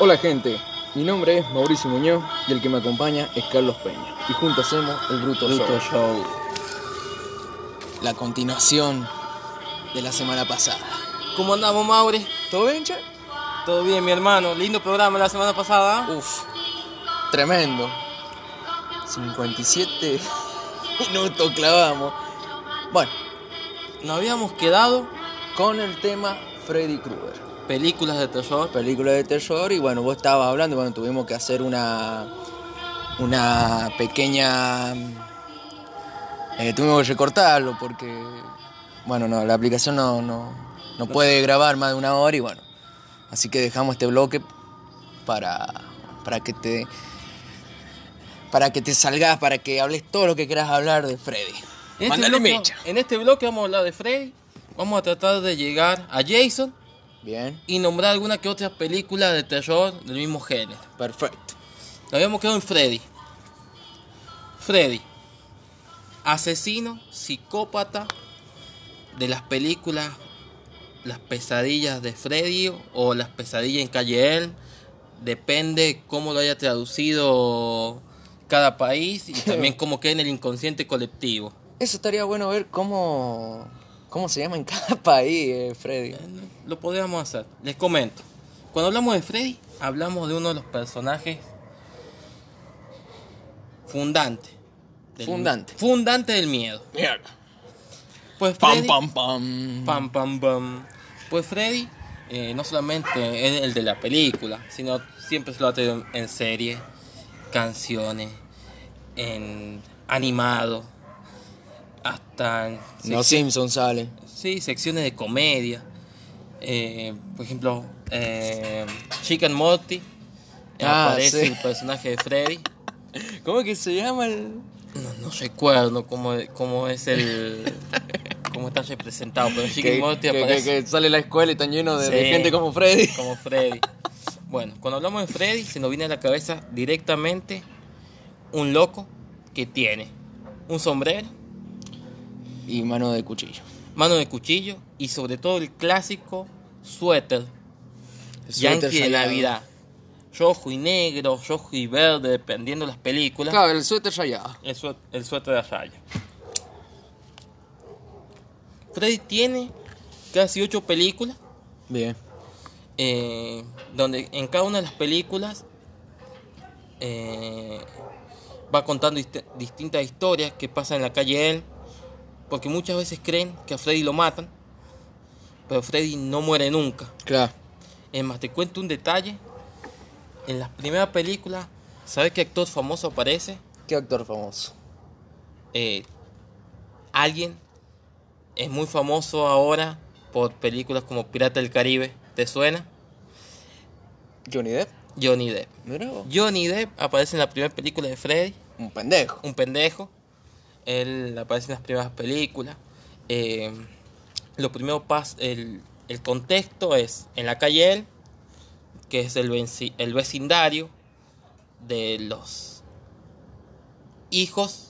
Hola gente, mi nombre es Mauricio Muñoz y el que me acompaña es Carlos Peña. Y juntos hacemos el Bruto, Bruto Show. Show. La continuación de la semana pasada. ¿Cómo andamos, Maure? ¿Todo bien, che? Todo bien, mi hermano. Lindo programa la semana pasada. Ah. ¿eh? Uf, tremendo. 57 minutos clavamos. Bueno, Nos habíamos quedado con el tema Freddy Krueger. películas de terror. película de terror y bueno, vos estabas hablando y bueno, tuvimos que hacer una una pequeña eh, tuvimos que recortarlo porque bueno, no, la aplicación no, no, no puede grabar más de una hora y bueno, así que dejamos este bloque para para que te para que te salgas, para que hables todo lo que quieras hablar de Freddy. En este, Mándale bloque, mecha. en este bloque vamos a hablar de Freddy. Vamos a tratar de llegar a Jason Bien, y nombrar alguna que otra película de terror del mismo género. perfecto. Nos habíamos quedado en Freddy. Freddy. Asesino, psicópata de las películas Las pesadillas de Freddy o Las pesadillas en Calle Elm. Depende cómo lo haya traducido cada país y también cómo quede en el inconsciente colectivo. Eso estaría bueno ver cómo cómo se llama en cada país, eh, Freddy. Lo podríamos hacer. Les comento. Cuando hablamos de Freddy, hablamos de uno de los personajes fundante. Fundante. Fundante del miedo. Mierda. Pues Pam, Freddy, pam, pam. pam, pam, pam. Pues Freddy eh, no solamente es el de la película, sino siempre se lo ha tenido en series, canciones, en animado, hasta en No Simpson sale. Sí, secciones de comedia. Eh, por ejemplo, eh, Chick and Morty. eh, Ah, aparece sí. el personaje de Freddy. ¿Cómo que se llama el.? No, no recuerdo cómo, cómo es el. cómo está representado, pero Chick and Que, Morty que- aparece que- que sale la escuela y están llenos de, de Sí. gente como Freddy. como Freddy. Bueno, cuando hablamos de Freddy, se nos viene a la cabeza directamente un loco que tiene un sombrero, Y mano de cuchillo. mano de cuchillo y sobre todo el clásico suéter Yankee de Navidad. Rojo y negro, rojo y verde, dependiendo de las películas. Claro, el suéter rayado. El, sue- el suéter de raya. Freddy tiene casi ocho películas, Bien. eh, donde en cada una de las películas eh, va contando dist- distintas historias que pasan en la calle de él, porque muchas veces creen que a Freddy lo matan, pero Freddy no muere nunca. Claro. Es más, te cuento un detalle. En las primeras películas, ¿sabes qué actor famoso aparece? ¿Qué actor famoso? Eh, alguien es muy famoso ahora por películas como Pirata del Caribe. ¿Te suena? Johnny Depp. Johnny Depp. Mira vos. Johnny Depp aparece en la primera película de Freddy, Un pendejo. un pendejo. Él aparece en las primeras películas. Eh, lo primero pas- el, el contexto es en la calle él, que es el, venci- el vecindario de los hijos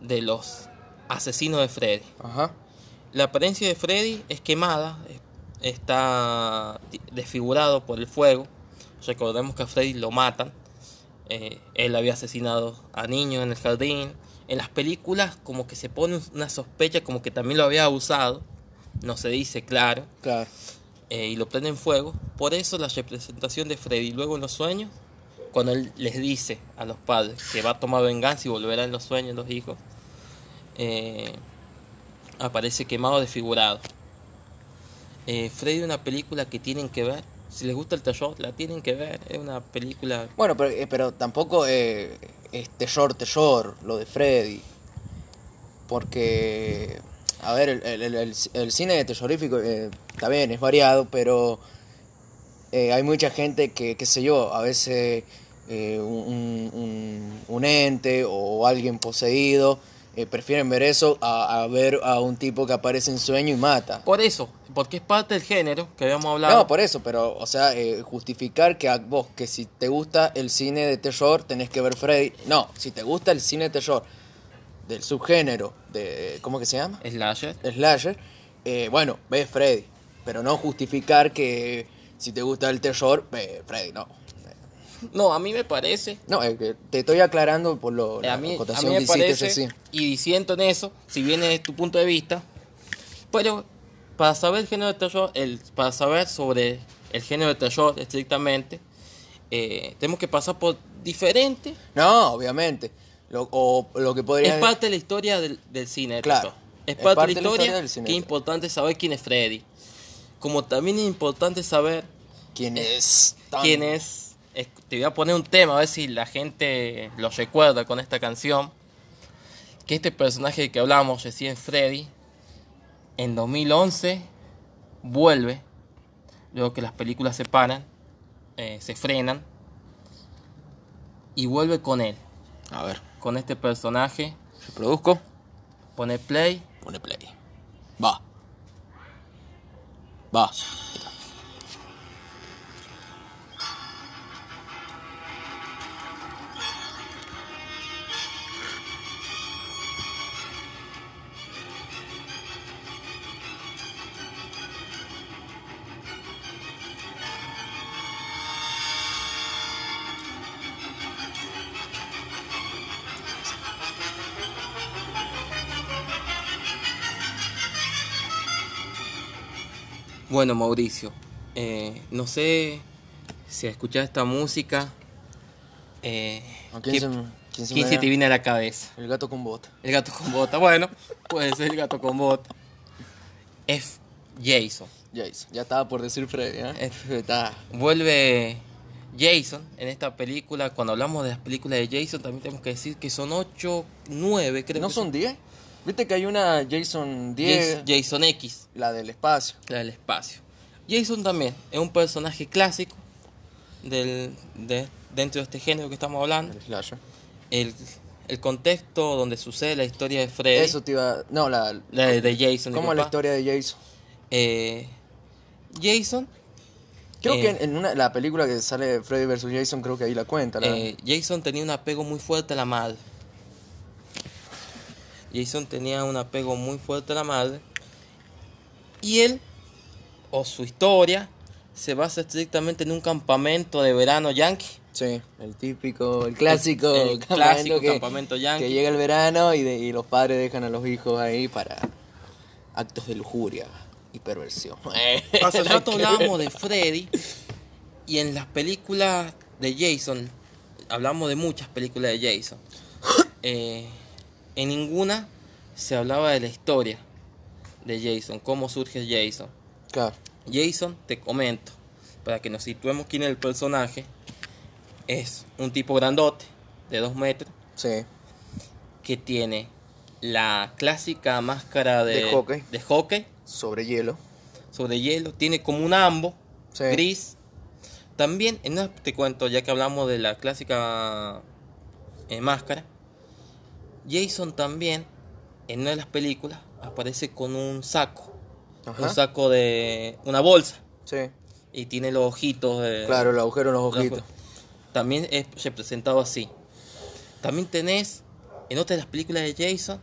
de los asesinos de Freddy. Ajá. La apariencia de Freddy es quemada, es- está di- desfigurado por el fuego. Recordemos que a Freddy lo matan. Eh, él había asesinado a niños en el jardín. En las películas como que se pone una sospecha como que también lo había abusado. No se dice claro. Claro. eh, y lo prende en fuego. Por eso la representación de Freddy luego en los sueños, cuando él les dice a los padres que va a tomar venganza y volverá en los sueños los hijos, eh, aparece quemado, desfigurado. Eh, Freddy es una película que tienen que ver. Si les gusta el terror, la tienen que ver. Es una película... Bueno, pero, eh, pero tampoco eh, es terror, terror, lo de Freddy. Porque, a ver, el, el- el- el- el cine terrorífico eh, está bien, es variado, pero eh, hay mucha gente que, qué sé yo, a veces eh, un, un- un ente o alguien poseído eh, prefieren ver eso a, a ver a un tipo que aparece en sueño y mata. Por eso, porque es parte del género que habíamos hablado. No, por eso, pero, o sea, eh, justificar que a vos, que si te gusta el cine de terror, tenés que ver Freddy. No, si te gusta el cine de terror del subgénero, de, ¿cómo que se llama? eh, Slasher. Slasher, eh, bueno, ves Freddy. Pero no justificar que si te gusta el terror, eh, Freddy, no. No, a mí me parece No, eh, que te estoy aclarando por lo, Eh, la a mí, a mí acotación me que hiciste parece, recién. y diciendo en eso, si bien es tu punto de vista, pero para saber el género de terror, el, para saber sobre el género de terror estrictamente, eh, tenemos que pasar por diferente. No, obviamente. Lo, o lo que podría... Es parte de la historia del, del cine. de Claro. terror. Es parte, de la del cine historia, que de es terror. importante saber quién es Freddy. Como también es importante saber ¿Quién es? tan- quién es. Es- Te voy a poner un tema, a ver si la gente lo recuerda con esta canción. Que este personaje que hablamos recién, Freddy, en 2011 vuelve, luego que las películas se paran, eh, se frenan, y vuelve con él, A ver, con este personaje. reproduzco. Pone play, Pone play. Va. Va. Bueno, Mauricio, eh, no sé si escuchar esta música, eh, ¿A ¿qué- quién, se, me- quién se quién me se da? te viene a la cabeza? El gato con bota. El gato con bota, bueno, puede ser el gato con bota. Es Jason. Ya hizo. Ya estaba por decir Freddy, ¿eh? Está. Vuelve Jason en esta película. Cuando hablamos de las películas de Jason, también tenemos que decir que son 8, 9, creo ¿No que son 10? ¿Viste que hay una Jason 10? Jas- Jason X, La del espacio. la del espacio. Jason también es un personaje clásico del, de- dentro de este género que estamos hablando. El slasher. El, el contexto donde sucede la historia de Freddy, Eso te iba. No, la. la de, de Jason. ¿Cómo la disculpa. historia Eh. de Jason? Eh, Jason Creo Eh. que en- en una, la película que sale Freddy vs. Jason, creo que ahí la cuenta. la- Eh, Jason tenía un apego muy fuerte a la madre. Jason tenía un apego muy fuerte a la madre. Y él, o su historia, se basa estrictamente en un campamento de verano yankee. Sí, el típico, el clásico, El- el campamento clásico que, campamento yankee. que llega el verano y, de- y los padres dejan a los hijos ahí para actos de lujuria y perversión. Hace rato hablábamos de Freddy. Y en las películas de Jason, hablamos de muchas películas de Jason. eh, en ninguna se hablaba de la historia de Jason, cómo surge Jason. Claro, Jason, te comento, para que nos situemos quién es el personaje, es un tipo grandote, de 2 metros, sí. que tiene la clásica máscara de, De hockey. de hockey Sobre hielo. sobre hielo, tiene como un ambo Sí. gris. También, en una- te cuento, ya que hablamos de la clásica eh, máscara, Jason también, en una de las películas, aparece con un saco, Ajá. un saco de una bolsa. Sí. Y tiene los ojitos. eh, Claro, el agujero en los los ojitos. ojitos. También es representado así. También tenés, en otra de las películas de Jason,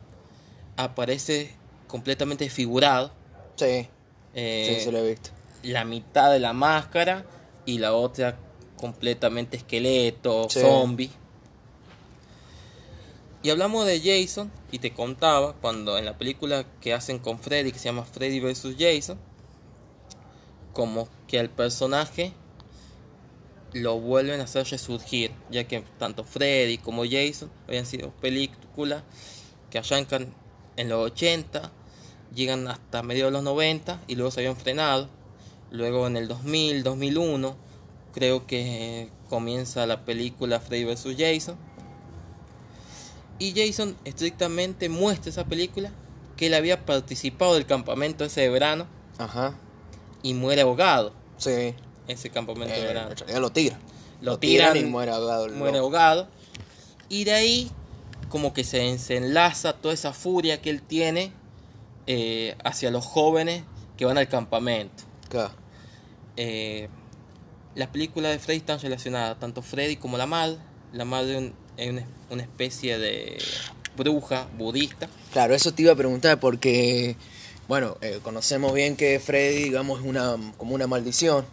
aparece completamente figurado. Sí, eh, sí, se lo he visto. La mitad de la máscara y la otra completamente esqueleto, Sí. zombie. Y hablamos de Jason y te contaba cuando en la película que hacen con Freddy, que se llama Freddy vs. Jason, como que al personaje lo vuelven a hacer resurgir, ya que tanto Freddy como Jason habían sido películas que arrancan en los 80, llegan hasta medio de los 90 y luego se habían frenado. Luego en el 2000, 2001, creo que eh, comienza la película Freddy vs. Jason. Y Jason estrictamente muestra esa película que él había participado del campamento ese de verano Ajá. y muere ahogado Sí. en ese campamento de Eh, verano. en realidad lo tiran. Lo y tiran, muere ahogado. el muere loco. ahogado. Y de ahí, como que se desenlaza toda esa furia que él tiene eh, hacia los jóvenes que van al campamento. Claro. Eh, las películas de Freddy están relacionadas, tanto Freddy como la madre. La madre un- es una, una especie de bruja budista. Claro, eso te iba a preguntar porque, bueno, eh, conocemos bien que Freddy, digamos, es una, como una maldición.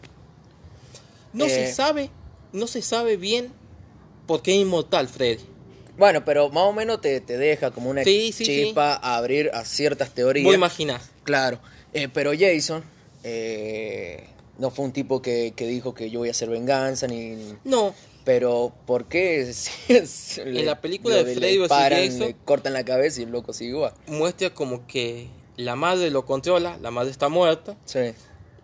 No Eh, se sabe, no se sabe bien por qué es inmortal Freddy. Bueno, pero más o menos te, te deja como una Sí, sí, sí. chispa a abrir a ciertas teorías. Vos imaginás. Claro, eh, pero Jason eh, no fue un tipo que, que dijo que yo voy a hacer venganza, ni... No, Pero, ¿por qué? Si es- le- la película le- de le Freddy versus paran, Jason. Le cortan la cabeza y el loco sigue igual. muestra como que la madre lo controla, la madre está muerta, Sí,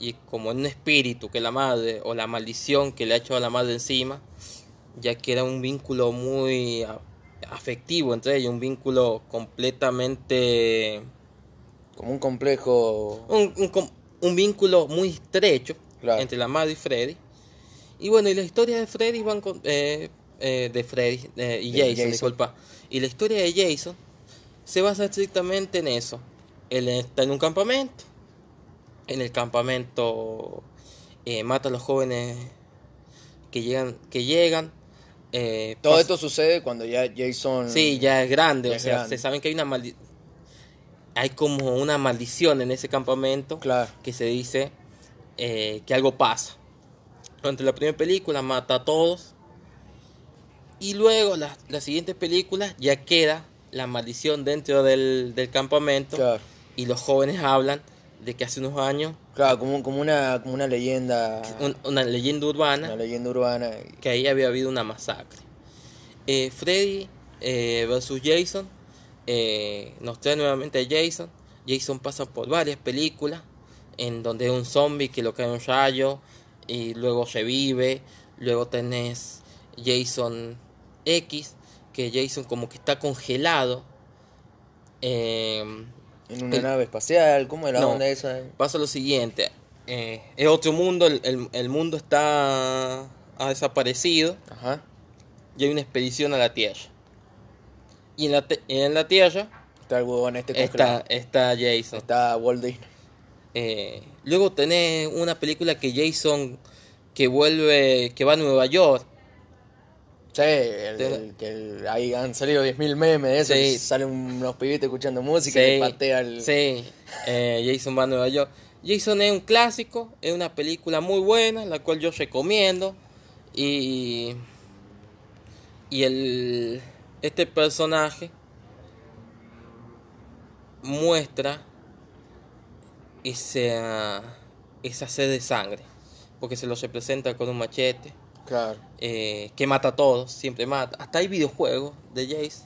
y como un espíritu que la madre, o la maldición que le ha hecho a la madre encima, ya que era un vínculo muy a- afectivo entre ellos, un vínculo completamente... como un complejo... un, un com- un vínculo muy estrecho Claro. entre la madre y Freddy. Y bueno, y la historia de Freddy van con- eh, eh, de Freddy eh, y De Jason, Jason. disculpa. Y la historia de Jason se basa estrictamente en eso. Él está en un campamento. En el campamento eh, mata a los jóvenes que llegan, que llegan. eh, Todo pasa- esto sucede cuando ya Jason... Sí, ya es grande, Ya o es sea, grande. se saben que hay una maldi- hay como una maldición en ese campamento Claro. que se dice eh, que algo pasa. Durante la primera película mata a todos y luego las las siguientes películas ya queda la maldición dentro del, del campamento Claro, y los jóvenes hablan de que hace unos años claro como, como, una, como una leyenda... un- una leyenda urbana Ah. Una leyenda urbana. y- que ahí había habido una masacre. Eh, Freddy eh, versus Jason eh, nos trae nuevamente a Jason. Jason pasa por varias películas en donde es un zombie que lo cae un rayo y luego se vive. Luego tenés Jason X, que Jason como que está congelado. Eh, En una El- nave espacial, ¿cómo es la No. onda esa? pasa lo siguiente. eh, es otro mundo, el, el- el mundo está ha desaparecido Ajá. y hay una expedición a la Tierra. Y en la, te- en la Tierra Está el huevón este está, congelado. está Jason. Está Walt Disney. Eh, luego tenés una película que Jason que vuelve, que va a Nueva York. Sí, el- Te- el- que el- ahí han salido 10.000 memes de eso. Sí. que Salen unos pibitos escuchando música y le patea el... sí, eh, Jason va a Nueva York. Jason es un clásico, es una película muy buena, la cual yo recomiendo. Y, y el, este personaje muestra esa, esa sed de sangre, porque se lo representa con un machete Claro. eh, que mata a todos, siempre mata. Hasta hay videojuegos de Jace.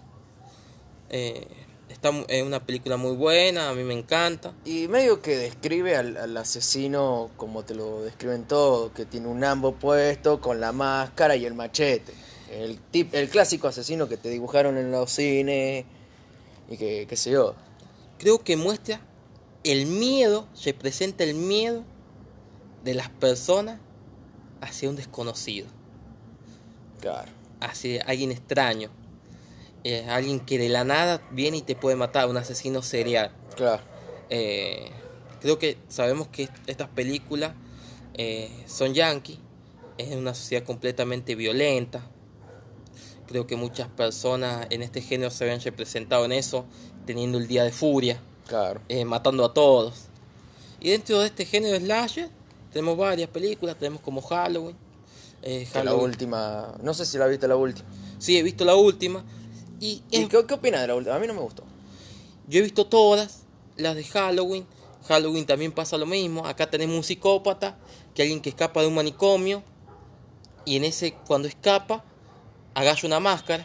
Eh, está, mu- es una película muy buena, a mí me encanta. Y medio que describe al, al asesino como te lo describen todos, que tiene un ambo puesto con la máscara y el machete. El, tip, el clásico asesino que te dibujaron en los cines y que, qué sé yo. Creo que muestra el miedo, se presenta el miedo de las personas hacia un desconocido, Claro. hacia alguien extraño. Eh, alguien que de la nada viene y te puede matar, un asesino serial. Claro. Eh, creo que sabemos que estas películas eh, son yankees, es una sociedad completamente violenta. Creo que muchas personas en este género se ven representado en eso, teniendo el día de furia, Claro. eh, matando a todos. Y dentro de este género de slasher tenemos varias películas, tenemos como Halloween. eh, Que la Halloween. última. No sé si la viste la última. Sí, he visto la última. Y es ¿Y qué, qué opinas de la última? A mí no me gustó. Yo he visto todas, las de Halloween. Halloween también pasa lo mismo. Acá tenemos un psicópata, que alguien que escapa de un manicomio. Y en ese, cuando escapa, agacha una máscara.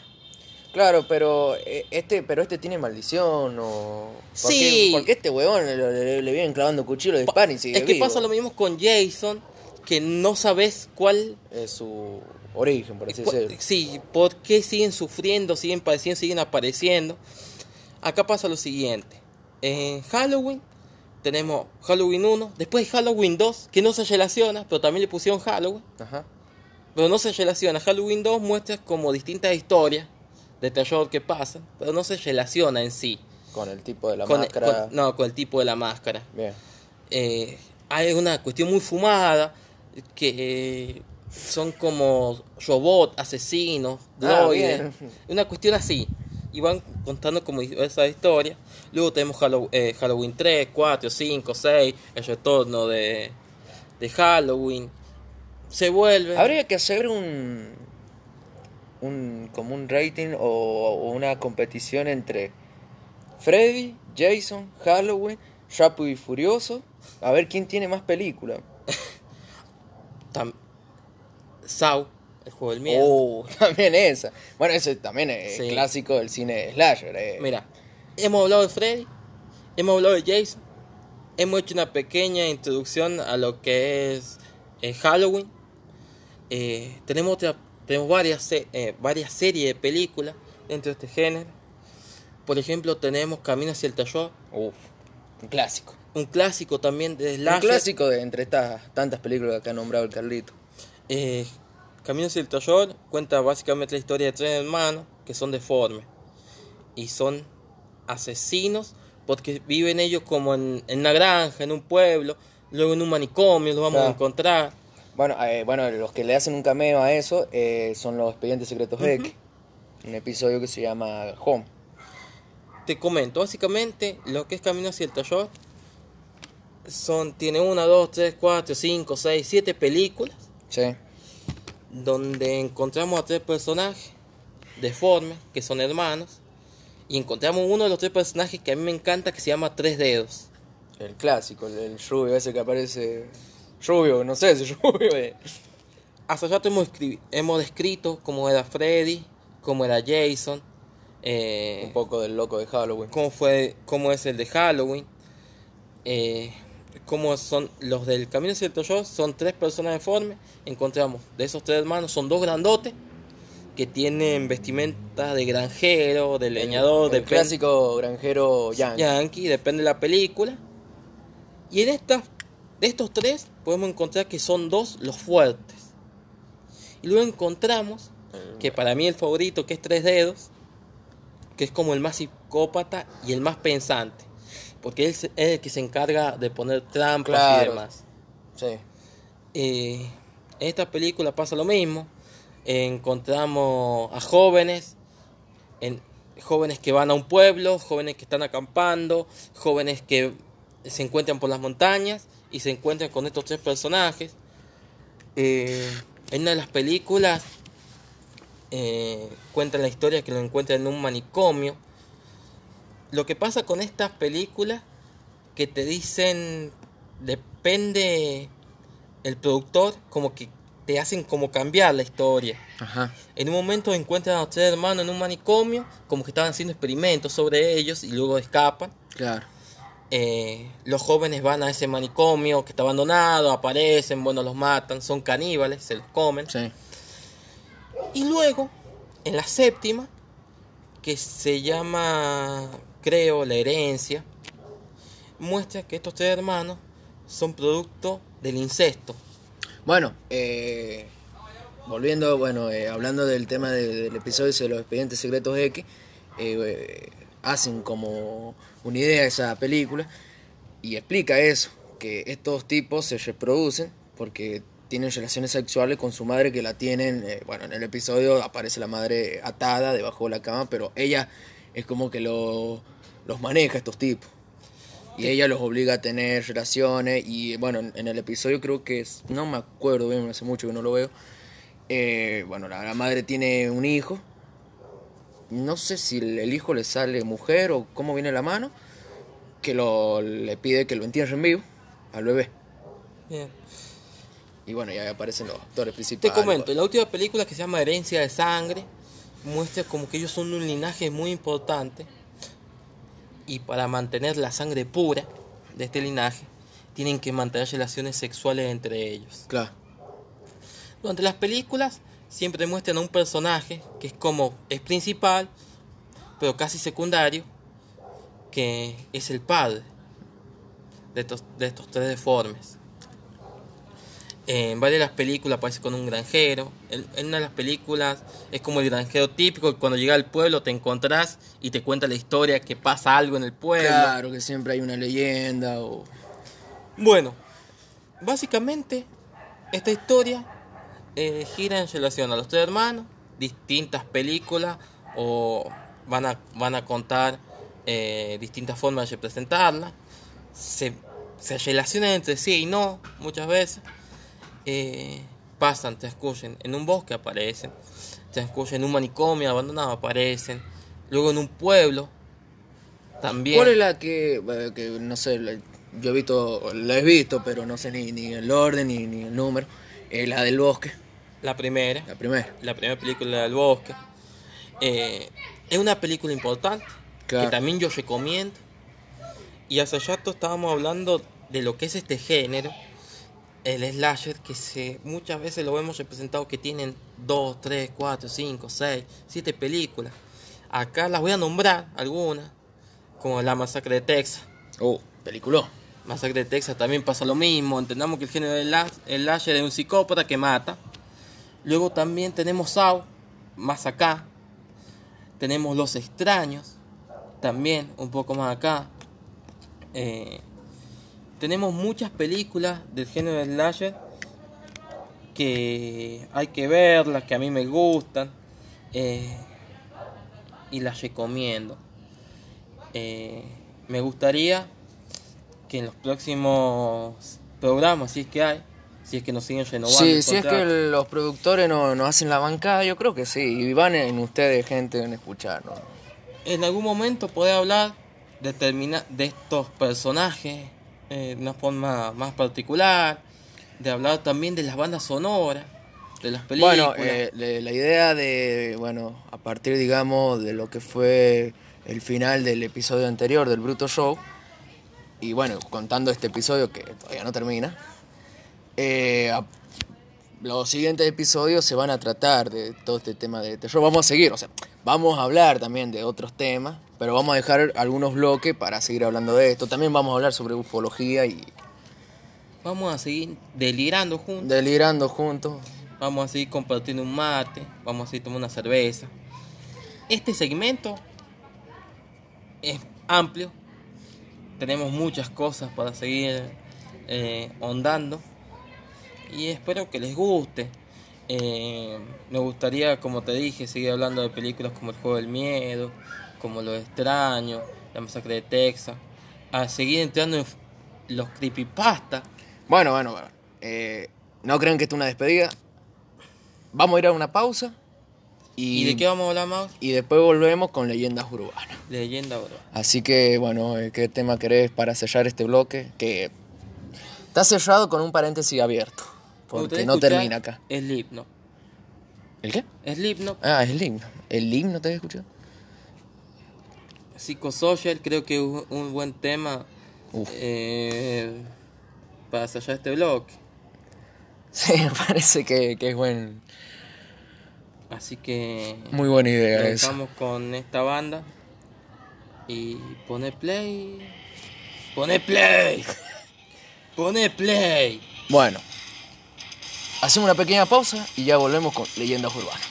Claro, pero eh, este, pero este tiene maldición o. ¿Por qué- Sí. por qué este huevón le, le- le vienen clavando cuchillo, le disparan y sigue es que vivo? pasa lo mismo con Jason, que no sabes cuál. Es su origen, por así cua- decirlo. sí, por qué siguen sufriendo, siguen padeciendo, siguen apareciendo. Acá pasa lo siguiente. En Halloween tenemos Halloween 1, después Halloween 2, que no se relaciona, pero también le pusieron Halloween. Ajá. Pero no se relaciona. Halloween 2 muestra como distintas historias de terror que pasan, pero no se relaciona en sí. Con el tipo de la con- máscara. con- no, con el tipo de la máscara. Bien. Eh, hay una cuestión muy fumada que eh, son como robots, asesinos, Ah, droides. bien. una cuestión así. Y van contando como esa historia. Luego tenemos Hallow- eh, Halloween 3, 4, 5, 6, el retorno de, de Halloween. se vuelve. Habría que hacer un, un como un rating o, o una competición entre Freddy, Jason, Halloween, Rápido y Furioso, a ver quién tiene más películas. Tam- Saw, el juego del miedo. Oh, también esa. Bueno, ese también es Sí. clásico del cine slasher. eh. Mira, hemos hablado de Freddy, hemos hablado de Jason, hemos hecho una pequeña introducción a lo que es eh, Halloween. Eh, tenemos otra, tenemos varias, se- eh, varias series de películas dentro de este género. Por ejemplo, tenemos Camino hacia el Taller, Uf, un clásico. un clásico también de Un Slasher. clásico de entre estas tantas películas que ha nombrado el Carlito. Eh, Camino hacia el Taller cuenta básicamente la historia de tres hermanos que son deformes y son asesinos porque viven ellos como en, en una granja, en un pueblo, luego en un manicomio, los vamos Claro. a encontrar. Bueno, eh, bueno, los que le hacen un cameo a eso eh, son los expedientes secretos de X. Un episodio que se llama Home. Te comento, básicamente lo que es Camino hacia el Taller son, tiene una, dos, tres, cuatro, cinco, seis, siete películas Sí. donde encontramos a tres personajes deformes que son hermanos y encontramos uno de los tres personajes que a mí me encanta que se llama Tres Dedos. El clásico, el, el rubio ese que aparece. Rubio, no sé si rubio. eh. Hasta rato hemos, escribi- hemos descrito cómo era Freddy, cómo era Jason, eh, Un poco del loco de Halloween. cómo, fue, cómo es el de Halloween, eh, cómo son los del Camino Cierto Yo, son tres personas deformes. Encontramos de esos tres hermanos, son dos grandotes que tienen vestimenta de granjero, de leñador, El de pen- clásico granjero Yang. Yankee, depende de la película. Y en estas, de estos tres, podemos encontrar que son dos los fuertes. Y luego encontramos que para mí el favorito, que es Tres Dedos, que es como el más psicópata y el más pensante. Porque él se- es el que se encarga de poner trampas y Claro. demás. Sí. Eh, en esta película pasa lo mismo. encontramos a jóvenes, en, jóvenes que van a un pueblo, jóvenes que están acampando, jóvenes que se encuentran por las montañas y se encuentran con estos tres personajes. Eh, en una de las películas eh, cuentan la historia que lo encuentran en un manicomio. Lo que pasa con estas películas que te dicen depende el productor como que te hacen como cambiar la historia. Ajá. En un momento encuentran a los tres hermanos en un manicomio, como que estaban haciendo experimentos sobre ellos y luego escapan. Claro. Eh, los jóvenes van a ese manicomio que está abandonado, aparecen, bueno, los matan, son caníbales, se los comen. Sí. Y luego, en la séptima, que se llama, creo, La herencia, muestra que estos tres hermanos son producto del incesto. Bueno, eh, volviendo, bueno, eh, hablando del tema de- del episodio de los expedientes secretos X, eh, eh, hacen como una idea de esa película y explica eso, que estos tipos se reproducen porque tienen relaciones sexuales con su madre que la tienen, eh, bueno, en el episodio aparece la madre atada debajo de la cama, pero ella es como que lo- los maneja estos tipos. Y ella los obliga a tener relaciones. Y bueno, en- en el episodio creo que es. No me acuerdo bien, hace mucho que no lo veo. Eh, bueno, la, la madre tiene un hijo. No sé si el, el hijo le sale mujer o cómo viene la mano. Que lo, le pide que lo entierren vivo al bebé. Bien. Y bueno, ya aparecen los actores Te principales. comento, en la última película que se llama Herencia de Sangre muestra como que ellos son un linaje muy importante y para mantener la sangre pura de este linaje tienen que mantener relaciones sexuales entre ellos. Claro. Durante las películas siempre muestran a un personaje que es como es principal pero casi secundario que es el padre de estos, de estos tres deformes. En varias de las películas aparece con un granjero. En, en una de las películas es como el granjero típico que cuando llega al pueblo te encontrás y te cuenta la historia que pasa algo en el pueblo. Claro que siempre hay una leyenda o. Bueno, básicamente esta historia eh, gira en relación a los tres hermanos, distintas películas o van a, van a contar eh, distintas formas de representarla. Se, se relacionan entre sí y no muchas veces. Eh, pasan, te escuchen. En un bosque aparecen, te escuchen. En un manicomio abandonado aparecen. Luego en un pueblo también. ¿Cuál es la que, eh, que no sé, la- yo he visto, la he visto, pero no sé ni, ni el orden ni, ni el número? Eh, la del bosque, La primera. la primera. la primera película del bosque. Eh, es una película importante Claro. que también yo recomiendo. Y hace rato estábamos hablando de lo que es este género, el slasher, que se, muchas veces lo hemos representado que tienen 2, 3, 4, 5, 6, 7 películas. Acá las voy a nombrar algunas, como La Masacre de Texas. Oh, peliculó. Masacre de Texas también pasa lo mismo. Entendamos que el género del las- el slasher es un psicópata que mata. Luego también tenemos Saw, más acá. Tenemos Los Extraños, también un poco más acá. Eh, tenemos muchas películas del género del slasher que hay que verlas, que a mí me gustan. eh, y las recomiendo. Eh, me gustaría que en los próximos programas, si es que hay, si es que nos siguen renovando. sí, el si es que contrato. los productores no, no hacen la bancada, yo creo que sí. Y van en ustedes, gente, en escucharnos. en algún momento poder hablar de, termina- de estos personajes eh, de una forma más particular, de hablar también de las bandas sonoras, de las películas. Bueno, eh, de- la idea de, bueno, a partir, digamos, de lo que fue el final del episodio anterior del Bruto Show, y bueno, contando este episodio que todavía no termina, eh, a- los siguientes episodios se van a tratar de todo este tema de terror. Vamos a seguir, o sea, vamos a hablar también de otros temas, pero vamos a dejar algunos bloques para seguir hablando de esto. También vamos a hablar sobre ufología y Vamos a seguir delirando juntos, delirando juntos. vamos a seguir compartiendo un mate, vamos a seguir tomando una cerveza. Este segmento es amplio, tenemos muchas cosas para seguir eh, ahondando. y espero que les guste. Eh, me gustaría, como te dije, seguir hablando de películas como El Juego del Miedo, como Lo Extraño, La Masacre de Texas, a seguir entrando en f- los creepypasta. Bueno, bueno, bueno. Eh, no crean que esto es una despedida. Vamos a ir a una pausa ¿Y, y, de qué vamos a hablar más? y después volvemos con leyendas urbanas. Leyenda urbana. Así que, bueno, eh, ¿qué tema querés para sellar este bloque? Que está cerrado con un paréntesis abierto. Me Porque gustaría no escuchar termina acá. El himno. ¿El qué? El himno Ah, es el himno. ¿El himno te has escuchado? psicosocial creo que es un- un buen tema Uf. eh, para sellar este blog. Sí, me parece que, que es buen, Así que... muy buena idea eso. Comenzamos con esta banda y pone play. Pone play. Pone play. Bueno, hacemos una pequeña pausa y ya volvemos con leyendas urbanas.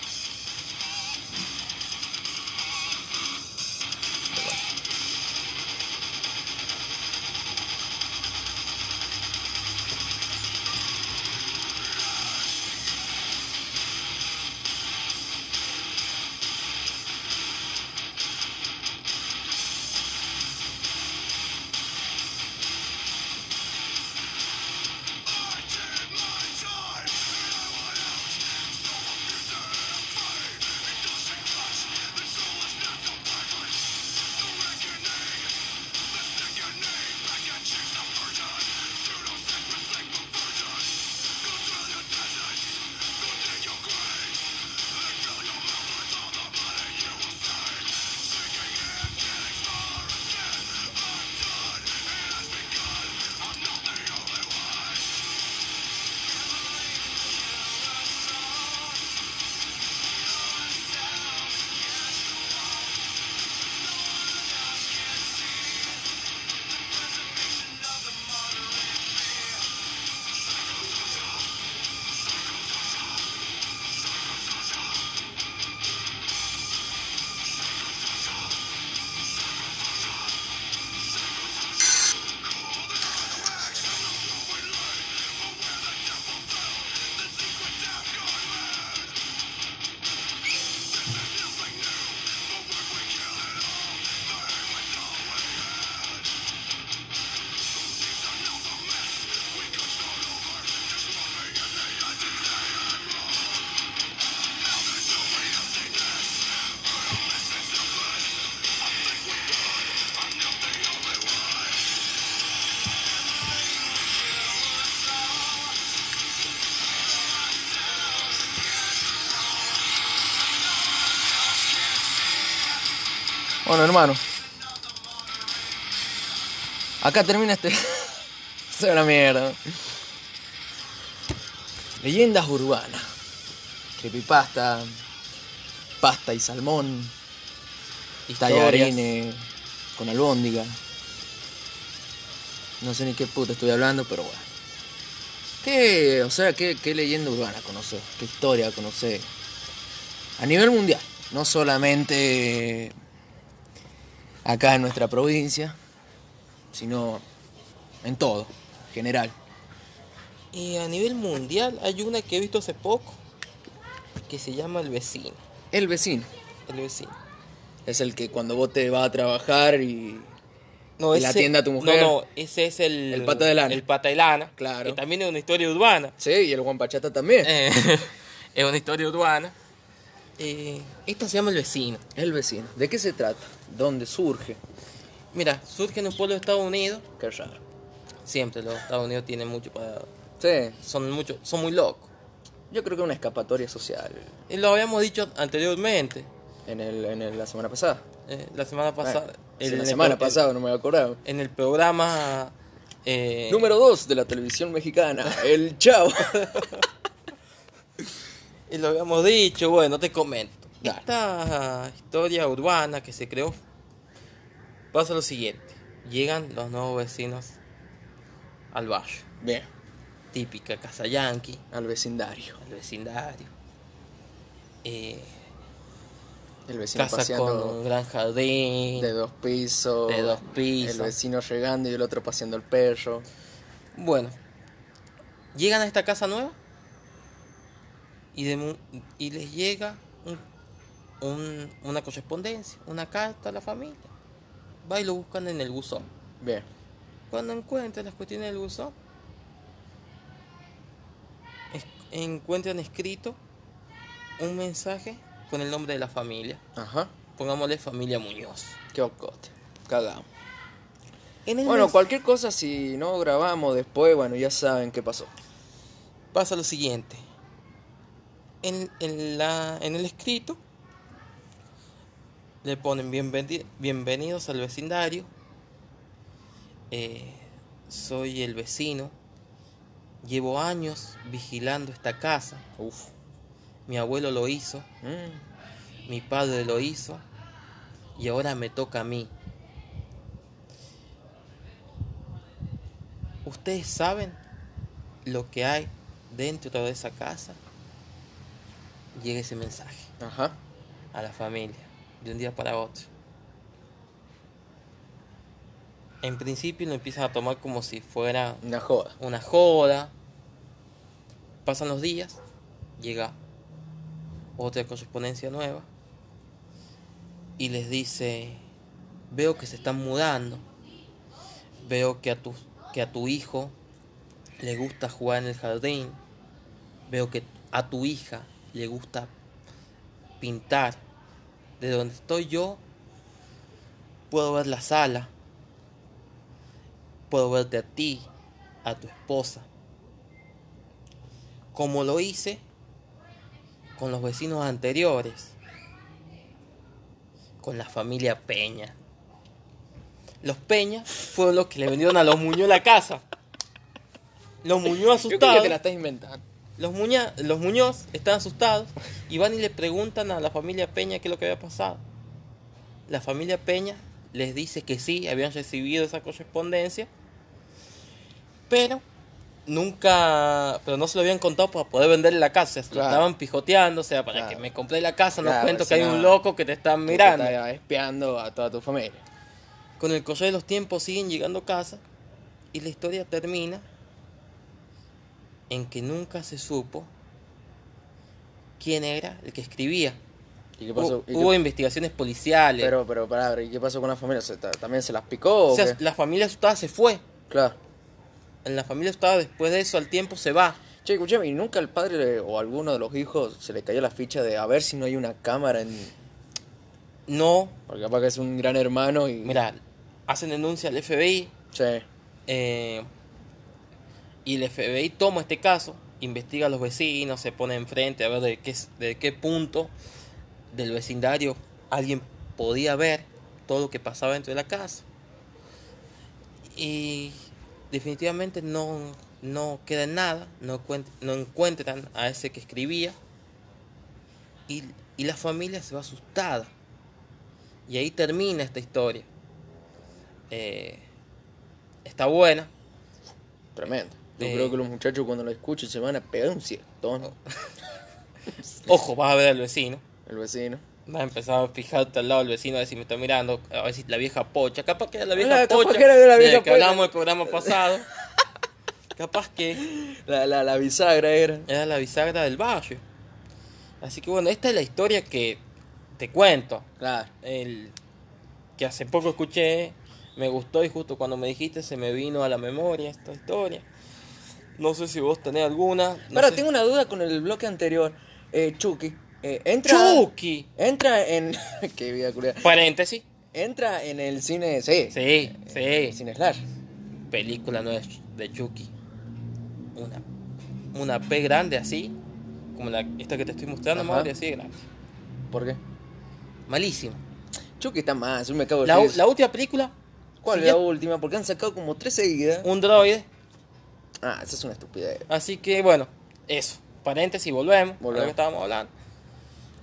I did my time, and I went out. No one deserves Bueno, hermano. Acá termina este. Se va la mierda. Leyendas urbanas. Creepypasta. Pasta y salmón. Historias. Tallarines con albóndiga. No sé ni qué puta estoy hablando, pero bueno. ¿Qué, o sea, qué, qué leyenda urbana conocer? ¿Qué historia conocer? A nivel mundial, no solamente acá en nuestra provincia, sino en todo, en general. Y a nivel mundial hay una que he visto hace poco que se llama El Vecino. El vecino El Vecino. es el que cuando vos te vas a trabajar y No, ¿Y la tienda a tu mujer? No, no, ese es el... El pata de lana. El pata de lana. Claro. Que también es una historia urbana. Sí, y el Juan Pachata también. Eh, es una historia urbana. Eh, esta se llama El Vecino. El vecino. ¿De qué se trata? ¿Dónde surge? Mira, surge en un pueblo de Estados Unidos. Qué raro. Siempre los Estados Unidos tienen mucho para... Sí, Son, mucho, son muy locos. yo creo que una escapatoria social Y lo habíamos dicho anteriormente. en, el, en el- la semana pasada. eh, la semana pasada. Bueno, en Ah, sí, la el- semana en- pasada, no me acordaba. En el programa... eh, Número 2 de la televisión mexicana, El Chavo. Y lo habíamos dicho, bueno, te comento. Dale. Esta historia urbana que se creó pasa lo siguiente. Llegan los nuevos vecinos al barrio. Bien, Típica casa yankee, al vecindario. al vecindario. Eh, El vecino casa paseando con un gran jardín. de dos pisos. De dos pisos. El vecino llegando y el otro paseando el perro. Bueno, llegan a esta casa nueva y, de mu- y les llega un- un- una correspondencia, una carta a la familia. Va y lo buscan en el buzón. Bien. Cuando encuentran las cuestiones del buzón, es- encuentran escrito un mensaje con el nombre de la familia. Ajá. Pongámosle familia Muñoz. Qué ocote. Cagamos. En el Bueno, mes- cualquier cosa, si no grabamos después, bueno, ya saben qué pasó. pasa lo siguiente. En, en la, en el escrito le ponen bienveni- bienvenidos al vecindario. Eh, soy el vecino. Llevo años vigilando esta casa. Uf. Mi abuelo lo hizo, Mm. mi padre lo hizo y ahora me toca a mí. ¿Ustedes saben lo que hay dentro de esa casa? Llega ese mensaje Ajá. a la familia de un día para otro. En principio lo empiezan a tomar como si fuera Una joda. una joda. Pasan los días, llega otra correspondencia nueva y les dice, veo que se están mudando, veo que a tu, que a tu hijo le gusta jugar en el jardín, veo que a tu hija le gusta pintar. De donde estoy yo, puedo ver la sala, puedo verte a ti, a tu esposa. Como lo hice con los vecinos anteriores, con la familia Peña. Los Peña fueron los que le vendieron a los Muñoz la casa. Los Muñoz Yo creo que asustados. te la estás inventando. Los, Muña- los Muñoz están asustados y van y le preguntan a la familia Peña qué es lo que había pasado. La familia Peña les dice que sí, habían recibido esa correspondencia, pero nunca, pero no se lo habían contado para poder venderle la casa, se lo Claro. estaban pijoteando, o sea, para Claro. que me compré la casa, no Claro, cuento si que hay no, un loco que te están mirando. Que te está espiando a toda tu familia. Con el correr de los tiempos siguen llegando a casa y la historia termina en que nunca se supo quién era el que escribía. ¿Y qué pasó? Hu- ¿Y qué- Hubo investigaciones policiales. Pero, pero, pará, ¿y qué pasó con la familia? ¿Se ta- ¿También se las picó? o O sea, qué? la familia asustada se fue. Claro. En la familia asustada después de eso al tiempo se va. Che, escuchame, ¿y nunca al padre le- o alguno de los hijos se le cayó la ficha de a ver si no hay una cámara en... No, Porque capaz que es un gran hermano y... mira, hacen denuncia al FBI Che, eh, y el FBI toma este caso, investiga a los vecinos, se pone enfrente a ver de qué, de qué punto del vecindario alguien podía ver todo lo que pasaba dentro de la casa. Y definitivamente no, no queda en nada, no, encuent- no encuentran a ese que escribía. Y, y la familia se va asustada. Y ahí termina esta historia. Eh, está buena. Tremendo. Yo Eh. creo que los muchachos cuando lo escuchen se van a pegar un siestón. Ojo, vas a ver al vecino. El vecino. Vas a empezar a fijarte al lado del vecino a ver si me está mirando, a ver si la vieja pocha, capaz que era la Ah, vieja capaz pocha que era de la de vieja que pocha. hablamos del programa pasado. capaz que La, la, la bisagra era. era la bisagra del barrio. Así que bueno, esta es la historia que te cuento. Claro. El que hace poco escuché, me gustó y justo cuando me dijiste se me vino a la memoria esta historia. No sé si vos tenés alguna. No Ahora sé. tengo una duda con el bloque anterior. Eh, Chucky. eh, entra. Chucky. Entra en. Qué vida curiosa. Paréntesis. Entra en el cine. Sí. Sí, sí. El cine Slash. película no es de Chucky. Una, una P grande así, como la, esta que te estoy mostrando, Ajá. Mauri, así de grande. ¿Por qué? Malísima. Chucky está más. Yo me cago en La, risa. la última película, ¿Cuál sí, es la ya- última? Porque han sacado como tres seguidas. un droide. Ah, esa es una estupidez. Así que bueno, eso. Paréntesis, volvemos, a lo Volvemos. que estábamos hablando.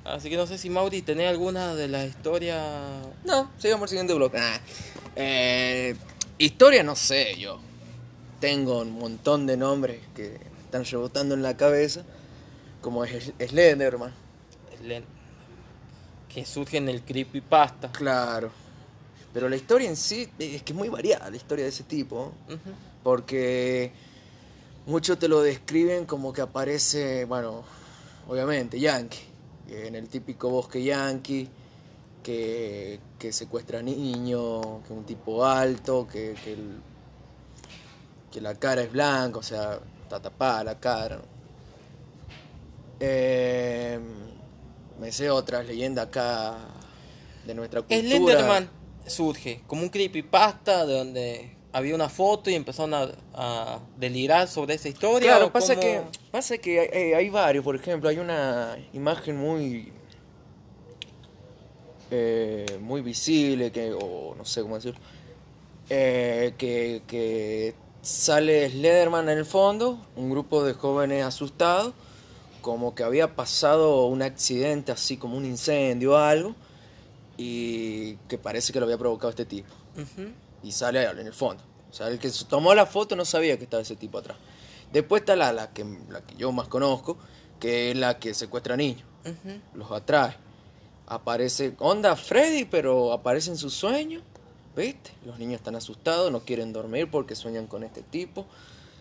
Así que no sé si Mauri tenés alguna de las historias. No, sigamos al siguiente bloque. Ah, eh, historia no sé yo. Tengo un montón de nombres que me están rebotando en la cabeza. Como es Slenderman. le- que surgen en el creepypasta. Claro. Pero la historia en sí es que es muy variada la historia de ese tipo. ¿no? Ujú. Porque muchos te lo describen como que aparece, bueno, obviamente, yankee. En el típico bosque yankee. Que, que secuestra niños, que un tipo alto, que, que el- que la cara es blanca, o sea, está tapada la cara. ¿no? Eh, me sé otras leyendas acá de nuestra cultura. Slenderman surge como un creepypasta de donde había una foto y empezaron a, a delirar sobre esa historia. Claro, o pasa cómo- que, pasa que hay, hay- hay varios, por ejemplo, hay una imagen muy eh, muy visible, que, o no sé cómo decirlo, eh, que, que sale Slederman en el fondo, un grupo de jóvenes asustados, como que había pasado un accidente, así como un incendio o algo, y que parece que lo había provocado este tipo Ujú. y sale en el fondo. O sea, el que se tomó la foto no sabía que estaba ese tipo atrás. Después está la, la, que, la que yo más conozco, que es la que secuestra niños, Ujú. los atrae. Aparece, onda Freddy, pero aparece en sus sueños, ¿viste? Los niños están asustados, no quieren dormir porque sueñan con este tipo,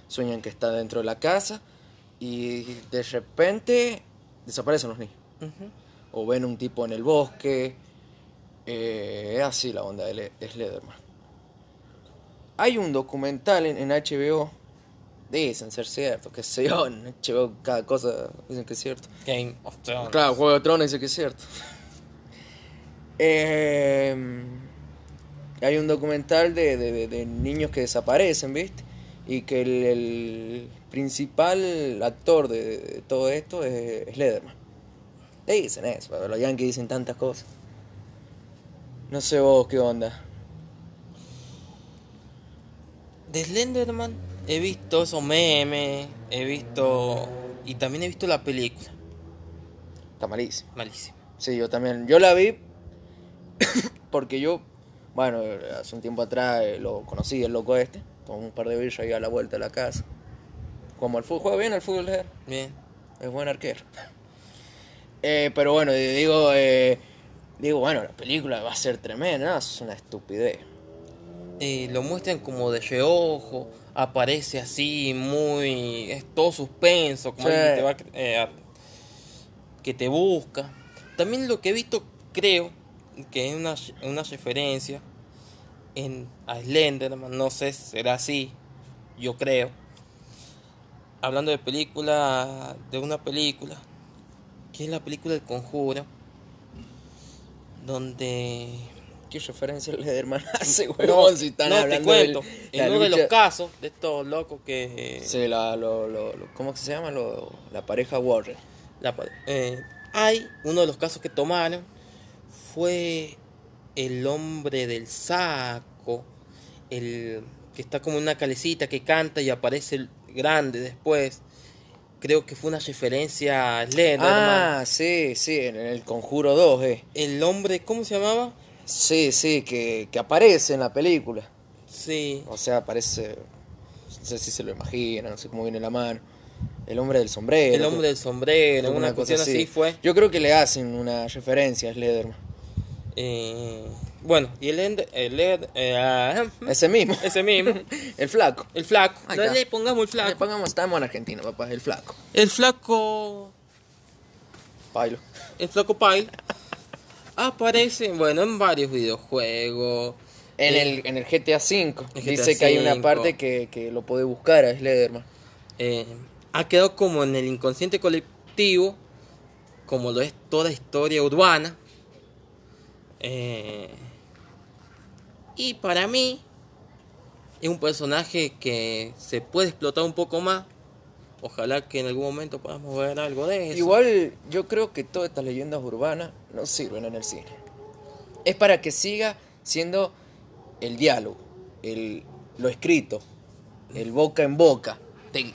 sueñan que está dentro de la casa y de repente desaparecen los niños. Ujú. O ven un tipo en el bosque. Eh, es así la onda de, Le- de Slenderman. Hay un documental en, en HBO. Dicen ser cierto, que sé yo, en HBO cada cosa dicen que es cierto. Game of Thrones. Claro, Juego de Tronos dice que es cierto. Eh, hay un documental de, de- de- de niños que desaparecen, ¿viste? Y que el, el principal actor de, de todo esto es Lederman. Dicen eso, pero los yankees dicen tantas cosas. No sé vos qué onda. De Slenderman he visto esos memes, he visto. Y también he visto la película. Está malísimo. Malísima. Sí, yo también. Yo la vi porque yo, bueno, hace un tiempo atrás eh, lo conocí, el loco este. Con un par de birras iba a la vuelta de la casa. Como el fútbol, juega bien el fútbol, Ger. Bien. es buen arquero. Eh, pero bueno, eh, digo, eh, digo, bueno, la película va a ser tremenda, ¿no? es una estupidez. Eh, lo muestran como de reojo, aparece así, muy. Es todo suspenso, como Sí. alguien que te, va, eh, a- que te busca. También lo que he visto, creo que es una, una referencia en, a Slenderman, no sé si será así, yo creo. Hablando de película, de una película, que es la película El Conjuro, donde ¿Qué referencia le de hermano hace, no, huevón? si están no, te hablando cuento. de la en uno de los lucha- casos de estos locos que. eh, Sí, la, lo, lo- lo- ¿Cómo que se llama? Lo- la pareja Warren. la pa- eh, hay uno de los casos que tomaron fue el hombre del saco, el que está como una calecita que canta y aparece el grande después. Creo que fue una referencia a Slenderman. Ah, sí, sí, en el Conjuro 2, eh. El hombre, ¿cómo se llamaba? Sí, sí, que, que aparece en la película. Sí, O sea, aparece. No sé si se lo imagina, no sé cómo viene la mano. El hombre del sombrero. el hombre del sombrero, una cuestión así fue. Yo creo que le hacen una referencia a Slenderman. Eh, bueno, y el Ender, el Ender- eh, ah, Ese mismo. ese mismo, El flaco. el flaco. Ahí No está. le pongamos el Le flaco. pongamos, estamos en Argentina, papá, el flaco. El flaco, Pailo. el flaco Pyle aparece, bueno, en varios videojuegos. En Eh, el, en el GTA V. El GTA Dice que hay una V. parte que, que lo puede buscar a Slenderman. eh, ha quedado como en el inconsciente colectivo, como lo es toda historia urbana. Eh, y para mí es un personaje que se puede explotar un poco más. Ojalá que en algún momento podamos ver algo de eso. Igual yo creo que todas estas leyendas urbanas no sirven en el cine. Es para que siga siendo el diálogo, el, lo escrito, el boca en boca. Te-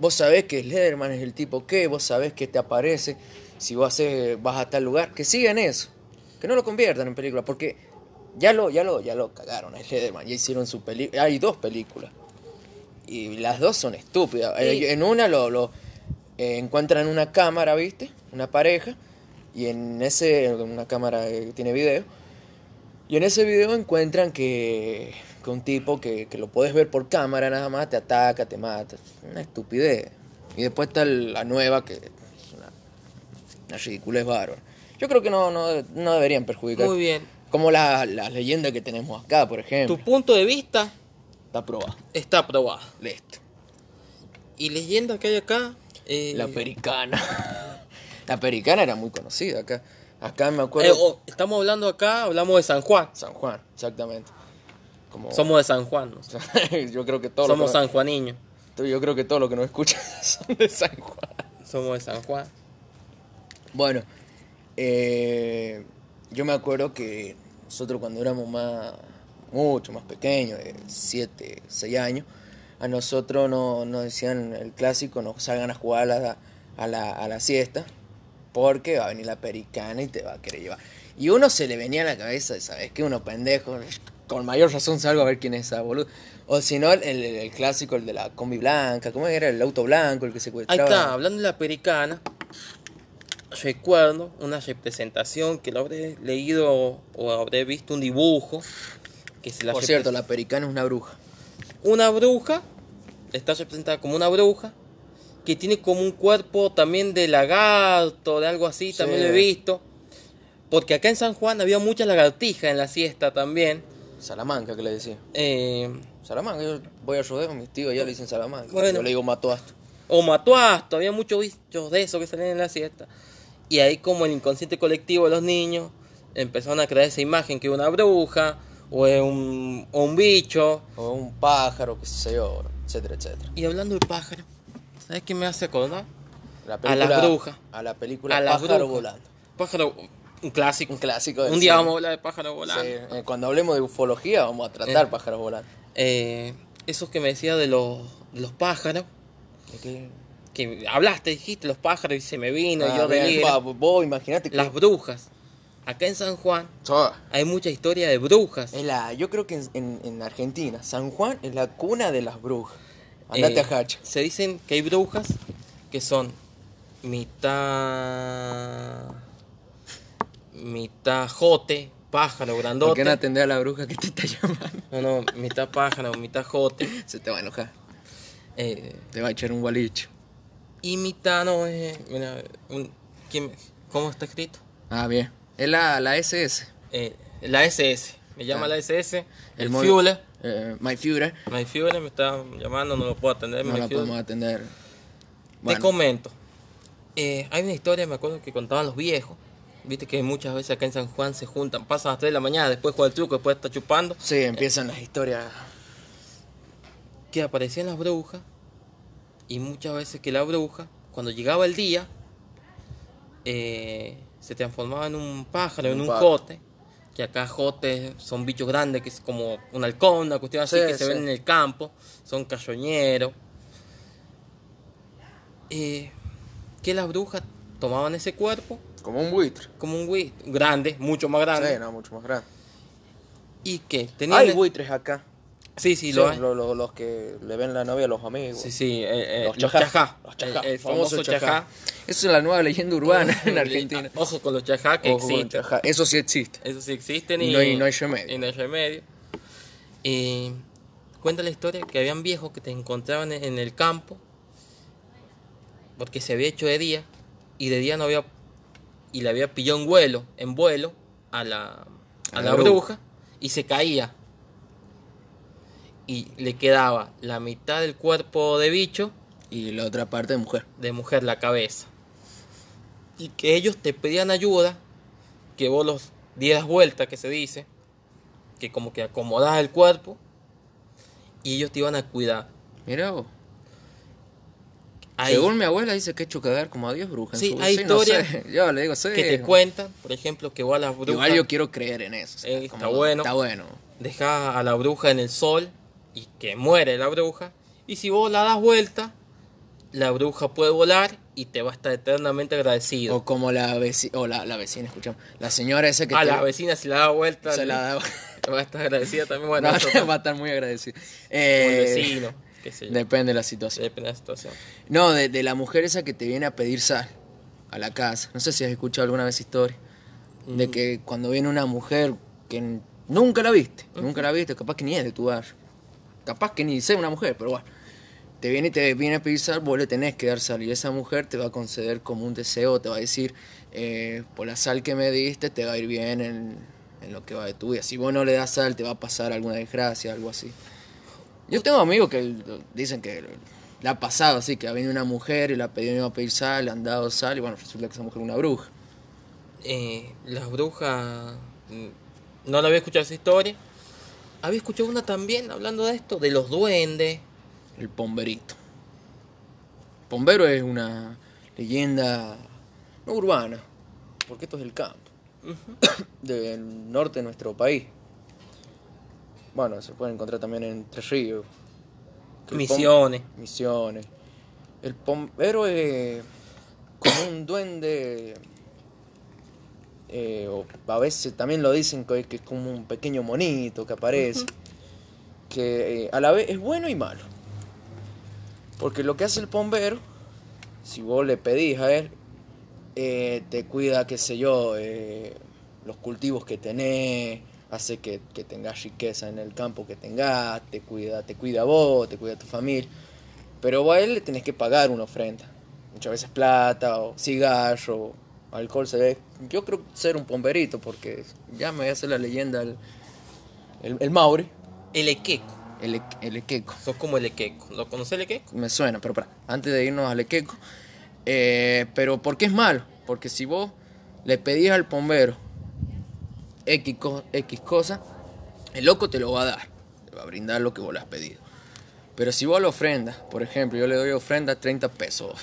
vos sabés que Slenderman es el tipo que, vos sabés que te aparece, si vos haces- vas a tal lugar, que sigan eso, que no lo conviertan en película, porque ya lo, ya lo, ya lo cagaron a Slenderman, ya hicieron su película, hay dos películas. Y las dos son estúpidas. Sí. Eh, En una lo, lo eh, encuentran una cámara, ¿viste? Una pareja. Y en ese, en una cámara que tiene video. Y en ese video encuentran que, que un tipo que, que lo puedes ver por cámara nada más te ataca, te mata. Es una estupidez. Y después está el- la nueva que es una, una ridiculez bárbara. Yo creo que no, no, no deberían perjudicar. Muy bien. Como la- las leyendas que tenemos acá, por ejemplo. Tu punto de vista Está aprobado. está aprobado. Listo. Y leyenda que hay acá. eh, La pericana. la pericana era muy conocida acá. Acá me eh, acuerdo. oh, estamos hablando acá, hablamos de San Juan. San Juan, exactamente. Como... Somos de San Juan. ¿no? yo creo que todos Somos los Oh. que sanjuaniños. no- yo creo que todos los que nos escuchan son de San Juan. Somos de San Juan. Bueno, eh, yo me acuerdo que nosotros cuando éramos más, mucho más pequeños, de 7, 6 años, a nosotros no- nos decían el clásico, no salgan a jugar a la, a la- a la siesta, porque va a venir la pericana y te va a querer llevar. Y uno se le venía a la cabeza, ¿sabes qué? Uno pendejo, con mayor razón salgo a ver quién es esa boludo. O si no, el, el- el clásico, el de la combi blanca, ¿cómo era? El auto blanco, el que Ahí secuestraba. está, hablando de la pericana, recuerdo una representación que lo habré leído o habré visto un dibujo. Que se la Por repre- cierto, la pericana es una bruja. una bruja está representada como una bruja que tiene como un cuerpo también de lagarto, de algo así, Sí. también lo he visto. Porque acá en San Juan había muchas lagartijas en la siesta también. Salamanca, que le decía. Eh, Salamanca, yo voy a rodeo, mis tíos ya le dicen Salamanca. Bueno. Yo le digo Matoasto. O Matuasto, había muchos bichos de esos que salían en la siesta. Y ahí como el inconsciente colectivo de los niños empezaron a crear esa imagen que es una bruja o es un, o un bicho. O un pájaro, qué sé yo, etcétera, etcétera. Y hablando de pájaro, ¿sabes qué me hace acordar? La las brujas. A la película A las Pájaro brujas. Volando. Pájaro, un clásico. Un Un, clásico del día cine. vamos a hablar de pájaro volando. Sí, eh, cuando hablemos de ufología vamos a tratar Eh. pájaros volando. Eh, esos que me decía de los, de los pájaros, Es que- que hablaste, dijiste los pájaros y se me vino, y Ah, yo bien, deliré. pa, Vos imaginate que... Las brujas. Acá en San Juan Ah. hay mucha historia de brujas. Es la- yo creo que en, en- en Argentina, San Juan es la cuna de las brujas. Andate Eh, a Hacha. Se dicen que hay brujas que son mitad. mitad jote, pájaro ¿Por grandote. qué no atender a la bruja que te está llamando? No, no, mitad pájaro, mitad jote. Se te va a enojar. eh, Te va a echar un bolicho. y mitad no es. eh, mira, un- ¿quién- ¿Cómo está escrito? Ah, bien. Es la, la SS. Eh, la SS. Me llama la SS. El, movi- Fiule. eh, My Fuller. My Fiule me está llamando, no lo puedo atender. No my la Fiule. podemos atender. Te Bueno, comento. Eh, hay una historia, me acuerdo que contaban los viejos. Viste que muchas veces acá en San Juan se juntan, pasan a las 3 de la mañana, después juega el truco, después está chupando. sí, empiezan las historias. Que aparecían las brujas. Y muchas veces que la bruja, cuando llegaba el día, eh, se transformaba en un pájaro, en Un un pájaro. cote. que acá jotes son bichos grandes, que es como un halcón, una cuestión así, Sí, que se sí. ven en el campo, son cayoñeros. Eh, que las brujas tomaban ese cuerpo Como un buitre. como un buitre, grande, mucho más grande, Sí, no, mucho más grande. y que Ah, tenían... Hay buitres acá. sí, sí, Sí, lo hay. lo- lo- los que le ven la novia a los amigos. Sí, sí, eh, eh, Los los chajá. chajá, Los chajá, el, el famoso chajá. Eso es la nueva leyenda urbana en Argentina. Ojo con los chajá que Ojo con existen. chajá. Eso sí existe. Eso sí existen y, Y no hay- no hay remedio. y no hay remedio. Y cuenta la historia que habían viejos que te encontraban en en el campo porque se había hecho de día y de día no había y le había pillado en vuelo, en vuelo a la a, la, bruja. y se caía. Y le quedaba la mitad del cuerpo de bicho Y la otra parte de mujer. de mujer la cabeza. Y que ellos te pedían ayuda, que vos los dieras vuelta, que se dice, que como que acomodás el cuerpo, y ellos te iban a cuidar. Mira vos. Ahí Según mi abuela dice que he hecho cagar como a 10 brujas. en Sí, su- hay no sé. historia Yo le digo, sí. que te cuentan, por ejemplo, que vos a las brujas Igual yo quiero creer en eso. o sea, Eh, está bueno. Está bueno. dejás a la bruja en el sol y que muere la bruja, y si vos la das vuelta, la bruja puede volar y te va a estar eternamente agradecido. O como la vecina, o la, la vecina, escuchamos. La señora esa que a te- Ah, la vecina si la da vuelta, se la da. va a estar agradecida también. Bueno, eso- va a estar muy agradecida. o el Eh, vecino, qué sé yo. depende de la situación. Depende de la situación. No, de, de la mujer esa que te viene a pedir sal a la casa. No sé si has escuchado alguna vez historia. De que cuando viene una mujer que n- nunca la viste, nunca la viste, capaz que ni es de tu barrio. Capaz que ni sea una mujer, pero bueno. Te viene y te viene a pedir sal, vos le tenés que dar sal. Y esa mujer te va a conceder como un deseo, te va a decir, eh, por la sal que me diste, te va a ir bien en, en lo que va de tu vida. Si vos no le das sal, te va a pasar alguna desgracia, algo así. Yo tengo amigos que l- dicen que la ha pasado así, que ha venido una mujer y la ha pedido iba a pedir sal, le han dado sal y bueno, resulta que esa mujer es una bruja. Eh, las brujas. mm, No la había escuchado esa historia. Había escuchado una también hablando de esto, de los duendes. El pomberito. Pombero es una leyenda no urbana, porque esto es el campo, del norte de nuestro país. Bueno, se puede encontrar también en Tres Ríos. Que el pom- Misiones. Misiones. El pombero es como un duende. eh, o a veces también lo dicen que que es como un pequeño monito que aparece. Que eh, a la vez es bueno y malo. Porque lo que hace el pombero, si vos le pedís a él, eh, te cuida, qué sé yo, eh, los cultivos que tenés, hace que, que tengas riqueza en el campo que tengas, te cuida, te cuida a vos, te cuida a tu familia. Pero vos a él le tenés que pagar una ofrenda. Muchas veces plata o cigarro, alcohol. Se ve. Yo creo ser un pomberito porque ya me hace la leyenda el, el, el Mauri, El equeco. el, e- el Equeco. Sos como el equeco. ¿Lo conoces el equeco? Me suena, pero pará, antes de irnos al Equeco. eh, pero ¿por qué es malo? Porque si vos le pedís al pombero X, co- X cosa, el loco te lo va a dar. Te va a brindar lo que vos le has pedido. Pero si vos le ofrendas, por ejemplo, yo le doy ofrenda 30 pesos.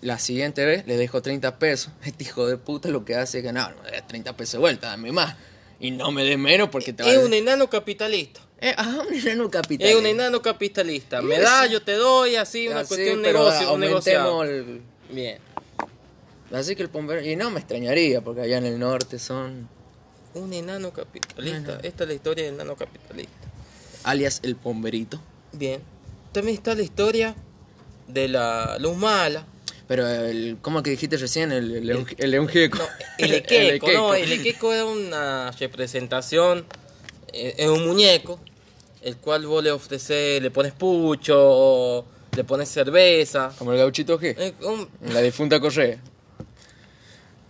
La siguiente vez le dejo 30 pesos. Este hijo de puta lo que hace es ganar. No, me des 30 pesos de vuelta, dame más. Y no me des menos porque te va a... Es un enano capitalista. Eh, ajá, un enano capital. Es un enano capitalista. Me Sí, da, sí. yo te doy, así, una Así, cuestión de Ah, pero negocio, un negociado. aumentemos el- Bien. Así que el pombero. Y no me extrañaría, porque allá en el norte son. Un enano capitalista. Bueno. Esta es la historia del enano capitalista. alias el pomberito. Bien. También está la historia de la luz mala. Pero el. ¿Cómo que dijiste recién? El, el, león- el león gieco. El Equeco, no, el equeco. Equeco era una representación, eh, es un muñeco, el cual vos le ofreces, le pones pucho, o le pones cerveza, Como el gauchito G. es un La difunta Correa.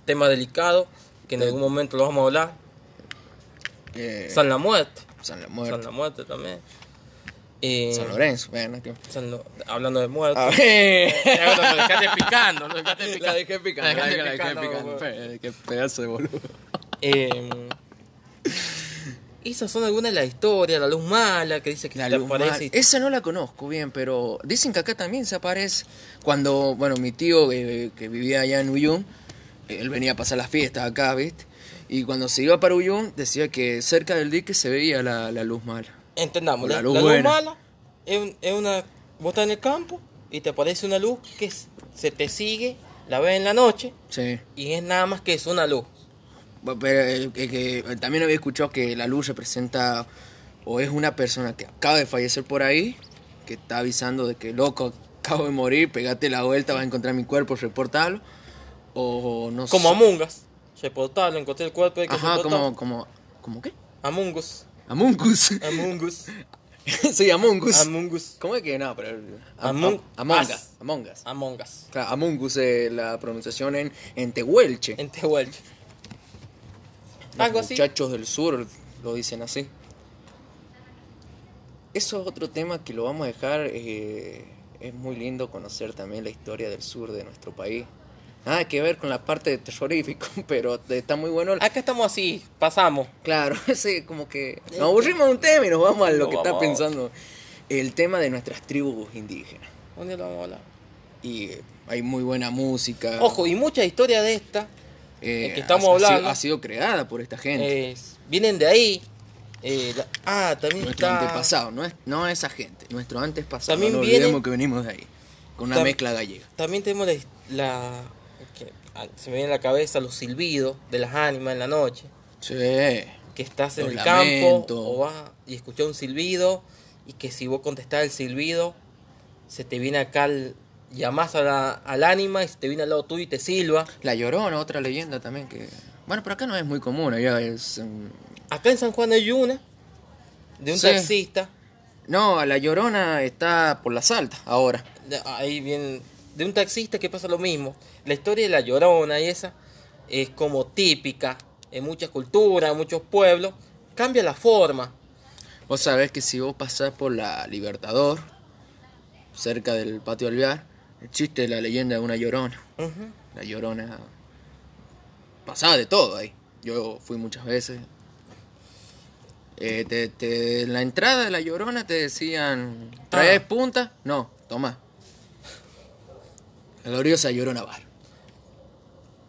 tema delicado que en algún momento lo vamos a hablar. Eh, San la muerte, San la San Muerte. la muerte también. Eh, San Lorenzo. Ah. Bueno, que. San Lo- hablando de muerte. A ver. Lo dejaste picando, lo dejaste picando. La dejé picando, La la dejé dejé, la dejé picando, picando. Eh, Qué pedazo de boludo. Eh, esas son algunas de las historias, la luz mala que dice que La te luz aparece mal- y te- Esa no la conozco bien, pero dicen que acá también se aparece. Cuando, bueno, mi tío eh, que vivía allá en Uyun, él venía a pasar las fiestas acá, ¿viste? Y cuando se iba para Uyun, decía que cerca del dique se veía la, la luz mala. Entendamos, La la, luz la luz buena. mala es, un- es una. Vos estás en el campo y te aparece una luz que s- se te sigue, la ves en la noche Sí. y es nada más que es una luz. Bu- Pero eh, que- que también había escuchado que la luz representa o es una persona que acaba de fallecer por ahí, que está avisando de que loco, acabo de morir, pegate la vuelta, vas a encontrar mi cuerpo, reportalo. O no Como sé. Among Us. Reportarlo, encontré el cuerpo de que Ajá, reportarlo. como, como, ¿como qué? Among Us. Amungus. Among Us. Soy Amungus. Among Us. ¿Cómo es que no? Pero. Among- Amongas. As. Amongas. Among Us. Claro, Amungus es eh, la pronunciación en, en tehuelche. En Tehuelche. Los Algo así. muchachos del sur lo dicen así. Eso es otro tema que lo vamos a dejar. eh, es muy lindo conocer también la historia del sur de nuestro país. Nada que ver con la parte de terrorífico, pero está muy bueno. Acá estamos así, pasamos. Claro, ese como que nos aburrimos de un tema y nos vamos a lo Nos que está vamos a otro. pensando. El tema de nuestras tribus indígenas. ¿Dónde lo vamos a hablar? Y eh, hay muy buena música. Ojo, y mucha historia de esta eh, el que estamos ha- ha sido- hablando. Eh, Ha sido creada por esta gente. es- vienen de ahí. eh, la- ah, también Nuestro está. antepasado, no, es, no esa gente, nuestro antepasado. También no nos viene- olvidemos que venimos de ahí, con una Tam- mezcla gallega. También tenemos la. la- que- ah, se me viene a la cabeza los silbidos de las ánimas en la noche. Sí. Que estás en Los el lamentos. campo o vas y escuchás un silbido. Y que si vos contestás el silbido, se te viene acá. El, llamás a la, al ánima y se te viene al lado tuyo y te silba. La Llorona, otra leyenda también que... Bueno, pero acá no es muy común, allá es... mm, Acá en San Juan hay una de un Sí. taxista. No, la Llorona está por las altas ahora. de- ahí bien de un taxista que pasa lo mismo. La historia de la llorona y esa es como típica en muchas culturas, en muchos pueblos. Cambia la forma. Vos sabés que si vos pasás por la Libertador, cerca del patio alvear, existe la leyenda de una Llorona. Ujú. La Llorona pasaba de todo ahí. Yo fui muchas veces. Eh, te- te- en la entrada de la Llorona te decían, ¿traes Ah. punta? No, toma. La gloriosa Llorona Bar.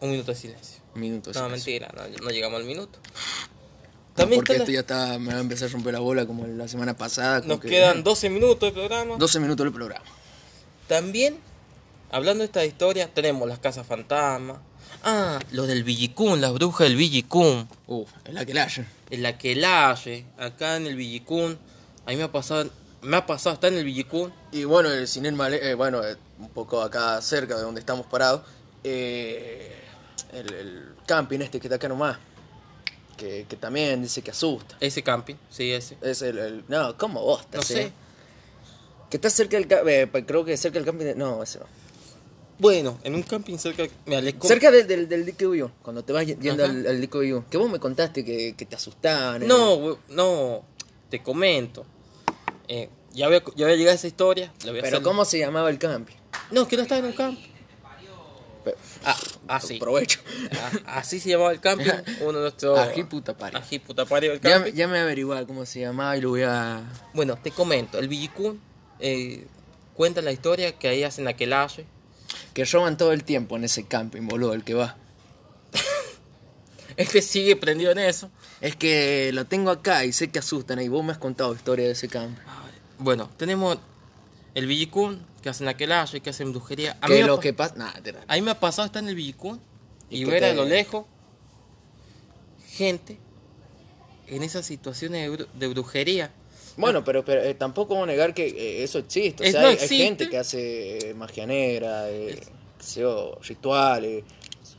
Un minuto de silencio. Un minuto. de No, silencio. mentira, no, no llegamos al minuto. No, Ah, También porque está la- esto ya está, me va a empezar a romper la bola como la semana pasada. como nos que- quedan 12 minutos de programa. 12 minutos del programa. También, hablando de esta historia, tenemos las casas fantasmas. Ah, los del Villicún, las brujas del Villicún. Uf, es la que la en la que acá en el Villicún. A mí me ha pasado, me ha pasado estar en el Villicún. Y bueno, el cine Malé, eh, bueno, eh, un poco acá cerca de donde estamos parados, eh, el, el camping este que está acá nomás, que, que también dice que asusta. Ese camping, sí, ese. Es el, el- no, ¿cómo vos? No sé. Que está cerca del ca- eh, pa- creo que cerca del camping, de- no, ese no. Bueno, en un camping cerca, me alejó. Cerca del, del, del dique Uyú, cuando te vas y- yendo Ajá. al, al dique Uyú, que vos me contaste que, que te asustaban. eh. No, we- no, te comento. Eh, ya, voy a, ya voy a llegar a esa historia. la voy a Pero hacer- ¿cómo se llamaba el camping? No, que no estaba en un camping. Pero- Ah, así. Provecho. A- así se llamaba el camping. Uno de nuestros. Ají puta parió. Ají puta parió el Ya, Ah. camping. me- ya me voy a averiguar cómo se llamaba y lo voy a... Bueno, te comento. El Villicún eh, cuenta la historia que ahí hacen aquelaje. Que roban todo el tiempo en ese camping, boludo, el que va. Este sigue prendido en eso. Es que lo tengo acá y sé que asustan y vos me has contado historias de ese camping. Bueno, tenemos el Villicún, que hacen aquelaje, que hacen brujería. A mí, Que me ha lo pa- que pasa... Nah, te- a mí me ha pasado estar en el Villicún y, ¿Y qué ver a te- lo lejos gente en esas situaciones de, bru- de brujería. Bueno, pero, pero, eh, tampoco voy a negar que eh, eso existe. O Es- sea, no hay, hay existe. gente que hace eh, magia negra, eh, qué sé yo, rituales.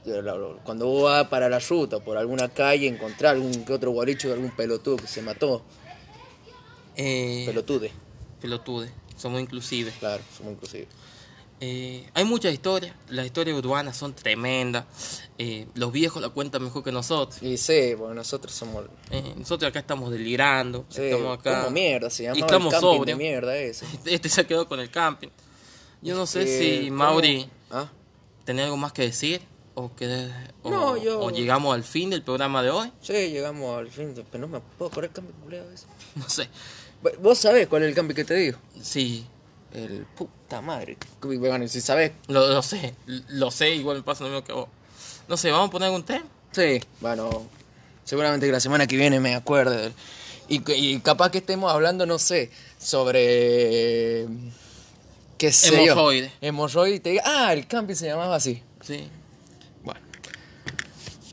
eh, la- la- Cuando vos vas para la ruta, por alguna calle, encontrar algún que otro guaricho de algún pelotudo que se mató. Eh, Pelotude, pelotudes, somos inclusive. claro, somos inclusive. Eh, hay muchas historias, las historias urbanas son tremendas. Eh, los viejos la cuentan mejor que nosotros. Y sé, porque nosotros somos... Eh, nosotros acá estamos delirando, Sí, estamos acá. como mierda, se llama Y el estamos camping de sobrios. mierda ese. Este se quedó con el camping. Yo no sé Eh, si ¿cómo? Mauri Ah, tenía algo más que decir o que o, No, yo- o llegamos al fin del programa de hoy. sí, llegamos al fin, de- pero no me puedo acordar el cambio culiado ese. No sé. Ve- Vos sabés cuál es el cambio que te digo. Sí, El puta madre. Bueno, si sabés. lo, lo sé. Lo sé, igual me pasa lo mismo que a vos. No sé, vamos a poner un tema. Sí. Bueno, Seguramente que la semana que viene me acuerde. Y, y capaz que estemos hablando, no sé, sobre. ¿Qué sé Hemorroide. yo? Hemorroide. Y te diga, ah, el camping se llamaba así. Sí. Bueno.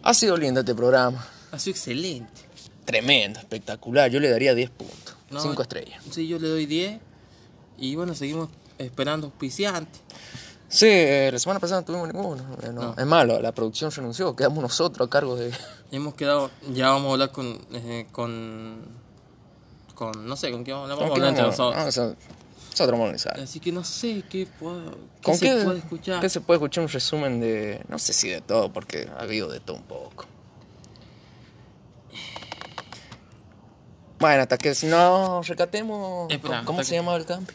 Ha sido lindo este programa. Ha sido excelente. Tremendo, espectacular. Yo le daría 10 puntos. No, 5 estrellas. Sí, yo le doy 10. Y bueno, seguimos esperando auspiciantes. Sí, eh, la semana pasada no tuvimos ninguno. Eh, no. No. Es malo, la producción renunció. Quedamos nosotros a cargo de. Hemos quedado, ya vamos a hablar con, eh, con, con, no sé, con quién vamos a hablar, vamos a hablar entre nosotros. Vamos a- nosotros vamos a organizar. Así que no sé qué, puedo, qué ¿Con se puede escuchar. qué se puede escuchar un resumen de.? No sé si de todo, porque ha habido de todo un poco. Bueno, hasta que si no recatemos. Espera, ¿Cómo, cómo hasta se que- llama el camping?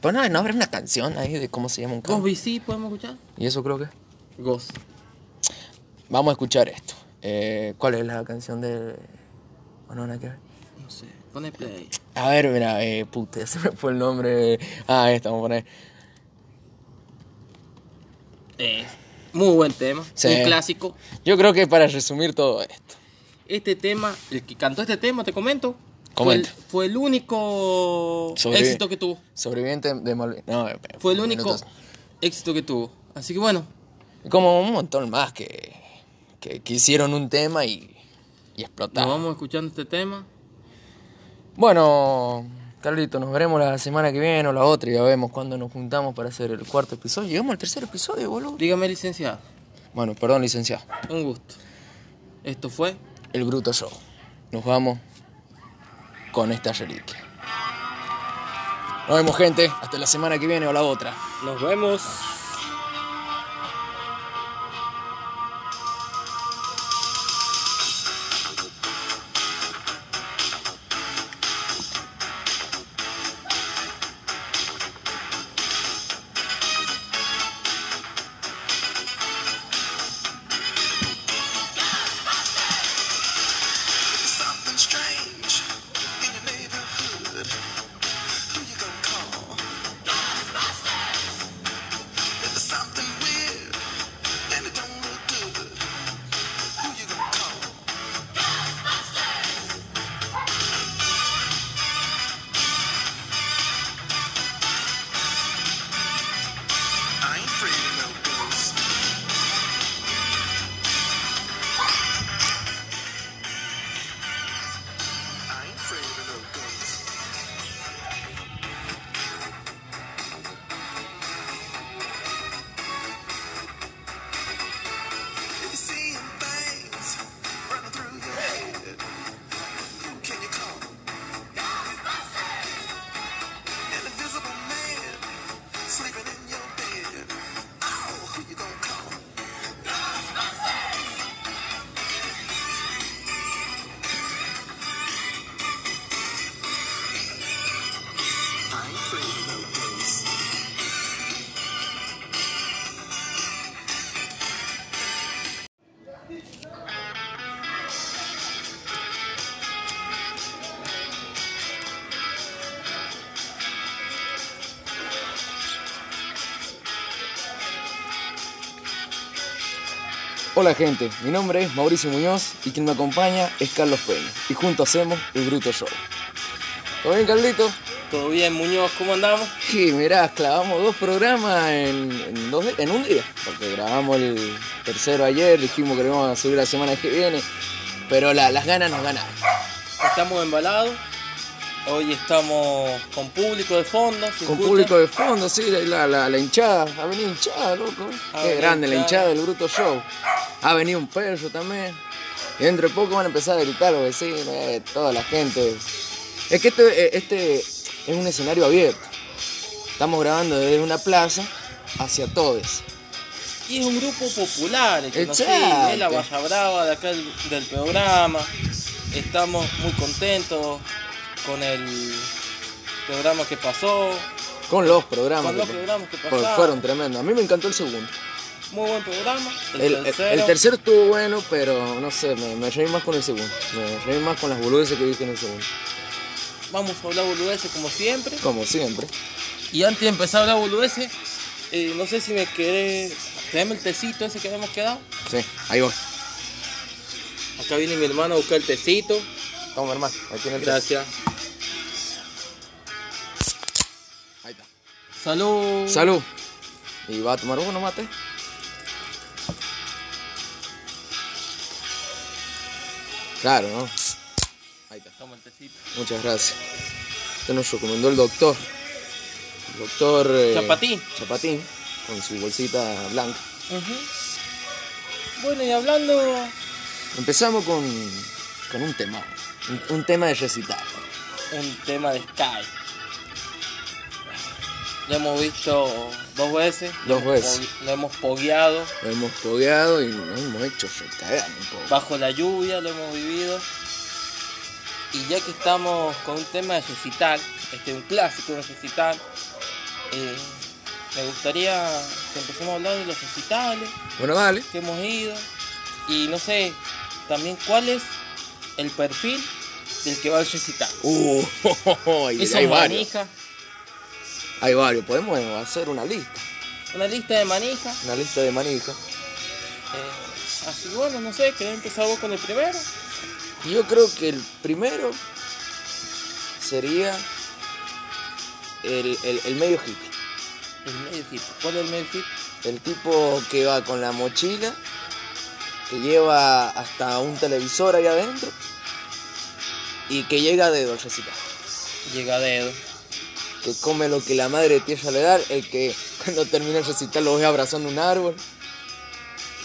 Pues no, no habrá una canción ahí de cómo se llama un ¿Vos camping. bici podemos escuchar? Y eso creo que. Gos. Vamos a escuchar esto. Eh, ¿Cuál es la canción de.? ¿O no, nada que ver? No sé, pone play. A ver, mira, eh, puta, se me fue el nombre. Ah, esta, vamos a poner. Eh, muy buen tema, Sí. un clásico. Yo creo que para resumir todo esto. Este tema, el que cantó este tema, te comento, fue el, Comenta. fue el único Sobre- éxito que tuvo. Sobreviviente de Malvinas. No, espera, Fue el minutos. único éxito que tuvo. Así que bueno, Como un montón más que, que, que hicieron un tema y, y nos explotaron. vamos escuchando este tema. Bueno, Carlito, nos veremos la semana que viene o la otra y ya vemos cuándo nos juntamos para hacer el cuarto episodio. Llegamos al tercer episodio, boludo. Dígame, licenciado, Bueno, perdón, licenciado. un gusto. Esto fue El Bruto Show. Nos vamos con esta reliquia. Nos vemos, gente. Hasta la semana que viene o la otra. Nos vemos. Something strange in your neighborhood. Who you gonna call? If there's something weird and it don't look good, who you gonna call? I ain't afraid of no ghosts. I ain't afraid of no ghosts. If you're seeing things running through your head, who can you call? An invisible man sleeping in your bed. Oh, who you gonna call? I ain't afraid of no ghosts. Hola gente, mi nombre es Mauricio Muñoz y quien me acompaña es Carlos Peña y juntos hacemos el Bruto Show. ¿Todo bien Carlito? Todo bien, Muñoz, ¿cómo andamos? Sí, mirá, clavamos dos programas en, en dos- en un día, porque grabamos el tercero ayer, dijimos que lo íbamos a subir la semana que viene, pero la- las ganas nos ganaron. Estamos embalados. Hoy estamos con público de fondo. ¿se Con escucha? público de fondo, sí, la, la- la hinchada, ha venido hinchada, loco. Ha Qué venido grande la hinchada hinchada. del Bruto Show. Ha venido un perro también. Y dentro de poco van a empezar a gritar los vecinos, eh, toda la gente. Es que este, eh, este es un escenario abierto. Estamos grabando desde una plaza hacia todos. Y es un grupo popular, el que nos Exacto. sigue, es la Barra Brava de acá del, del programa. Estamos muy contentos con el programa que pasó. Con los programas. Con los que- programas que por- pasaron. Fueron tremendos. A mí me encantó el segundo. Muy buen programa. El, El, el- el tercero. tercero estuvo bueno, pero no sé, me, me reí más con el segundo. Me reí más con las boludeces que viste en el segundo. Vamos a hablar boludeces como siempre. Como siempre. Y antes de empezar a hablar boludeces, eh, no sé si me quedé. Traeme el tecito ese que habíamos quedado. Sí, ahí voy. Acá viene mi hermano a buscar el tecito. Toma, hermano, ahí tiene el té. Gracias. Ahí está. Salud. Salud. ¿Y va a tomar uno mate? Claro, ¿no? Ahí está. Toma el tecito. Muchas gracias. Esto nos recomendó el doctor. El doctor. eh, Chapatín. Chapatín, con su bolsita blanca. Bueno, y hablando. Empezamos con, con un tema. Un, un tema de recitar. Un tema de Sky. Lo hemos visto dos veces. Dos veces. Lo hemos pogueado. Lo hemos fogueado y nos hemos hecho recagar un poco. Bajo la lluvia lo hemos vivido. Y ya que estamos con un tema de recital, este un clásico de recital, eh, me gustaría que empecemos a hablar de los recitales Bueno, vale. que hemos ido. Y no sé, también cuál es el perfil del que va al recital. Uh, hay, Esos hay varios. manijas, Hay varios. Podemos eh, hacer una lista. una lista de manijas. Una lista de manijas. eh, así que bueno, no sé, ¿querés empezar vos con el primero? Y Yo creo que el primero sería el, el- el medio hippie. El medio hit. ¿Cuál es el medio hit? El tipo que va con la mochila, que lleva hasta un televisor ahí adentro y que llega de al recital. Llega dedo. Que come lo que la madre tierra le da, el que cuando termina el recital lo ve abrazando un árbol.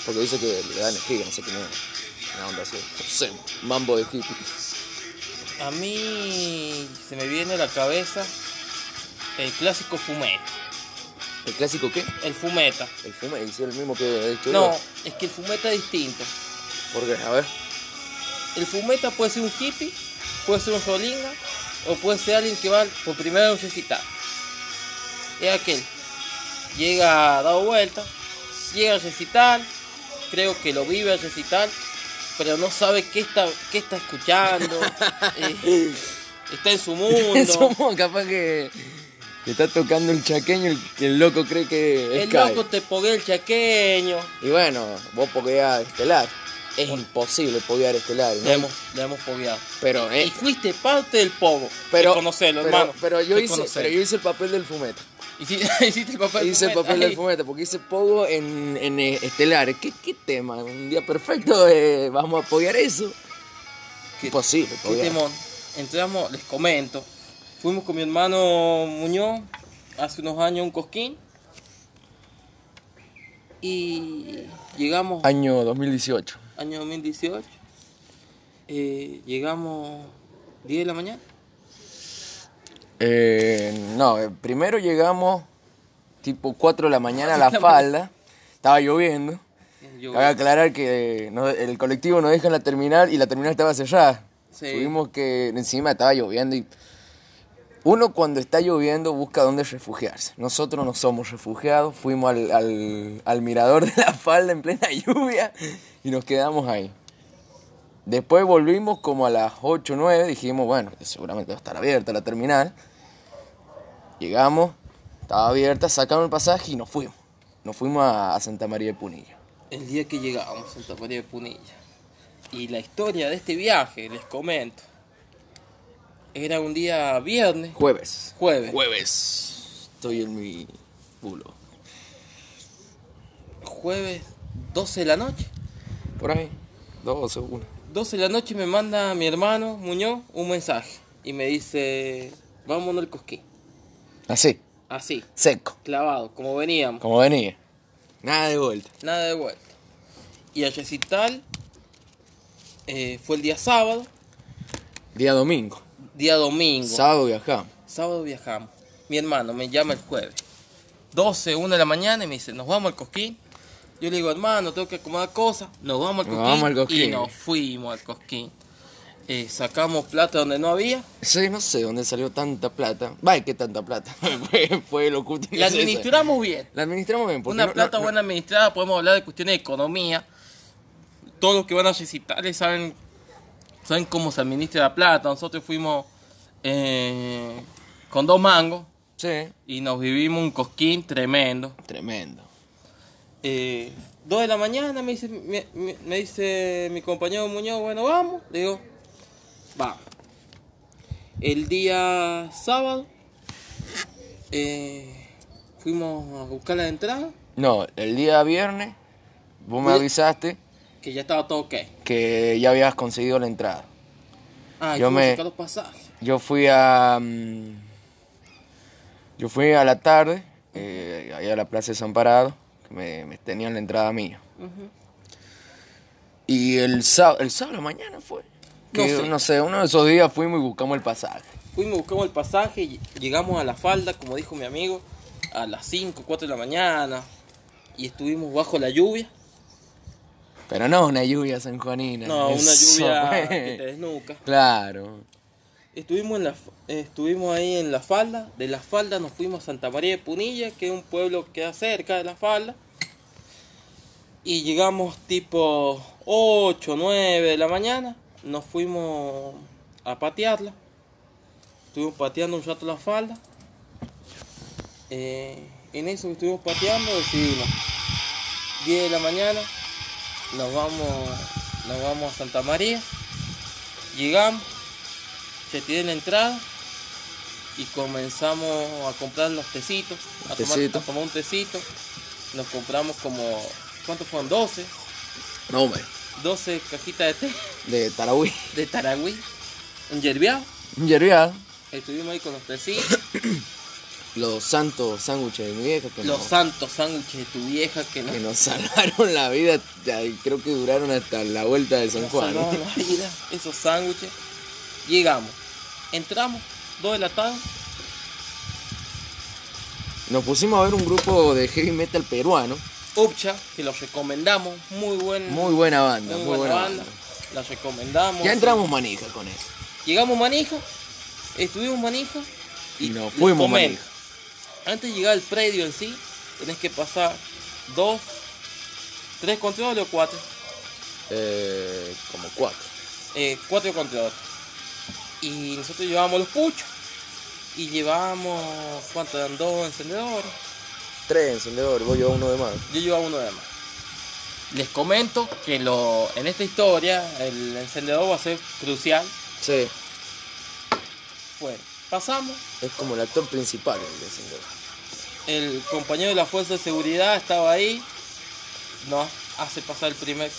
Porque dice que le da energía, no sé qué mierda. Una onda así. No sé, mambo de hippie. A mí se me viene a la cabeza el clásico fumeta. ¿El clásico qué? El fumeta. El fume, hizo el mismo que he hecho No, yo. es que el fumeta es distinto. Porque, a ver. El fumeta puede ser un hippie, puede ser un rolinga o puede ser alguien que va por primera vez a un recital. Es aquel. Llega dado vuelta, llega al recital, creo que lo vive al recital, pero no sabe qué está, qué está escuchando. eh, está en su mundo. Somos capaz que. que está tocando el chaqueño el, que el loco cree que es El Kai. loco te pogué el chaqueño. Y bueno, vos pogueas estelar. Es imposible poguear estelar, Le ¿no? hemos, le hemos fogueado. Pero, eh, Em, Y fuiste parte del pogo. pero, De conocerlo, pero- hermano. Pero yo, De hice, conocerlo. pero yo hice el papel del fumeta. Hici- Hiciste el papel del hice el fumeta, papel del ahí. fumeta porque hice pogo en, en eh, estelares. ¿Qué, qué tema? Un día perfecto, eh, vamos a poguear eso. Qué- imposible Qué poguear. temón. Entramos, les comento. Fuimos con mi hermano Muñoz hace unos años a un cosquín. Y llegamos Año 2018. año 2018. Eh, llegamos 10 de la mañana. Eh, no, eh, primero llegamos tipo 4 de la mañana a la falda. Estaba lloviendo. Yo- Cabe aclarar que no- el colectivo no deja en la terminal y la terminal estaba cerrada. Sí. Tuvimos que encima estaba lloviendo y uno cuando está lloviendo busca dónde refugiarse. Nosotros no somos refugiados, fuimos al, al- al mirador de la falda en plena lluvia y nos quedamos ahí. Después volvimos como a las 8 o 9, dijimos, bueno, seguramente va a estar abierta la terminal. Llegamos, estaba abierta, sacamos el pasaje y nos fuimos. Nos fuimos a, a Santa María de Punilla. el día que llegábamos a Santa María de Punilla. Y la historia de este viaje, les comento. Era un día viernes, Jueves. jueves. Jueves. Estoy en mi bulo. Jueves 12 de la noche. Por ahí. 12, 1. 12 de la noche me manda mi hermano Muñoz un mensaje. Y me dice, vámonos al cosquín. Así, Así, seco. clavado, como veníamos. Como venía. Nada de vuelta. Nada de vuelta. Y el recital eh, fue el día sábado, Día domingo. día domingo. Sábado viajamos. Sábado viajamos. Mi hermano me llama el jueves. 12, 1 de la mañana y me dice, nos vamos al cosquín. Yo le digo, hermano, tengo que acomodar cosas. Nos vamos al Nos cosquín. vamos al Cosquín. Y nos fuimos al cosquín. Eh, sacamos plata donde no había. Sí, no sé dónde salió tanta plata. Vaya, qué tanta plata. fue, fue lo justo que La se hizo. administramos bien. La administramos bien. porque Una no- plata no- buena administrada, podemos hablar de cuestiones de economía. Todos los que van a recitales saben, saben cómo se administra la plata. Nosotros fuimos eh, con dos mangos Sí. y nos vivimos un cosquín tremendo. Tremendo. Eh, dos de la mañana me dice, me, me- me dice mi compañero Muñoz, bueno, vamos. Le digo, va. El día sábado eh, fuimos a buscar la entrada, No, el día viernes vos me Fue- avisaste que ya estaba todo ok. que ya habías conseguido la entrada. Ah, Yo yo me- me... los pasajes. Yo fui a. mm, Yo fui a la tarde, eh, ahí a la Plaza de San Parado, que me, me tenían la entrada mía. Y el sábado, el sábado de la mañana fue. Que, no, No sé. sé. uno de esos días fuimos y buscamos el pasaje. Fuimos, buscamos el pasaje, y llegamos a la falda, como dijo mi amigo, a las 5, 4 de la mañana. Y estuvimos bajo la lluvia. Pero no una lluvia sanjuanina. No, una eso lluvia fue. que te desnuca. Claro. Estuvimos, en la, f- eh, estuvimos ahí en la falda. De la falda nos fuimos a Santa María de Punilla, que es un pueblo que queda cerca de la falda. Y llegamos tipo 8, 9 de la mañana. Nos fuimos a patearla. Estuvimos pateando un rato la falda. Eh, en eso que estuvimos pateando decidimos 10 de la mañana nos vamos, nos vamos a Santa María. Llegamos se tiene la entrada y comenzamos a comprar los tecitos, a, tomar, Tecito. a tomar un tecito. Nos compramos como, ¿cuántos fueron? 12, No, hombre. 12 cajitas de té De Tarahui. de Taragüí, un yerbiao. Yerbiado. Estuvimos ahí con los tecitos, Los santos sándwiches de mi vieja que los nos- santos sándwiches de tu vieja que no que nos salvaron la vida, ya, y creo que duraron hasta la vuelta de San nos Juan. salvaron la vida, esos sándwiches. Llegamos, entramos, dos de la tarde, Nos pusimos a ver un grupo de heavy metal peruano, Upcha, que los recomendamos, muy buen, muy buena banda, muy muy, buena buena banda, banda. la recomendamos. Ya entramos manija con eso. Llegamos manijo, estuvimos manijo Y nos fuimos comer. manija. Antes de llegar al predio en sí, tenés que pasar dos, tres controles o cuatro. Eh, como cuatro. eh, cuatro controles. Y nosotros llevábamos los puchos. Y llevábamos, ¿cuánto eran? Dos encendedores. Tres encendedores, vos llevas uno de más. Yo llevaba uno de más. Les comento que lo, en esta historia el encendedor va a ser crucial. Sí, Bueno, pasamos. es como el actor principal el encendedor. El compañero de la fuerza de seguridad estaba ahí. Nos hace pasar el primer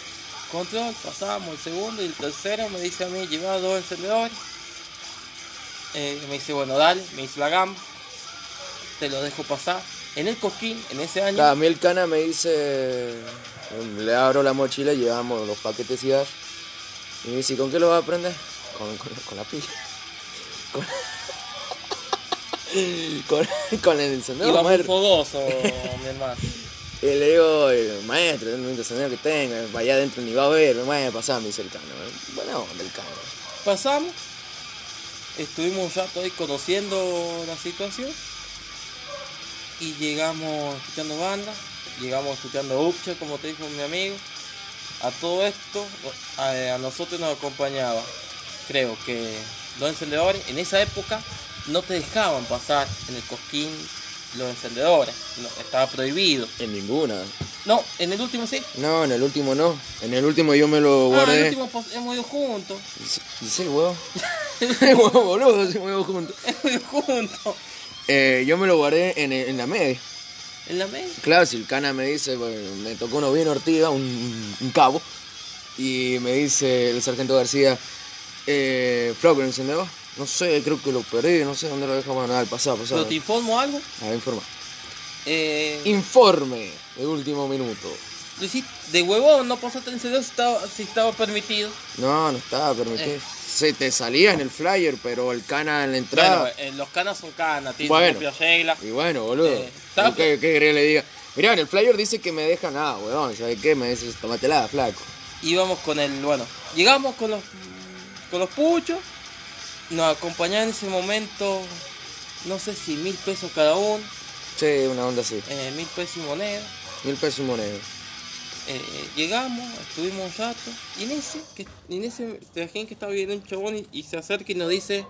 control, pasamos el segundo y el tercero me dice a mí, lleva dos encendedores. Eh, me dice, bueno, dale, me hizo la gamba, te lo dejo pasar. En el coquín, en ese año, Cada mí el cana me dice, le abro la mochila y llevamos los paquetes y gas. Y me dice, ¿y ¿con qué lo vas a prender? Con, con- con la pila. Con, con- con el encendedor. iba muy maestro. fogoso, mi hermano. Y le digo, eh, maestro, es un encendedor que tenga, vaya adentro ni va a ver, maestro, pasá, me dice el cana. Buena onda el cana. Pasamos, estuvimos un rato ahí conociendo la situación y llegamos escuchando banda, llegamos escuchando Upcha, como te dijo mi amigo. A todo esto, a, a nosotros nos acompañaba, creo que los encendedores. En esa época no te dejaban pasar en el cosquín los encendedores, no, estaba prohibido. En ninguna. No, en el último sí. No, en el último no. En el último yo me lo Ah, en el guardé. último pos- hemos ido juntos. Sí, sí, huevo. huevo, boludo, sí, huevo junto. Hemos ido juntos. Eh, yo me lo guardé en, el- en la media. En la mesa. Claro, si el cana me dice, bueno, me tocó uno bien ortiga, un, un cabo, y me dice el sargento García, eh, Flaco, ¿lo encendedor? No sé, creo que lo perdí, no sé dónde lo dejamos, bueno, nada, pasado, pasado. Pero te informo algo. A ver, informa. Eh, Informe de último minuto. lo hiciste de huevón, no pasaste el CD si estaba, si estaba permitido. No, no estaba permitido. Eh. Se te salía en el flyer, pero el cana en la entrada. Bueno, eh, los canas son canas, tienen Bueno. su propia regla. Y bueno, boludo. Eh, está- ¿Qué, qué querés que le diga? Mirá, en el flyer dice que me deja nada, weón. ¿Sabes qué? Me dice, tomatela, flaco. Íbamos con el, bueno, llegamos con los, con los puchos. Nos acompañaban en ese momento, no sé si mil pesos cada uno, Sí, una onda así. eh, mil pesos y moneda. Mil pesos y moneda. Eh, llegamos, estuvimos un rato, y en ese, que, en ese trajín que estaba viendo un chabón y, y se acerca y nos dice,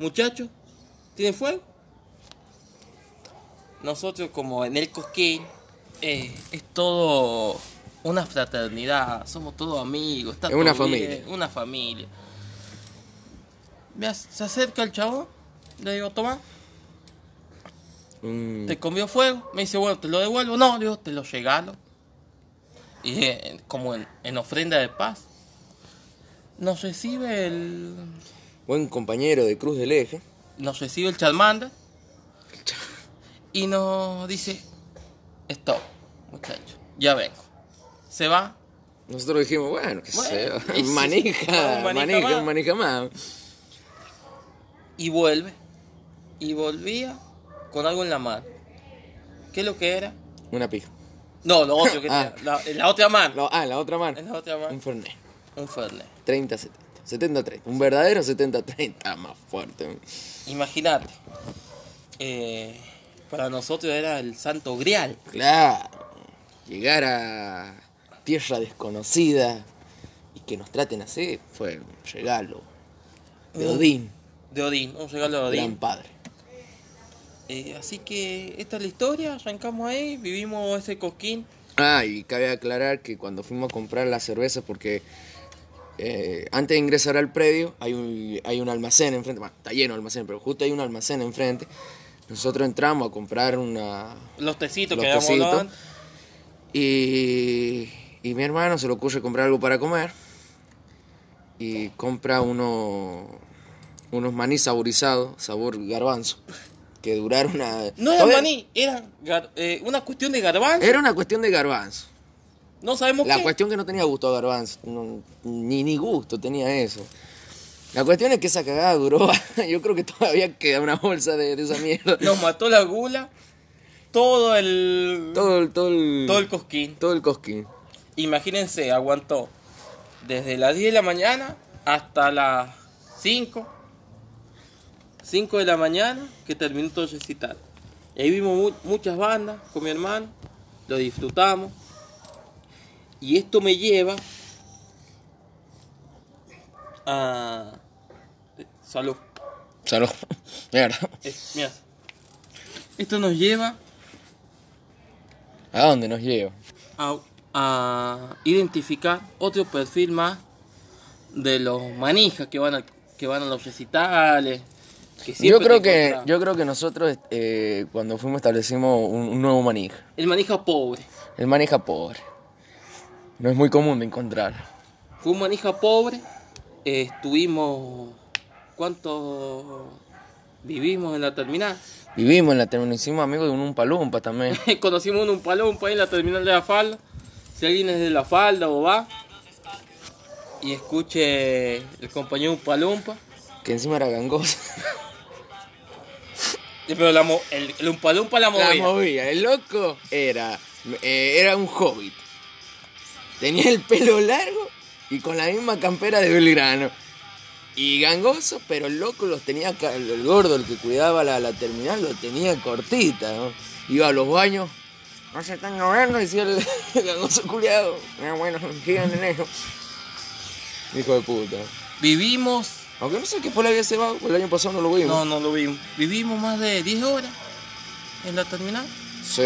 muchachos, ¿tienen fuego? Nosotros como en el cosquín, eh, es todo una fraternidad, somos todos amigos, está Es una todo bien, familia. una familia. Me ac- se acerca el chabón, le digo, toma, Un- te comió fuego, me dice, bueno, te lo devuelvo, no, le digo, te lo regalo. Y eh, como en, en ofrenda de paz, nos recibe el, Buen compañero de Cruz del Eje. nos recibe el Charmander y nos dice, stop, muchachos, ya vengo. Se va, Nosotros dijimos, bueno, qué sé, Bueno, yo, y sí, manija, un manija, manija manija, más. más. y vuelve. Y volvía con algo en la mano. ¿Qué es lo que era? Una pija. No, lo otro que Ah. tenía, la, en la otra mano. No, ah, la otra mano. En la otra mano. Un Fernet. Un Fernet. 30-70. 70-30. Un verdadero 70-30 más fuerte. Imagínate. eh, para nosotros era el santo grial. Claro. Llegar a tierra desconocida y que nos traten así fue un regalo Mm. de Odín, De Odín, un regalo de gran Odín. padre. Eh, así que esta es la historia, arrancamos ahí, vivimos ese coquín. Ah, y cabe aclarar que cuando fuimos a comprar las cervezas, porque eh, antes de ingresar al predio hay un, hay un almacén enfrente, bueno, está lleno el almacén, pero justo hay un almacén enfrente. Nosotros entramos a comprar una... Los tecitos Los que habíamos tecitos. hablado antes. Y, y mi hermano se le ocurre comprar algo para comer y compra uno, unos maní saborizados, sabor garbanzo, que duraron a... No era Todavía- maní, era gar- eh, una cuestión de garbanzo. Era una cuestión de garbanzo. No sabemos La qué. cuestión que no tenía gusto a garbanzo, no- ni, ni gusto tenía eso. La cuestión es que esa cagada duró, yo creo que todavía queda una bolsa de, de esa mierda. Nos mató la gula, todo el, todo, Todo, el- todo el... el cosquín. Todo el cosquín. Imagínense, aguantó desde las 10 de la mañana hasta las 5. 5 de la mañana que terminó todo el recital. Y ahí vimos mu- muchas bandas con mi hermano, lo disfrutamos. Y esto me lleva a... Salud. Salud. Mierda. Es- mira. Esto nos lleva ¿A dónde nos lleva? a, a identificar otro perfil más de los manijas que van a, que van a los recitales. que Yo siempre creo, te que, encontrás. yo creo que nosotros eh, cuando fuimos establecimos un, un nuevo manija. El manija pobre. El manija pobre. No es muy común de encontrarlo. Fue un manija pobre. eh, estuvimos... ¿Cuánto vivimos en la terminal? Vivimos en la terminal, hicimos amigos de un palumpa también. Conocimos uno, un palompa ahí en la terminal de la falda. Si alguien es de la falda o va... Y escuche el compañero un palompa. Que encima era gangoso. Eh, Pero la mo- el, el Umpa Lumpa la movía. La movía. El loco era, eh, era un hobbit. Tenía el pelo largo y con la misma campera de Belgrano. Y gangoso, pero el loco los tenía, ca- el el gordo, el que cuidaba la, la terminal, lo tenía cortita, ¿no? Iba a los baños, no se están ahogando, decía el, el gangoso culiado. Ah, bueno, sigan en eso. Hijo de puta. Vivimos, Aunque no sé qué fue la que se va, el año pasado no lo vimos. no, no lo vimos. Vivimos más de 10 horas en la terminal. Sí,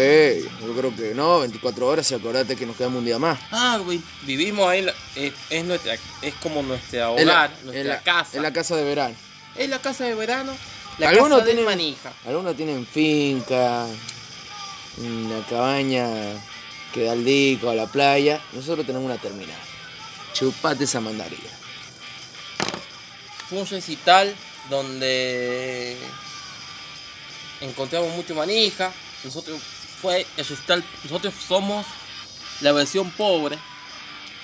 yo creo que no, 24 horas y acordate que nos quedamos un día más. Ah, güey, vivimos ahí, en la- es, es nuestra, es como nuestra En la- hogar, nuestra en la- casa. En la casa de verano. Es la casa de verano, la Algunos casa de tienen- manija. Algunos tienen finca, una cabaña que da al dico, a la playa. Nosotros tenemos una terminal. Chupate esa mandarina. Fue un recital donde encontramos mucho manija. Nosotros fue el recital, nosotros somos la versión pobre,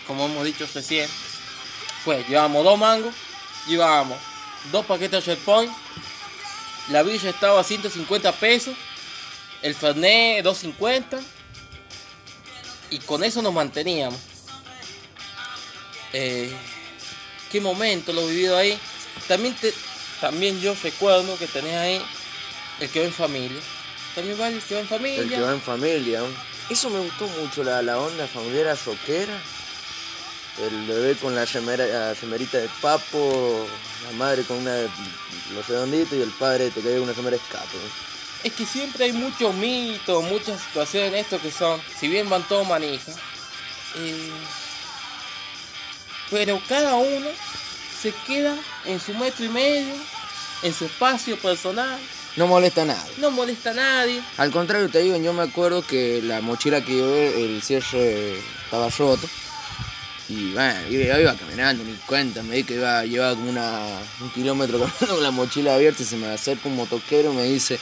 como hemos dicho recién. Fue, llevábamos dos mangos, llevábamos dos paquetes de SharePoint, la villa estaba a 150 pesos, el Fernet 250 y con eso nos manteníamos. Eh, qué momento lo vivido ahí. También te, también yo recuerdo que tenés ahí el que va en familia. También vale el que va en familia. El que va en familia. Eso me gustó mucho, la, la onda familiar rockera. El bebé con la remera- la remerita de papo, la madre con una de los redonditos y el padre te cae con una remera de escape. Es que siempre hay muchos mitos, muchas situaciones en esto que son, si bien van todos manijas, eh, pero cada uno se queda en su metro y medio, en su espacio personal, No molesta a nadie. no molesta a nadie. Al contrario, te digo, yo me acuerdo que la mochila que llevé, el cierre estaba roto. Y bueno, yo yo iba caminando, ni cuenta, me di que iba, llevaba como una, un kilómetro caminando con la mochila abierta y se me acerca un motoquero y me dice,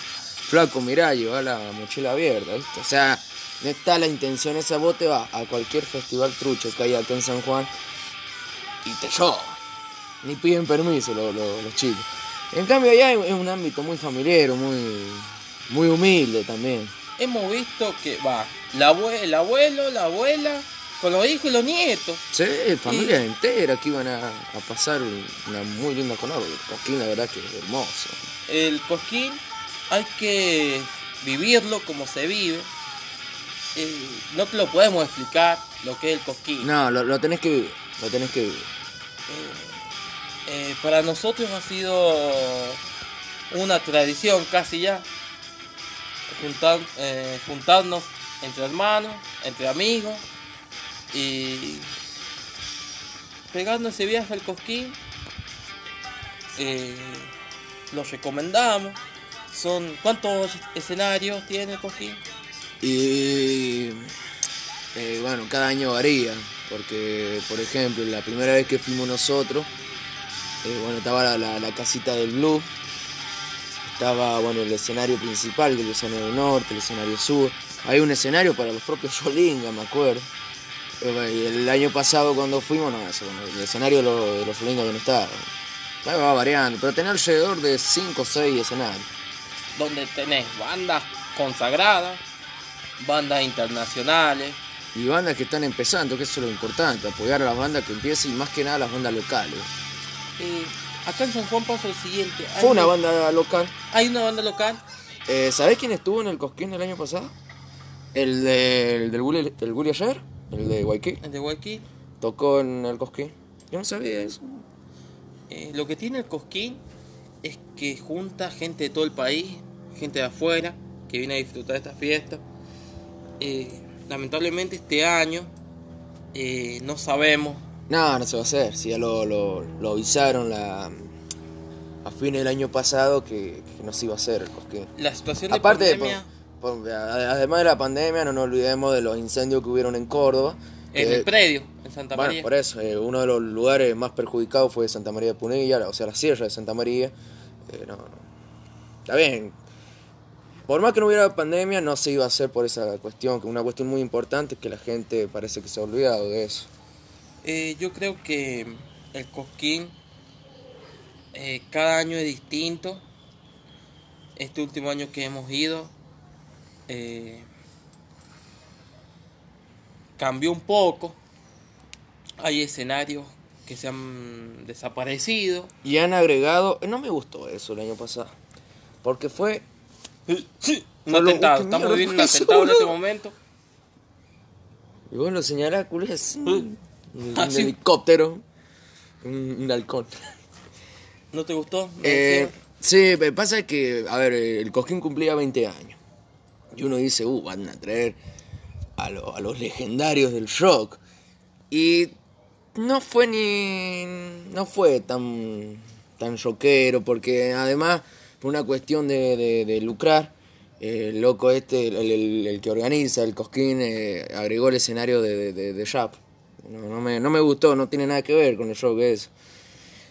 flaco, mirá, lleva la mochila abierta, ¿viste? O sea, no está la intención esa, vos te vas a cualquier festival trucho que haya acá en San Juan y te roban. Ni piden permiso lo- lo- los chicos. En cambio allá es un ámbito muy familiar, muy, muy humilde también. Hemos visto que va la abue- el abuelo, la abuela, con los hijos y los nietos. Sí, familias enteras que iban a, a pasar un- una muy linda con algo. Coquín, la verdad que es hermoso. El cosquín hay que vivirlo como se vive. Eh, no te lo podemos explicar lo que es el cosquín. No, lo, lo tenés que vivir, lo tenés que vivir. Eh, para nosotros ha sido una tradición casi ya juntar- eh, juntarnos entre hermanos, entre amigos y pegando ese viaje al cosquín. eh, lo recomendamos. Son cuántos escenarios tiene el cosquín? Y eh, bueno, cada año varía, porque por ejemplo, la primera vez que fuimos nosotros, eh, bueno, estaba la, la- la casita del Blue, estaba bueno el escenario principal, que es el escenario norte, el escenario sur, hay un escenario para los propios Yolinga, me acuerdo. Eh, bueno, y el año pasado cuando fuimos, no, eso, bueno, el escenario de los, de los Yolinga que no estaba. Bueno, va variando, pero tenía alrededor de 5 o 6 escenarios. Donde tenés bandas consagradas, bandas internacionales, y bandas que están empezando, que eso es lo importante, apoyar a las bandas que empiezan y más que nada las bandas locales. Eh, acá en San Juan pasó el siguiente. Hay Fue una banda local. Hay una banda local. Eh, ¿Sabés quién estuvo en el Cosquín el año pasado? El, de- el del Gulli el Gulli ayer, el de Waikiki, el de Guayquil. tocó en el Cosquín. Yo no sabía eso. Eh, lo que tiene el Cosquín es que junta gente de todo el país, gente de afuera, que viene a disfrutar de esta fiesta. Eh, lamentablemente este año eh, no sabemos. No, no se va a hacer. Si ya lo, lo- lo avisaron la, a fines del año pasado que, que no se iba a hacer el Cosquín. La situación de Aparte, de pandemia por- por- a- además de la pandemia, no nos olvidemos de los incendios que hubieron en Córdoba. en que- el predio, en Santa eh, Bueno, María. por eso, eh, uno de los lugares más perjudicados fue Santa María de Punilla, la- o sea, la sierra de Santa María. Eh, no, no. Está bien. Por más que no hubiera pandemia, no se iba a hacer por esa cuestión, que una cuestión muy importante que la gente parece que se ha olvidado de eso. Eh, yo creo que el Cosquín eh, cada año es distinto. Este último año que hemos ido eh, cambió un poco. Hay escenarios que se han desaparecido. Y han agregado, eh, no me gustó eso el año pasado, porque fue Un No lo- atentado. qué Estamos mierda viviendo un fue eso, atentado en este boludo. momento. Y vos lo señalás, culo, así. Un, Ah, sí. helicóptero. Un, un halcón. ¿No te gustó? ¿No Eh, hicieron? sí, me pasa que, a ver, eh, el Cosquín cumplía 20 años. Y uno dice, uh, van a traer a, lo- a los legendarios del rock. Y no fue ni. No fue tan. tan rockero, porque además, por una cuestión de, de- de lucrar, eh, el loco este, el, el- el que organiza el Cosquín, eh, agregó el escenario de, de, de- de rap. No, no me, no me gustó, no tiene nada que ver con el rock eso.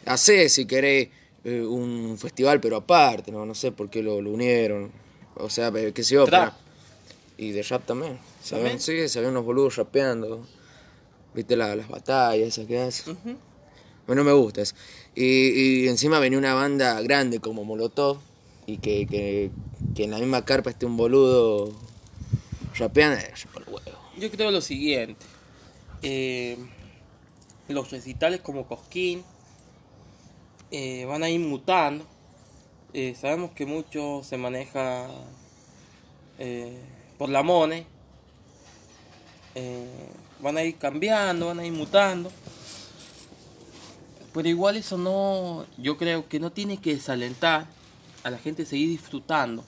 Hacé, si querés, eh, un festival, pero aparte, no, no sé por qué lo, lo unieron. O sea, eh, qué sé yo, Trap. pero- y de rap también. Se ¿También? ven, sí, se ven unos boludos rapeando. Viste la- las batallas esas que hacen. Bueno, me gusta eso. Y, y encima venía una banda grande como Molotov. Y que, que, que en la misma carpa esté un boludo rapeando. eh, yo por el huevo. Yo creo lo siguiente. eh, los recitales como Cosquín eh, van a ir mutando. Eh, sabemos que mucho se maneja eh, por la MONE. Eh, van a ir cambiando, van a ir mutando. Pero igual eso no, yo creo que no tiene que desalentar a la gente seguir disfrutando.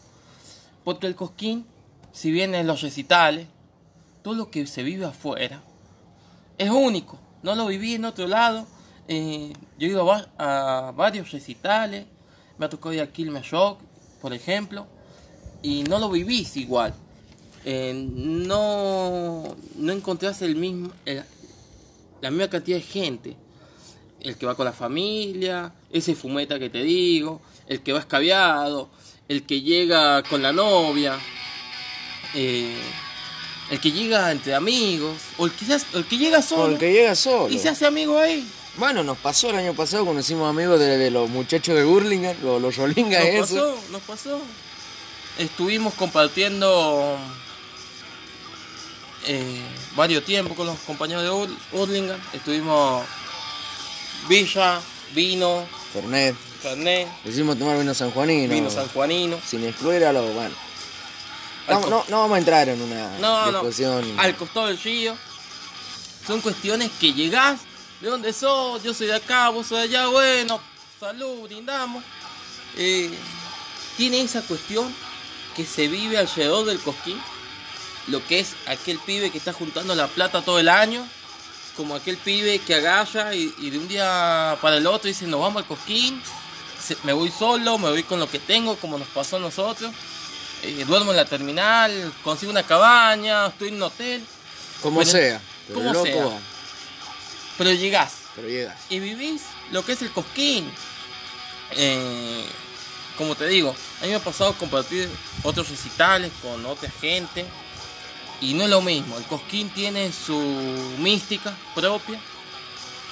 Porque el cosquín, si bien en los recitales, todo lo que se vive afuera es único. No lo viví en otro lado. Eh, yo he ido a, va- a varios recitales. Me ha tocado ir a Kilmer Shock, por ejemplo. Y no lo vivís igual. Eh, no, no encontrás el mismo, el- la misma cantidad de gente. El que va con la familia, ese fumeta que te digo, el que va escabiado, el que llega con la novia. eh, el que llega entre amigos, o el que, se hace- el que llega solo Porque llega solo. y se hace amigo ahí. Bueno, nos pasó el año pasado, conocimos amigos de, de los muchachos de Burlingame, los, los Yolingas Nos esos. pasó, nos pasó. Estuvimos compartiendo eh, varios tiempos con los compañeros de Ur- Hurlingham. Estuvimos Villa, Vino, Fernet. Fernet, Le hicimos tomar vino sanjuanino. Vino sanjuanino. Sin excluir a los. Bueno. No, Alco- no, no vamos a entrar en una No, no, discusión. al costado del río. Son cuestiones que llegás, ¿de dónde sos? Yo soy de acá, vos sos de allá, bueno, salud, brindamos. Eh, tiene esa cuestión que se vive alrededor del cosquín, lo que es aquel pibe que está juntando la plata todo el año, como aquel pibe que agarra y, y de un día para el otro dice, nos vamos al cosquín, se- me voy solo, me voy con lo que tengo, como nos pasó a nosotros. Eh, duermo en la terminal, consigo una cabaña, estoy en un hotel, Como Bueno, sea. Pero como loco sea. va, pero llegás Pero llega. y vivís lo que es el cosquín. Eh, como te digo, a mí me ha pasado compartir otros recitales con otra gente y no es lo mismo. El cosquín tiene su mística propia.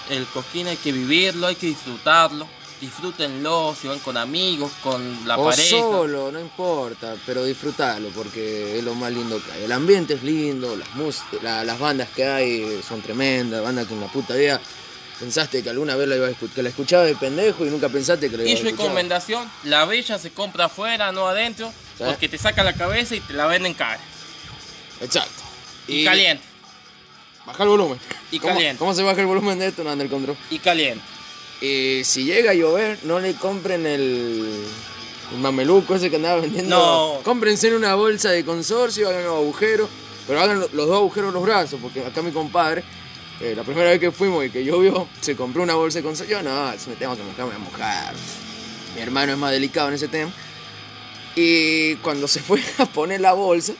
El cosquín hay que vivirlo, hay que disfrutarlo. Disfrútenlo si van con amigos, con la o pareja. solo, no importa, pero disfrutalo porque es lo más lindo que hay. El ambiente es lindo, las mus- la- las bandas que hay son tremendas, bandas que en la puta vida pensaste que alguna vez la iba a escuchar, que la escuchaba de pendejo y nunca pensaste que la iba Y a escuchar. recomendación, la bella se compra afuera, no adentro, Sí. porque te saca la cabeza y te la venden cara. Exacto. Y, caliente, Baja el volumen. Y ¿Cómo, caliente. ¿Cómo se baja el volumen de esto? No anda el control. y caliente. Eh, si llega a llover, no le compren el, el mameluco ese que andaba vendiendo. No. Cómprense en una bolsa de consorcio, hagan los agujeros, pero hagan lo- los dos agujeros en los brazos, porque acá mi compadre, eh, la primera vez que fuimos y que llovió, se compró una bolsa de consorcio. Yo no, si me tengo que mojar, me voy a mojar. Mi hermano es más delicado en ese tema. Y cuando se fue a poner la bolsa,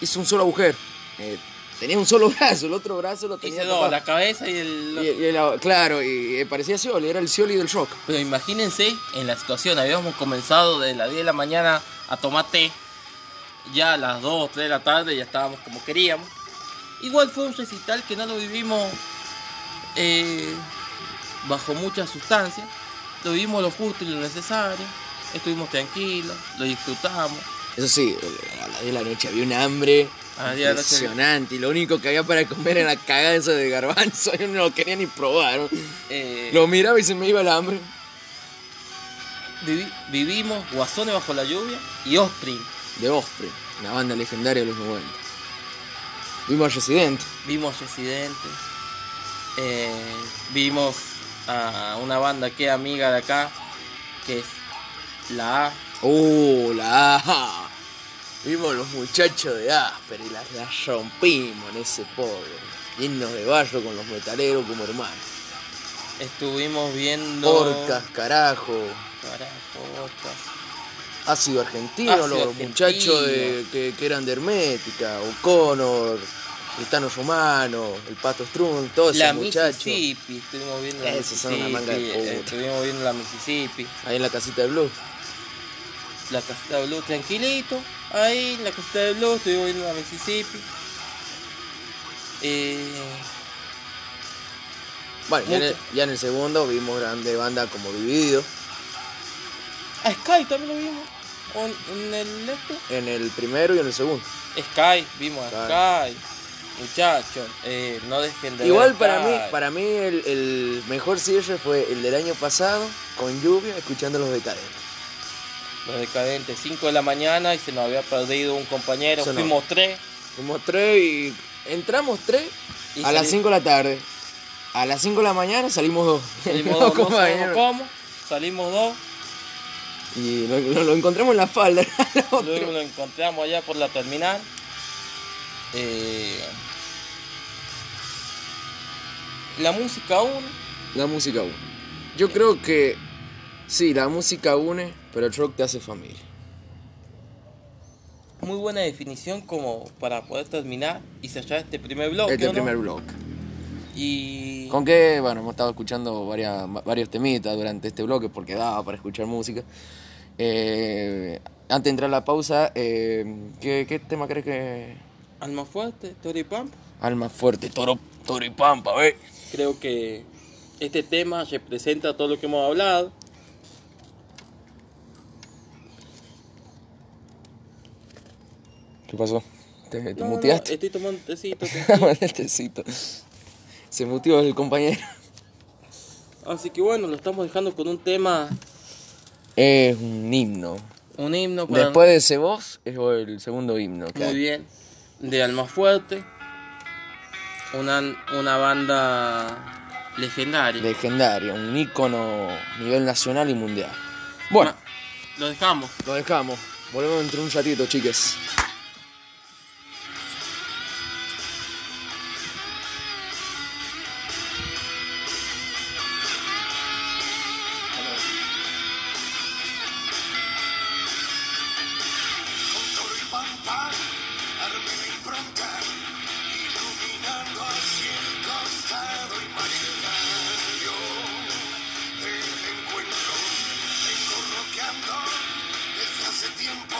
hizo un solo agujero. Eh, tenía un solo brazo, el otro brazo lo tenía. Dice dos, tapado. la cabeza y el... Y- y el- claro, y, y parecía Scioli, era el Scioli del rock. Pero imagínense en la situación, habíamos comenzado de las 10 de la mañana a tomar té, ya a las 2 3 de la tarde ya estábamos como queríamos. Igual fue un recital que no lo vivimos eh, bajo muchas sustancias, lo vivimos lo justo y lo necesario, estuvimos tranquilos, lo disfrutamos. Eso sí, el- a las 10 de la noche había un hambre Ah, A las 10 de la noche. impresionante. Y lo único que había para comer era la cagada esa de garbanzo. Yo no lo quería ni probar. ¿no? eh, Lo miraba y se me iba el hambre. vivi- vivimos Guasones bajo la lluvia y Offspring. De Osprey, una banda legendaria de los 90. Vimos a Resident. Vimos Residente. eh, vimos a una banda que es amiga de acá, que es la A. ¡Oh, la A! Vimos los muchachos de Asper y las, las rompimos en ese pobre. Llenos de barro con los metaleros como hermanos. Estuvimos viendo. Porcas, carajo. Carajo, orcas. Ácido argentino, Ácido los argentino. muchachos de- que, que eran de Hermética, O'Connor, Cristano Romano, el Pato Strun, todos La esos muchachos. Mississippi, estuvimos viendo la Esos son una Mississippi. manga de puta. eh, estuvimos viendo la Mississippi. Ahí en la casita de Blue. La casita de Blue, tranquilito. Ahí, en la casita de Blue, estuvimos viendo la Mississippi. Eh, Bueno, ya en, el, Mucho. ya en el segundo vimos grandes bandas como Dividido. a Sky también lo vimos. ¿O En el este. En el primero y en el segundo. Sky, vimos a Sky. Muchachos, eh, no dejen de Igual ver para Sky. mí, para mí el, el mejor cierre fue el del año pasado, con lluvia, escuchando los decadentes. Los decadentes, 5 de la mañana y se nos había perdido un compañero. Eso no. Fuimos tres. Fuimos tres y. Entramos tres Y a las sali- 5 de la tarde. A las 5 de la mañana salimos dos. Salimos No, dos, no sabemos compañero. cómo. Salimos dos. Y lo, lo- lo encontramos en la falda. al otro. Luego lo encontramos allá por la terminal. Eh, la música aún. La música une. Yo creo que sí, la música une, pero el rock te hace familia. Muy buena definición como para poder terminar y cerrar este primer bloque. Este ¿o no? primer blog. Y Con que, bueno, hemos estado escuchando varias, varios temitas durante este bloque porque daba para escuchar música. Eh, antes de entrar a la pausa, eh, ¿qué, qué tema crees que... Alma Fuerte, Tori Pampa. Alma fuerte, toro, toro y pampa, ve. Creo que este tema representa todo lo que hemos hablado. ¿Qué pasó? ¿Te, te No, no, muteaste? estoy tomando un tecito. El tecito. Se muteó el compañero. Así que bueno, lo estamos dejando con un tema, Es un himno. un himno para Después de ese voz, es el segundo himno. que Muy hay. bien. De Alma Fuerte. Una, una banda legendaria. Legendario, un ícono a nivel nacional y mundial. Bueno, Lo dejamos. lo dejamos. Volvemos dentro de un ratito, chiques. con todo y pampa, arme mi bronca, iluminando así el costado imaginario del encuentro. Vengo roqueando desde hace tiempo,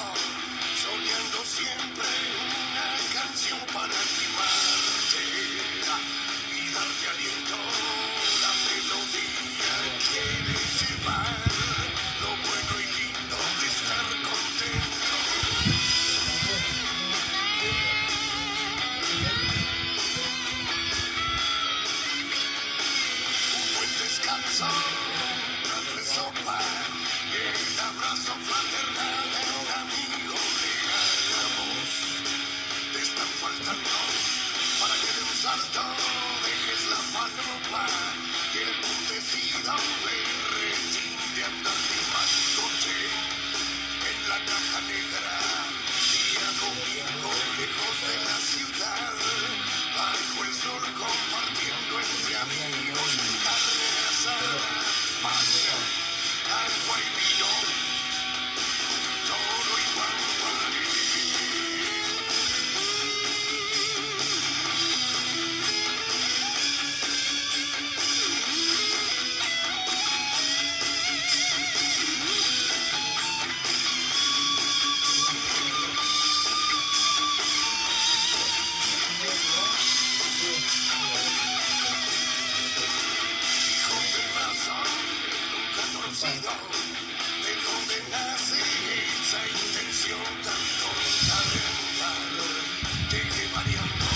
soñando siempre una canción para animarte y darte aliento. La melodía quiere llevar lo bueno y lindo de estar contento. buen descanso, darle sopa, el abrazo fraternal de un amigo leal. Amor, te están faltando para que de un salto dejes la falopa y el decida ver de andar filmándote en la caja negra. Día domingo, lejos de la ciudad, bajo el sol compartiendo entre amigos carne asada, patria, agua y vino, toro y guaguaguay. torcido de donde nace esa intención tan tonta de andar llegue variando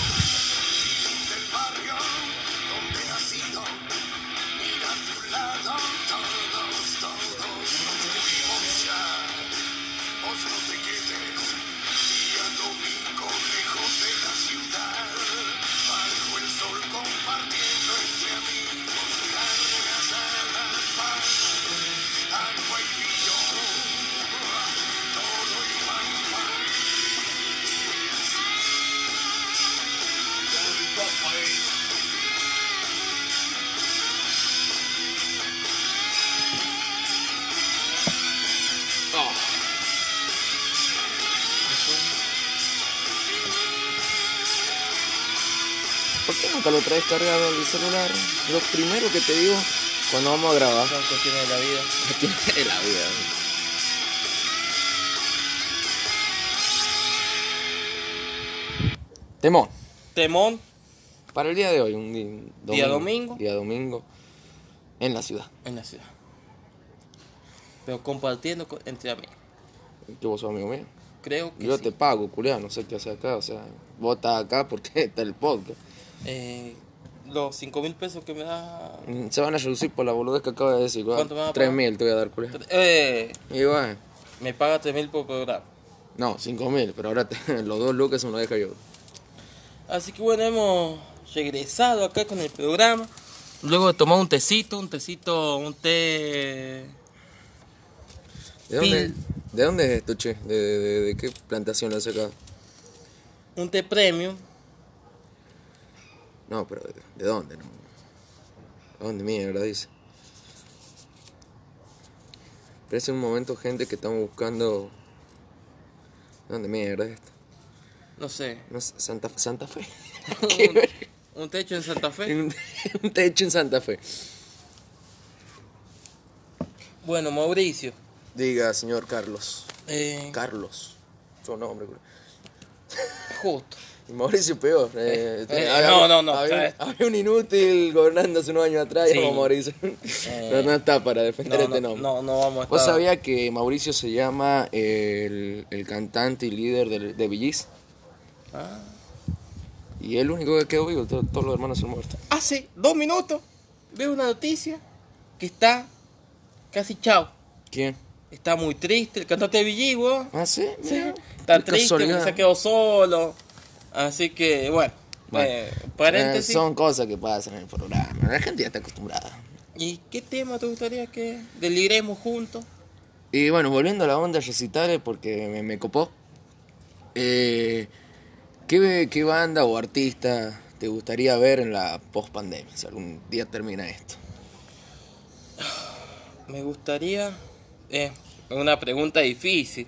del barrio donde ha sido mira a tu lado todos todos nos fuimos ya vos no te quedes día domingo lejos de la ciudad bajo el sol compartiendo entre amigos carne asada pan agua y vino, todo y pampa. Todo y pampa es. ¿Por qué nunca lo traes cargado el celular? Lo primero que te digo cuando vamos a grabar. Son cuestiones de la vida. Cuestiones de la vida. Temón. Temón. Para el día de hoy, un di- domingo, Día domingo. Día domingo. En la ciudad. En la ciudad. Pero compartiendo con- entre amigos. Que vos sos amigo mío. Creo que Yo sí. te pago, culiao, no sé qué haces acá. O sea, vos estás acá porque está el podcast. Eh, los 5 mil pesos que me da. Mm, Se van a reducir por la boludez que acabas de decir. ¿Cuánto me vas a pagar? 3 mil te voy a dar, culiao. Eh, Y bueno, me paga 3 mil por programa. no, 5 mil, pero ahora te- los dos lucas uno deja yo. Así que bueno, hemos regresado acá con el programa. Luego de tomar un tecito, un tecito, un té ¿De dónde, Pin. ¿De dónde es esto, che? ¿De, de- de- de qué plantación lo has sacado? Un té premium No, pero ¿de, de dónde? No? ¿De dónde mierda dice? Parece un momento, gente, que estamos buscando. ¿De dónde mierda es esto? No sé. No sé, Santa, Santa Fe. Qué ver- un, un techo en Santa Fe. un, un techo en Santa Fe. Bueno, Mauricio. Diga, señor Carlos. eh, Carlos. Su nombre, culo. justo. Y Mauricio peor. eh, Eh, eh, eh, no, no, no, Había, ¿sabes? había un inútil gobernando hace unos años atrás, Sí. Eh, como Mauricio. No, no está para defender No, este no, nombre. no, no vamos a estar. ¿Vos sabías que Mauricio se llama el, el cantante y líder del- de Villis? Ah. Y el único que quedó vivo, to- todos los hermanos son muertos. Hace dos minutos veo una noticia que está casi chao. ¿Quién? Está muy triste el cantante de Billy, weón. ¿Ah, sí? Mira. Está Qué triste porque casualidad. se quedó solo. Así que, bueno. Bueno. eh, Eh, paréntesis. son cosas que pasan en el programa. La gente ya está acostumbrada. ¿Y qué tema te gustaría que deliremos juntos? Y bueno, volviendo a la onda recitales, porque me, me copó. Eh, ¿qué, qué banda o artista te gustaría ver en la post pandemia? Si algún día termina esto. Me gustaría. Es una pregunta difícil,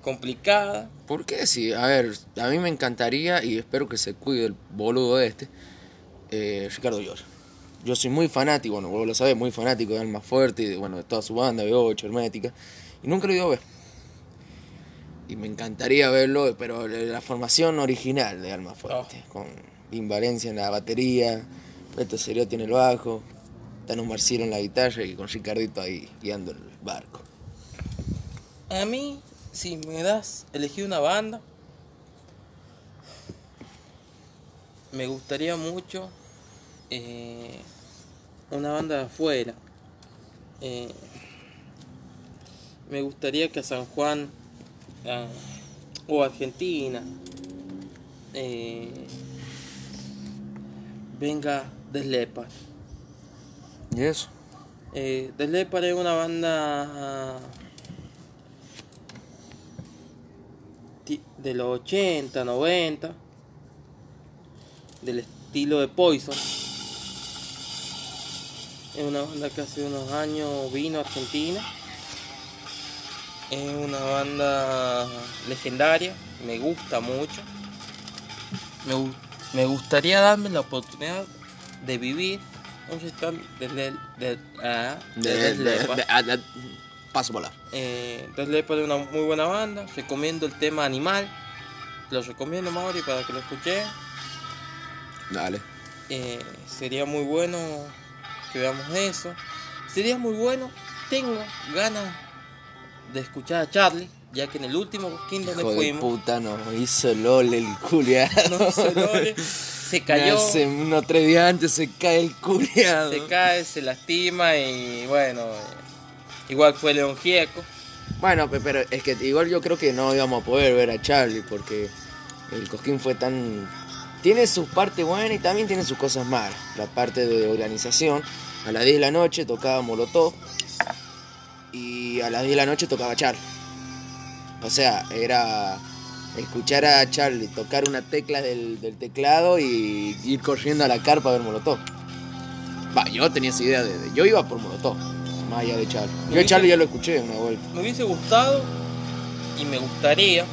complicada. ¿Por qué? Sí, a ver, a mí me encantaría y espero que se cuide el boludo este, eh, Ricardo Llor. Yo soy muy fanático, bueno, vos lo sabés, muy fanático de Alma Fuerte y de, bueno, de toda su banda, B8, Hermética, y nunca lo he ido a ver. Y me encantaría verlo, pero la la formación original de Alma Fuerte, con Invalencia en la batería, Beto Serio tiene el bajo, Tano Marciero en la guitarra y con Ricardito ahí guiando el barco. A mí, si me das elegir una banda, me gustaría mucho eh, una banda de afuera. Eh, me gustaría que a San Juan ah, o Argentina eh, venga Deslepa. ¿Y eso? Eh, The Leppard es una banda ti- de los 80, 90, del estilo de Poison. Es una banda que hace unos años vino a Argentina. Es una banda legendaria, me gusta mucho. Me, gu- me gustaría darme la oportunidad de vivir un restaurante de, de, de, ah, de Def Leppard. paso volar. Eh, Def Leppard es una muy buena banda. Recomiendo el tema Animal. Lo recomiendo, Mauri, para que lo escuche. Dale. Eh, sería muy bueno que veamos eso. Sería muy bueno. Tengo ganas de escuchar a Charlie, ya que en el último Kingdom Hijo donde de fuimos, puta, nos hizo LOL el culiado. no se lore, se cayó, Hace unos tres días antes se cae el culiado. se cae, se lastima y bueno, eh, igual fue León Gieco. Bueno, pe- pero es que igual yo creo que no íbamos a poder ver a Charlie porque el Cosquín fue tan... Tiene sus partes buenas y también tiene sus cosas malas. La parte de organización. A las 10 de la noche tocaba Molotov y a las 10 de la noche tocaba Charlie. O sea, era escuchar a Charlie tocar una tecla del, del teclado y ir corriendo a la carpa a ver Molotov. Va, yo tenía esa idea de... de- Yo iba por Molotov, más allá de Charlie. Yo a Charlie ya lo escuché una vuelta. Me hubiese gustado y me gustaría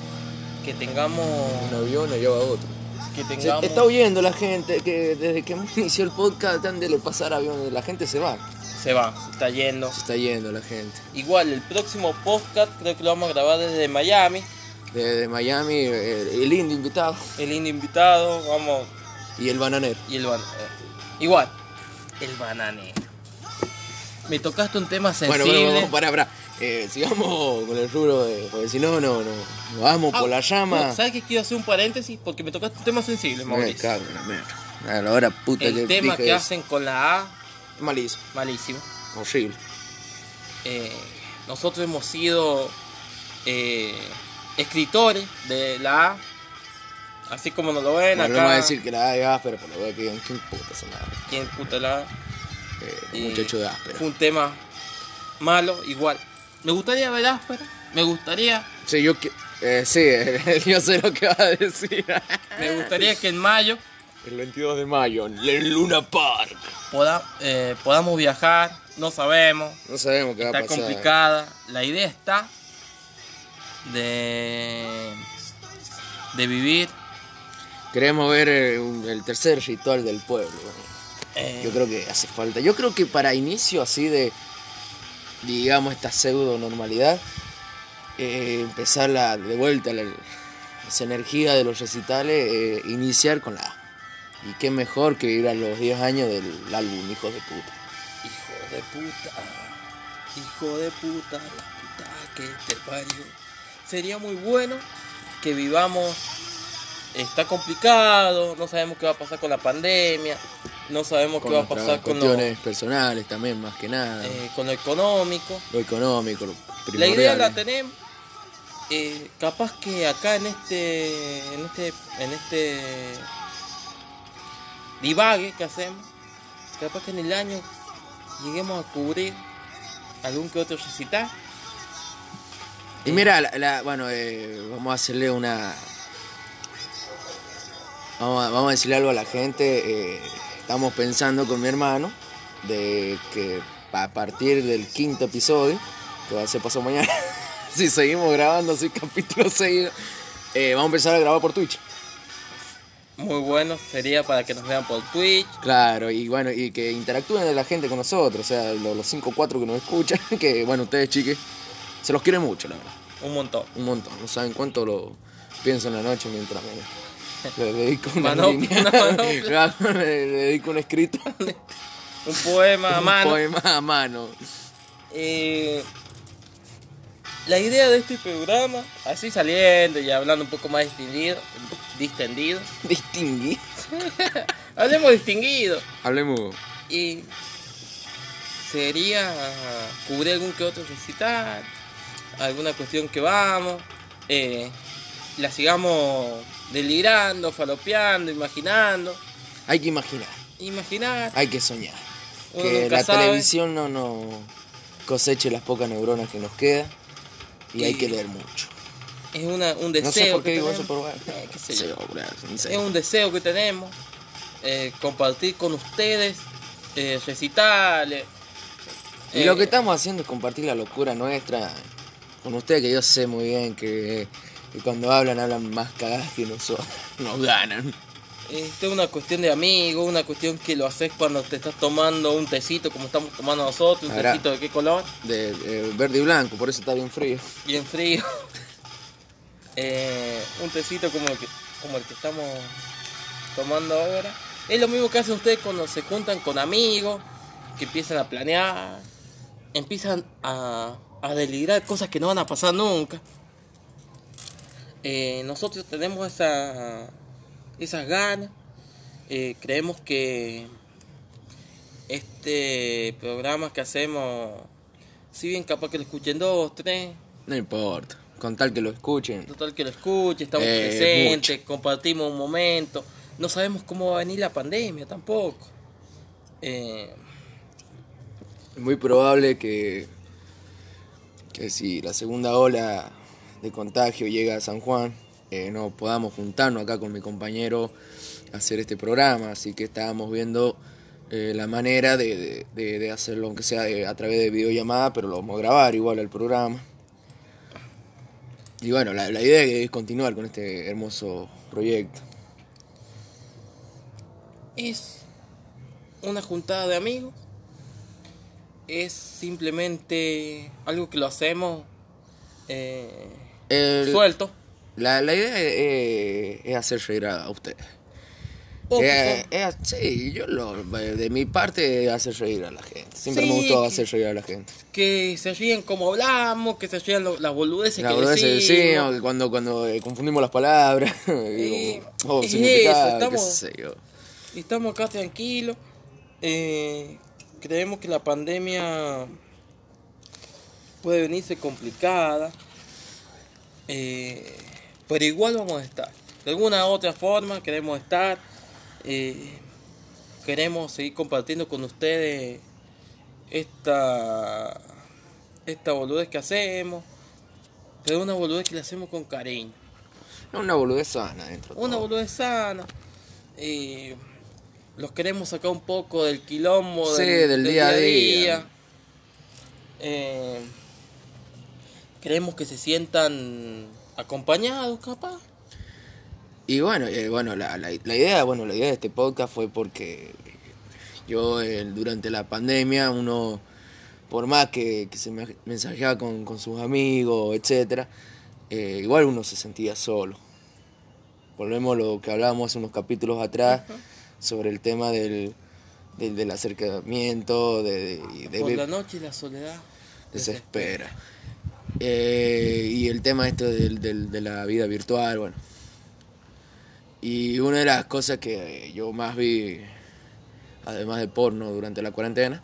que tengamos Un avión lleva a otro. que Se- tengamos está huyendo la gente, que desde que inició el podcast han de pasar aviones, la gente se va. se va, se está yendo. Se está yendo la gente. Igual el próximo podcast creo que lo vamos a grabar desde Miami. Desde Miami, eh, el lindo invitado El lindo invitado, vamos y el bananero. y el ban- eh, igual el banane. Me tocaste un tema sensible. Bueno, bueno, vamos, pará, pará. Eh, sigamos con el rubro, de, porque si no, no, no, nos vamos Ah, por la llama. Eh, no, ¿Sabes que quiero hacer un paréntesis? Porque me tocaste un tema sensible, Me Mauricio. cago en la mierda. A la hora puta el que tema dije que eso. hacen con la A, Malísimo, malísimo. horrible. Eh, nosotros hemos sido eh, escritores de la A, así como nos lo ven Bueno, no me acá. va a decir que la A es áspera, pero voy a que digan, ¿quién puta se nada? ¿Quién puta la A? Eh, Y muchacho de áspera. Fue un tema malo, igual. Me gustaría ver áspera. Me gustaría. Sí, yo. qui- eh, sí, yo sé lo que va a decir. Me gustaría que en mayo El 22 de mayo, en el Luna Park. poda- eh, podamos viajar. No sabemos. No sabemos qué va a Está pasar. complicada. La idea está de. de vivir. Queremos ver eh, un- el tercer ritual del pueblo. eh, Yo creo que hace falta. Yo creo que para inicio así de, digamos, esta pseudo normalidad, eh, empezar la, de vuelta la, esa energía de los recitales, eh, iniciar con la... Y qué mejor que ir a los 10 años del álbum Hijos de Puta. Hijo de puta, hijo de puta, la puta que te parió. Sería muy bueno que vivamos. Está complicado, no sabemos qué va a pasar con la pandemia, no sabemos Con qué va a nuestras pasar con lo, cuestiones personales también, más que nada. eh, con lo económico. lo económico, lo La idea primordial. la tenemos. eh, capaz que acá en este, en este, en este divague que hacemos, capaz que en el año lleguemos a cubrir algún que otro recital. Y mira, la- la- bueno, eh, vamos a hacerle una. Vamos a, vamos a decirle algo a la gente. eh, estamos pensando con mi hermano de que a partir del quinto episodio, que va a ser pasado mañana, si seguimos grabando así capítulo seguido, eh, vamos a empezar a grabar por Twitch. Muy bueno sería para que nos vean por Twitch. Claro, y bueno, y que interactúen la gente con nosotros, o sea, lo- los 5 o 4 que nos escuchan, que bueno, ustedes chiques, se los quieren mucho, la verdad. Un montón. un montón. No saben cuánto lo pienso en la noche mientras me, le dedico una Manopla, línea. una manopla. Claro, le dedico un escrito, Un poema a un mano. poema a mano. Eh, la idea de este programa, así saliendo y hablando un poco más distinguido, distendido. Distinguí. Hablemos distinguido. Hablemos. Y sería cubrir algún que otro recital, alguna cuestión que vamos, eh, la sigamos delirando, falopeando, imaginando, Hay que imaginar, imaginar. hay que soñar. Uno que nunca la sabe. televisión no nos coseche las pocas neuronas que nos queda. Y, hay Y- que leer mucho. Es una- un deseo. No sé por que qué digo eso, tenemos. pero bueno. Eh, qué sé Sí, yo. boludo, en Es serio. un deseo que tenemos, eh, compartir con ustedes eh, recitales. Y lo eh, que estamos haciendo es compartir la locura nuestra con ustedes, que yo sé muy bien que, que cuando hablan, hablan más cagadas que nosotros. Nos ganan. Esto es Este, una cuestión de amigos, una cuestión que lo haces cuando te estás tomando un tecito como estamos tomando nosotros, un Ahora. tecito de qué color, De, eh, verde y blanco, por eso está bien frío. bien frío. Eh, un tecito como el, que, como el que estamos tomando ahora. Es lo mismo que hacen ustedes cuando se juntan con amigos, que empiezan a planear, empiezan a, a delirar cosas que no van a pasar nunca. Eh, nosotros tenemos esa, esas ganas. Eh, creemos que este programa que hacemos, si bien capaz que lo escuchen dos, tres, No importa, con tal que lo escuchen. total que lo escuchen, estamos Eh, presentes, compartimos un momento. No sabemos cómo va a venir la pandemia tampoco. Eh, Es muy probable que, que si la segunda ola de contagio llega a San Juan, eh, no podamos juntarnos acá con mi compañero a hacer este programa. Así que estábamos viendo eh, la manera de, de- de- de hacerlo, aunque sea de- a través de videollamada, pero lo vamos a grabar igual al programa. Y bueno, la, la idea es continuar con este hermoso proyecto. es una juntada de amigos. Es simplemente algo que lo hacemos eh, El- suelto. la, la idea eh, es hacer reír a a ustedes. o Eh, eh, sí, yo lo, eh, de mi parte hacer reír a la gente. Siempre me Sí, gustó que- hacer reír a la gente. que se ríen como hablamos, que se ríen lo- las boludeces La que verdad es que decimos. sí, o que cuando, cuando eh, confundimos las palabras, Eh, digo, oh, es significado, eso, qué estamos- sé yo. Estamos acá tranquilos. eh, creemos que la pandemia puede venirse complicada. eh, pero igual vamos a estar. De alguna u otra forma queremos estar. eh, queremos seguir compartiendo con ustedes esta esta boludez que hacemos, pero una boludez que le hacemos con cariño. No, una boludez sana dentro. de Una todo. boludez sana. Y los queremos sacar un poco del quilombo Sí, del día a día. Eh, queremos que se sientan acompañados, capaz. Y bueno, eh, bueno la, la- la idea, bueno, la idea de este podcast fue porque yo eh, durante la pandemia, uno, por más que, que se me- mensajeaba con, con sus amigos, etcétera, eh, igual uno se sentía solo. Volvemos a lo que hablábamos hace unos capítulos atrás sobre el tema del, del, del acercamiento, de, de- y de- Por la noche y la soledad. desespera. Eh, y el tema esto del, del- de la vida virtual, bueno. Y una de las cosas que yo más vi, además de porno durante la cuarentena,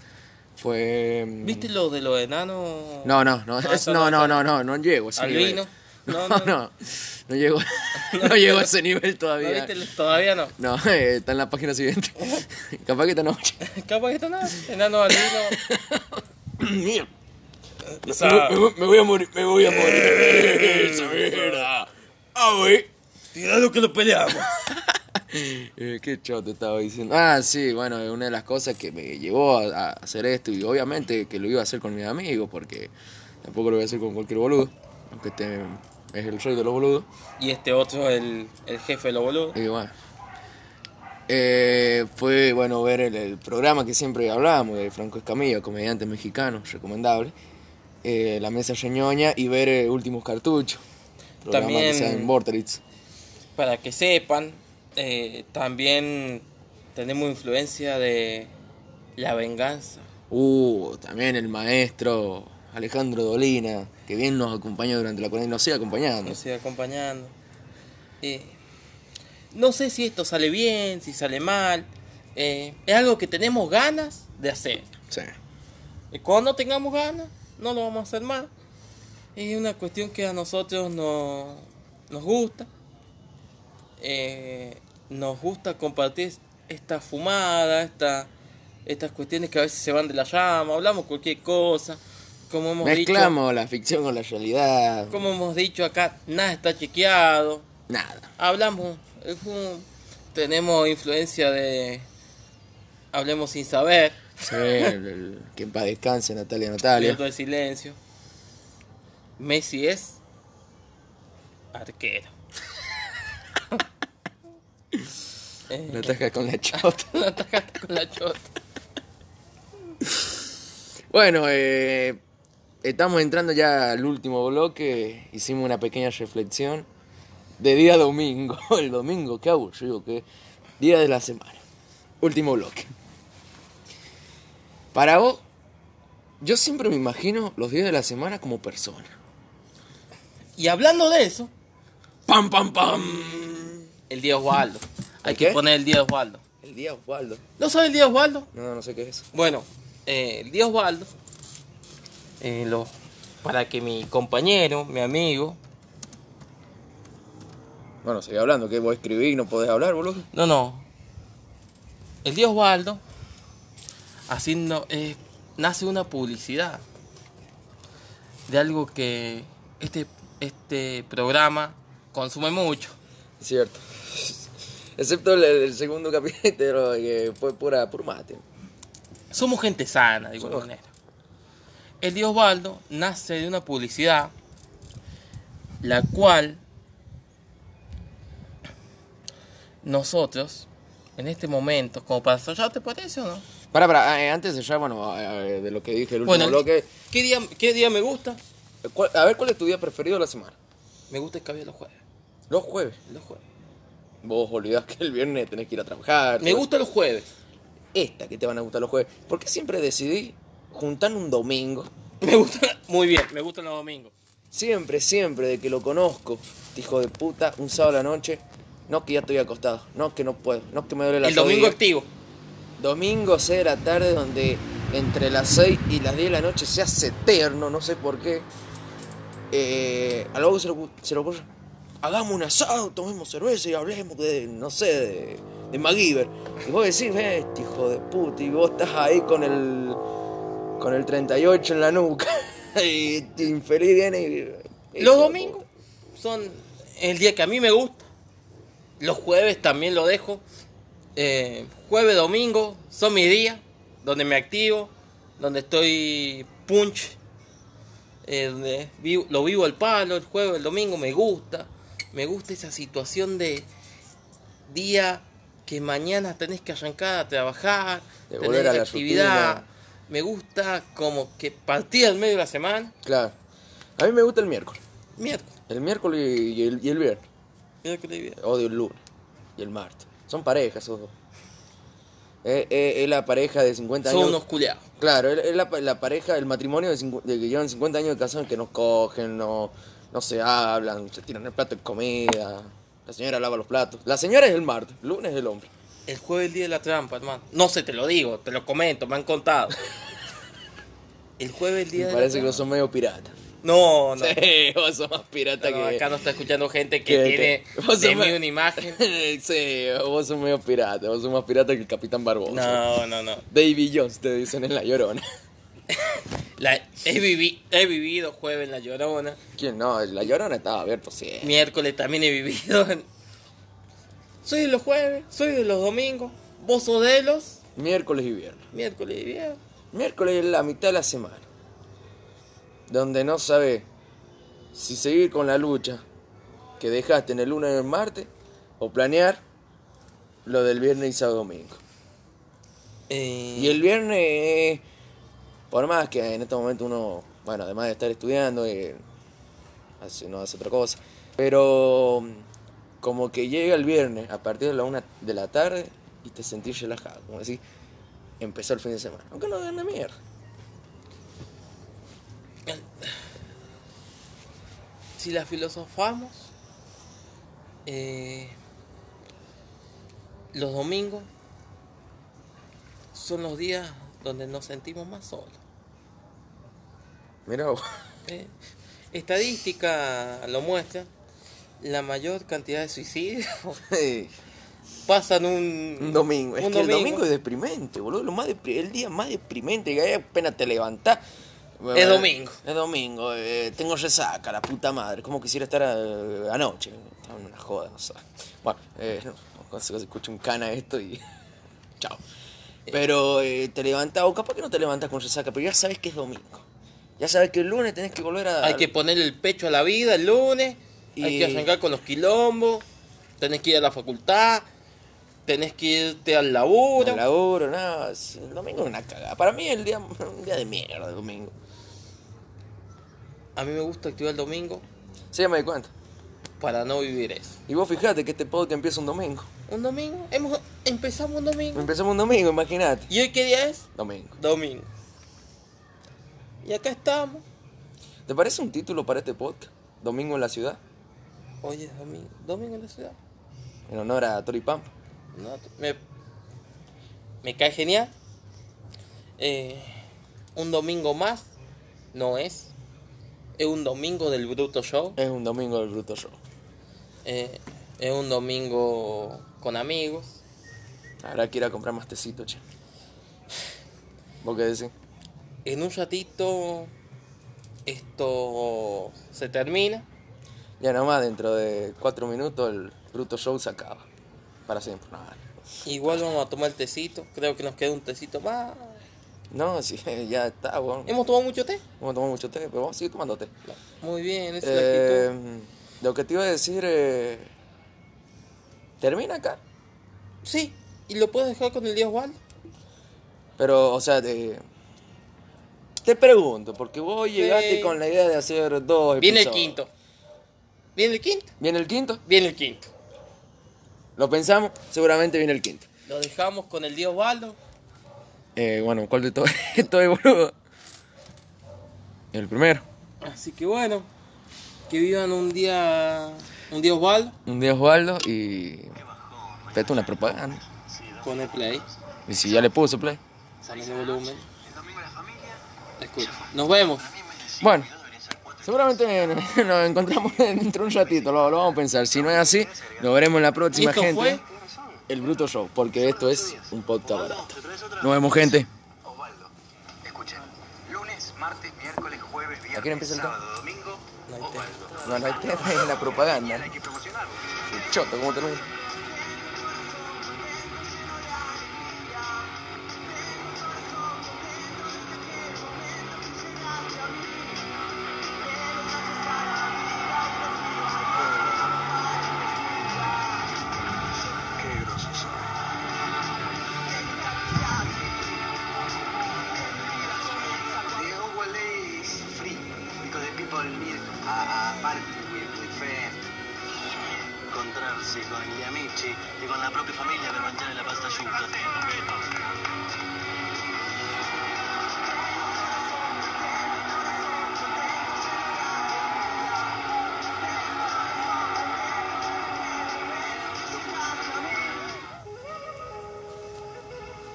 fue... mm, ¿Viste lo de los enanos? No, no, no, es- eso no, no, no, eso no, no, no llego a ese nivel. Albino. No, No, no, no, no llego, no llego a ese nivel ¿No todavía. viste lo- Todavía no. No, eh, está en la página siguiente. Capaz que esta noche. Capaz que está nada. Enano albino. Mierda. O sea, Me voy- me voy a morir, me voy a morir. Esa mierda. Ah, güey. tirado que lo peleamos. Eh, ¿Qué choto estaba diciendo? Ah, sí, bueno, eh, una de las cosas que me llevó a, a hacer esto, y obviamente que lo iba a hacer con mis amigos, porque tampoco lo voy a hacer con cualquier boludo, aunque este es el rey de los boludos. Y este otro, el, el jefe de los boludos. Y bueno, eh, fue bueno ver el, el programa que siempre hablábamos de Franco Escamilla, comediante mexicano, recomendable, eh, La Mesa Ñoña, y ver eh, Últimos Cartuchos, programa que También- se da en Vortex. Para que sepan, eh, también tenemos influencia de la venganza. Uh, también el maestro Alejandro Dolina, que bien nos acompañó durante la cuarentena, nos sigue acompañando. Nos sigue acompañando. Eh, no sé si esto sale bien, si sale mal. eh, es algo que tenemos ganas de hacer. Sí. Y cuando tengamos ganas, no lo vamos a hacer mal. Es una cuestión que a nosotros no- nos gusta. Eh, nos gusta compartir esta fumada, esta, estas cuestiones que a veces se van de la llama, hablamos cualquier cosa. Como hemos, dicho, Mezclamos la ficción con la realidad. como hemos dicho acá, nada está chequeado. Nada. Hablamos, es un- tenemos influencia de... Hablemos sin saber. Sí, el- el- que en paz descanse Natalia Natalia. Minuto de silencio. Messi es arquero. Eh, La ataja con la chota. la atajaste con la chota. Bueno, eh, estamos entrando ya al último bloque. Hicimos una pequeña reflexión de día domingo. El domingo, qué aburrido, qué día de la semana. Último bloque. Para vos, yo siempre me imagino los días de la semana como persona. Y hablando de eso, ¡Pam, pam, pam! el día Osvaldo. Hay ¿El que qué? poner el día Osvaldo. El día Osvaldo. ¿No sabe el día Osvaldo? No, no sé qué es eso. Bueno, eh, el día Osvaldo, eh, lo- para que mi compañero, mi amigo, Bueno, seguí hablando, que vos escribís, no podés hablar, boludo. No, no. El tío Osvaldo haciendo, eh, nace una publicidad de algo que este, este programa consume mucho. Cierto. Excepto el, el segundo capítulo, que fue pura, puro mate. Somos gente sana, digo Somos- manera. El tío Osvaldo nace de una publicidad la cual nosotros en este momento, como para ya ¿te parece o no? Para, para, ah, antes de ya, bueno, eh, eh, de lo que dije el último Bueno, bloque, eh, ¿qué día, ¿qué día me gusta? ¿cuál- a ver cuál es tu día preferido de la semana. Me gusta el cabello los jueves. Los jueves. Los jueves. Vos olvidás que el viernes tenés que ir a trabajar. Me todo gusta los jueves. eso. Esta que te van a gustar los jueves. ¿Por qué siempre decidí juntar un domingo? Me gusta. Muy bien, me gustan los domingos. Siempre, siempre, de que lo conozco. este Hijo de puta, un sábado a la noche. No que ya estoy acostado. No que no puedo. No que me duele la el domingo rodilla. activo. Domingo 6 de la tarde, donde entre las 6 y las 10 de la noche se hace eterno, no sé por qué. Eh, a lo se le ocu- se le ocurre, hagamos un asado, tomemos cerveza y hablemos de, no sé, de, de MacGyver. Y vos decís, "Ve, este hijo de puta, y vos estás ahí con el, con el 38 en la nuca. y tu infeliz viene y... Los domingos son el día que a mí me gusta. Los jueves también lo dejo. Eh, jueves, domingo son mis días donde me activo, donde estoy punch, eh, donde vivo- lo vivo el palo, el jueves, el domingo, me gusta. Me gusta esa situación de día que mañana tenés que arrancar a trabajar, De tener volver a la actividad. rutina. Me gusta como que partida al medio de la semana, Claro. A mí me gusta el miércoles. miércoles, El miércoles y el, y el viernes. miércoles y viernes. Odio el lunes y el martes. Son parejas esos dos. Es, es- es la pareja de 50 Son años. unos culeados. Claro, es, es la, pa- la pareja, el matrimonio de, cincu- de que llevan 50 años de casados que no cogen, no, no se hablan, se tiran el plato de comida. La señora lava los platos. La señora es el martes, lunes es el hombre. El jueves el día de la trampa, hermano. No sé, te lo digo, te lo comento, me han contado. El jueves el día Me de parece que la vos trampa. sos medio pirata. No, no. Sí, vos sos más pirata No, que. acá no está escuchando gente que que- tiene que- vos de sos mí más- una imagen. sí, vos sos medio pirata, vos sos más pirata que el Capitán Barbosa. No, no, no. Davy Jones te dicen en La Llorona. La- he, vivi- he vivido jueves en La Llorona. ¿Quién no? La Llorona estaba abierto, sí. Miércoles también he vivido. en- Soy de los jueves, soy de los domingos. Vos sos de los Miércoles y viernes. miércoles y viernes. Miércoles es la mitad de la semana. Donde no sabes si seguir con la lucha que dejaste en el lunes y el martes o planear lo del viernes y sábado domingo. Eh, Y el viernes, eh, por más que en este momento uno, bueno, además de estar estudiando, eh, hace- no hace otra cosa, pero mm, como que llega el viernes a partir de la una de la tarde y te sentís relajado, como decir, empezó el fin de semana, aunque no gane mierda. si la filosofamos, eh, los domingos son los días donde nos sentimos más solos. Mira, vos. ¿eh? Estadística lo muestra, la mayor cantidad de suicidios pasan un, un domingo, es un que el domingo. domingo es deprimente, boludo, lo más depri- el día más deprimente que hay apenas te levantás. Es domingo. Es domingo, eh, tengo resaca, la puta madre. Como quisiera estar eh, anoche. Estaba en una joda, no sé. Bueno, eh, no, no sé, escucho un cana esto y. Chao. Pero eh, te levantás, o capaz que no te levantás con resaca, pero ya sabes que es domingo. Ya sabes que el lunes tenés que volver a. Hay que ponerle el pecho a la vida el lunes, hay Y- que arrancar con los quilombos, tenés que ir a la facultad, tenés que irte al laburo. al laburo, nada. es- El domingo es una cagada. Para mí es el día, un día de mierda, el domingo. A mí me gusta activar el domingo Sí, ya me di cuenta. para no vivir eso. Y vos fijate que este podcast empieza un domingo. Un domingo, hemos empezamos un domingo. Empezamos un domingo, imagínate. ¿Y hoy qué día es? Domingo. Domingo. Y acá estamos. ¿Te parece un título para este podcast? Domingo en la ciudad, Hoy es domingo. Domingo en la ciudad. en honor a Tori Pampa. No, me, me cae genial. Eh, un domingo más no es. Es un domingo del Bruto Show. Es un domingo del Bruto Show. Eh, es un domingo con amigos. Habrá que ir a comprar más tecito, che. ¿Vos qué decís? En un ratito esto se termina. Ya nomás, dentro de cuatro minutos el Bruto Show se acaba. Para siempre. No, Igual vamos a tomar el tecito. Creo que nos queda un tecito más. no sí, ya está, bueno. ¿Hemos tomado mucho té? Vamos a tomar mucho té, pero vamos a seguir tomando té. Muy bien, esa es la actitud. Eh, lo que te iba a decir... eh, Termina acá. Sí, y lo puedes dejar con el día Osvaldo. Pero, o sea, te, te pregunto, porque vos llegaste Sí. con la idea de hacer dos Viene el episodios. quinto. ¿Viene el quinto? ¿Viene el quinto? Viene el quinto. Lo pensamos, seguramente viene el quinto. Lo dejamos con el día Osvaldo. Eh, bueno, ¿cuál de todos? Todo boludo. El primero. Así que bueno, que vivan un día. Un día Osvaldo Un día Osvaldo y. Peta una propaganda. con el play. Y si ya le puso play. Sale el volumen. Escucha. Nos vemos. Bueno, seguramente nos encontramos dentro de un ratito, lo, lo vamos a pensar. Si no es así, lo veremos en la próxima, Esto gente. fue- El Bruto Show, porque esto es un podcast barato. Nos vemos, gente. Osvaldo. Escuchen, lunes, martes, miércoles, jueves, viernes. ¿A qué hora empieza el sábado, campo? domingo Light o Tech. cuándo. No, la tema es la propaganda. Hay que promocionarlo. El choto, ¿cómo termina? Qué groso soy. Diego Wale is free because the people need a, a party with, with friends. Incontrarsi con gli amici e con la propria famiglia per mangiare la pasta asciutta.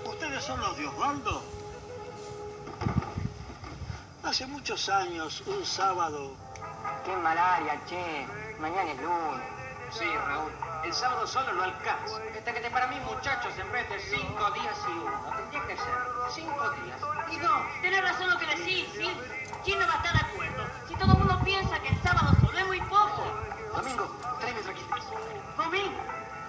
¿Ustedes son los de Osvaldo? Hace muchos años, un sábado, Qué malaria, che. Mañana es lunes. Sí, Raúl. El sábado solo no alcanza. Este que te para mí, muchachos, en vez de cinco días y uno, tendría que ser cinco días y dos. Tenés razón lo que decís, ¿sí? ¿Quién no va a estar de acuerdo? Si todo el mundo piensa que el sábado solo es muy poco. Domingo, tráeme otra quita. Domingo.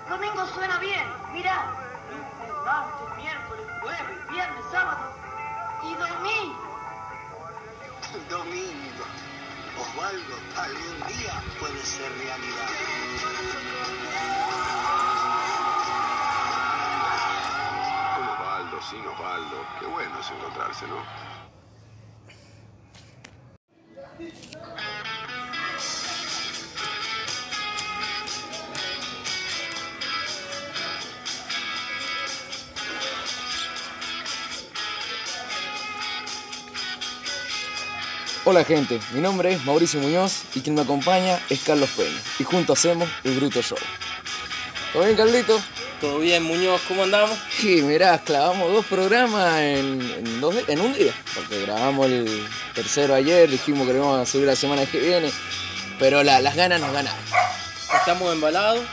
Domingo suena bien. Mirá. Lunes, martes, miércoles, jueves, viernes, sábado. Y domingo. domingo, Osvaldo, algún día puede ser realidad. Con Osvaldo, sin Osvaldo. Qué bueno es encontrarse, ¿no? Hola gente, mi nombre es Mauricio Muñoz y quien me acompaña es Carlos Peña y juntos hacemos el Bruto Show. ¿Todo bien, Carlito? Todo bien, Muñoz, ¿cómo andamos? Sí, mirá, clavamos dos programas en, en dos di- en un día, porque grabamos el tercero ayer, dijimos que lo íbamos a subir la semana que viene, pero la- las ganas nos ganaron. Estamos embalados.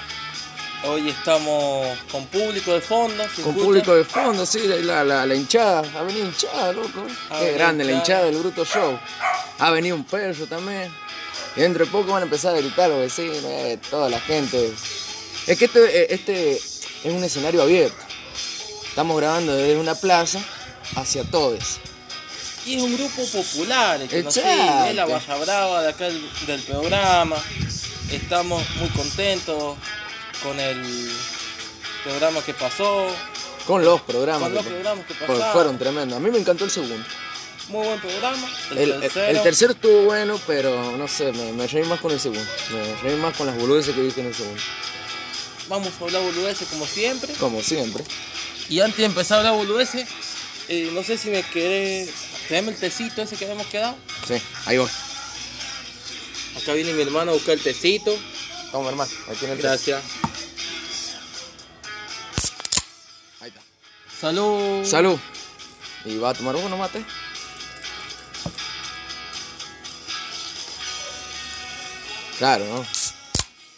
Hoy estamos con público de fondo. ¿se Con escucha? público de fondo, sí, la, la- la hinchada, ha venido hinchada, loco. Ha Qué venido grande Ah, la hinchada hinchada. del Bruto Show. Ha venido un perro también. Y dentro de poco van a empezar a gritar los vecinos, eh, toda la gente. Es que esto- eh, este, es un escenario abierto. Estamos grabando desde una plaza hacia todos. Y es un grupo popular, el que nos Exacto. sigue, es la Barra Brava de acá del, del programa. Estamos muy contentos con el programa que pasó. Con los programas. Con los que- programas que porque pasaron. Fueron tremendos. A mí me encantó el segundo. Muy buen programa. El, El, el- el tercero. tercero estuvo bueno, pero no sé, me, me reí más con el segundo. Me reí más con las boludeces que dije en el segundo. Vamos a hablar boludeces como siempre. Como siempre. Y antes de empezar a hablar boludeces, eh, no sé si me quedé... Traeme el tecito ese que habíamos quedado. Sí, ahí voy. Acá viene mi hermano a buscar el tecito. Toma, hermano. Ahí tiene el Gracias. Ahí está. Salud. Salud. ¿Y va a tomar uno mate? Claro, ¿no?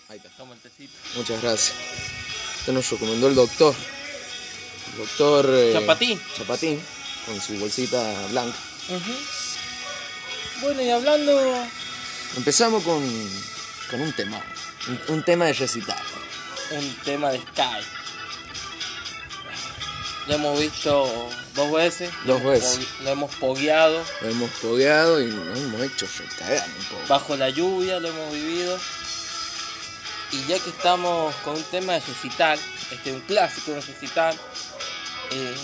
Ahí está. Toma el tecito. Muchas gracias. Esto nos recomendó el doctor. El doctor. eh, Chapatín. Chapatín, con su bolsita blanca. Ujú. Bueno, y hablando Empezamos con, con un tema. Un, un tema de recitar. un tema de Sky. Lo hemos visto dos veces. Dos lo hemos veces. pogui- Lo hemos pogueado Lo hemos codeado y nos hemos hecho recagar un poco. bajo la lluvia, lo hemos vivido. Y ya que estamos con un tema de recital, este un clásico de recital, eh,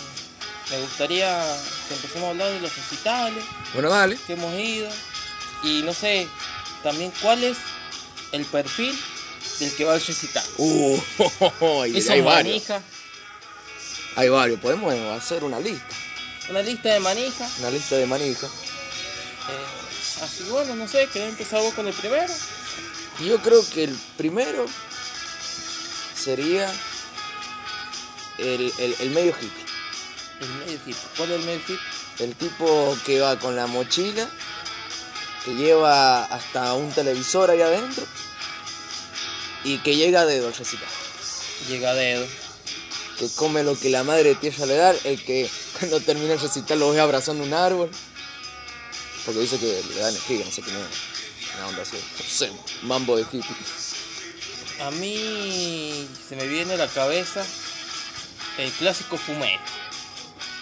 me gustaría que empecemos a hablar de los recitales Bueno, vale. que hemos ido. Y no sé, también cuál es el perfil del que va al recital. Uh, y Esos hay varios. manijas, Hay varios. Podemos hacer una lista. una lista de manijas. Una lista de manijas. Eh, así que bueno, no sé, ¿querés empezar vos con el primero? Yo creo que el primero sería el, el- el medio hippie. El medio hit. ¿Cuál es el medio hit? El tipo que va con la mochila, que lleva hasta un televisor ahí adentro y que llega de al recital. Llega dedo. Que come lo que la madre tierra le da, el que cuando termina el recital lo ve abrazando un árbol. Porque dice que le dan energía, no sé qué. Una onda así. No sé, mambo de hippie. A mí se me viene a la cabeza el clásico fumeta.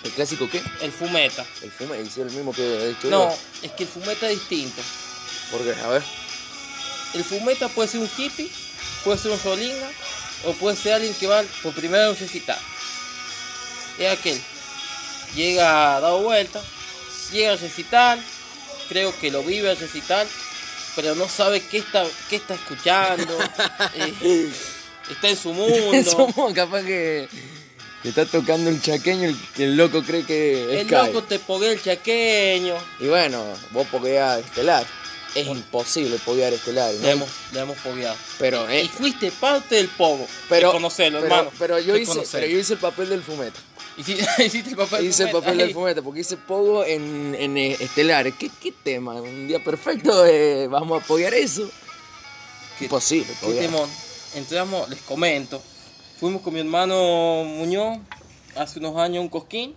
¿El clásico qué? El fumeta. El fume, es el mismo que el churro. No, es que el fumeta es distinto. Porque, a ver, El fumeta puede ser un hippie, puede ser un solinga o puede ser alguien que va por primera vez a un citar. Es aquel. Llega dado vuelta, llega al recital, creo que lo vive al recital, pero no sabe qué está, qué está escuchando. eh, está en su mundo. somos capaz que. Que está tocando el chaqueño el, el loco cree que es el Kai. loco te pogué el chaqueño. Y bueno, vos pogueás estelar. Es imposible poguear estelar, ¿no? Le hemos, le hemos pogueado. Pero, eh, Y fuiste parte del pogo. pero, conocerlo, pero- hermano. Pero yo, de hice, conocerlo. pero yo hice el papel del fumeta. Hici- Hiciste el papel hice el papel del ahí. fumeta porque hice pogo en, en eh, estelar. ¿Qué, qué tema? Un día perfecto, eh, vamos a poguear eso. Qué- imposible Qué poguear. temón. Entramos, les comento. Fuimos con mi hermano Muñoz hace unos años a un cosquín.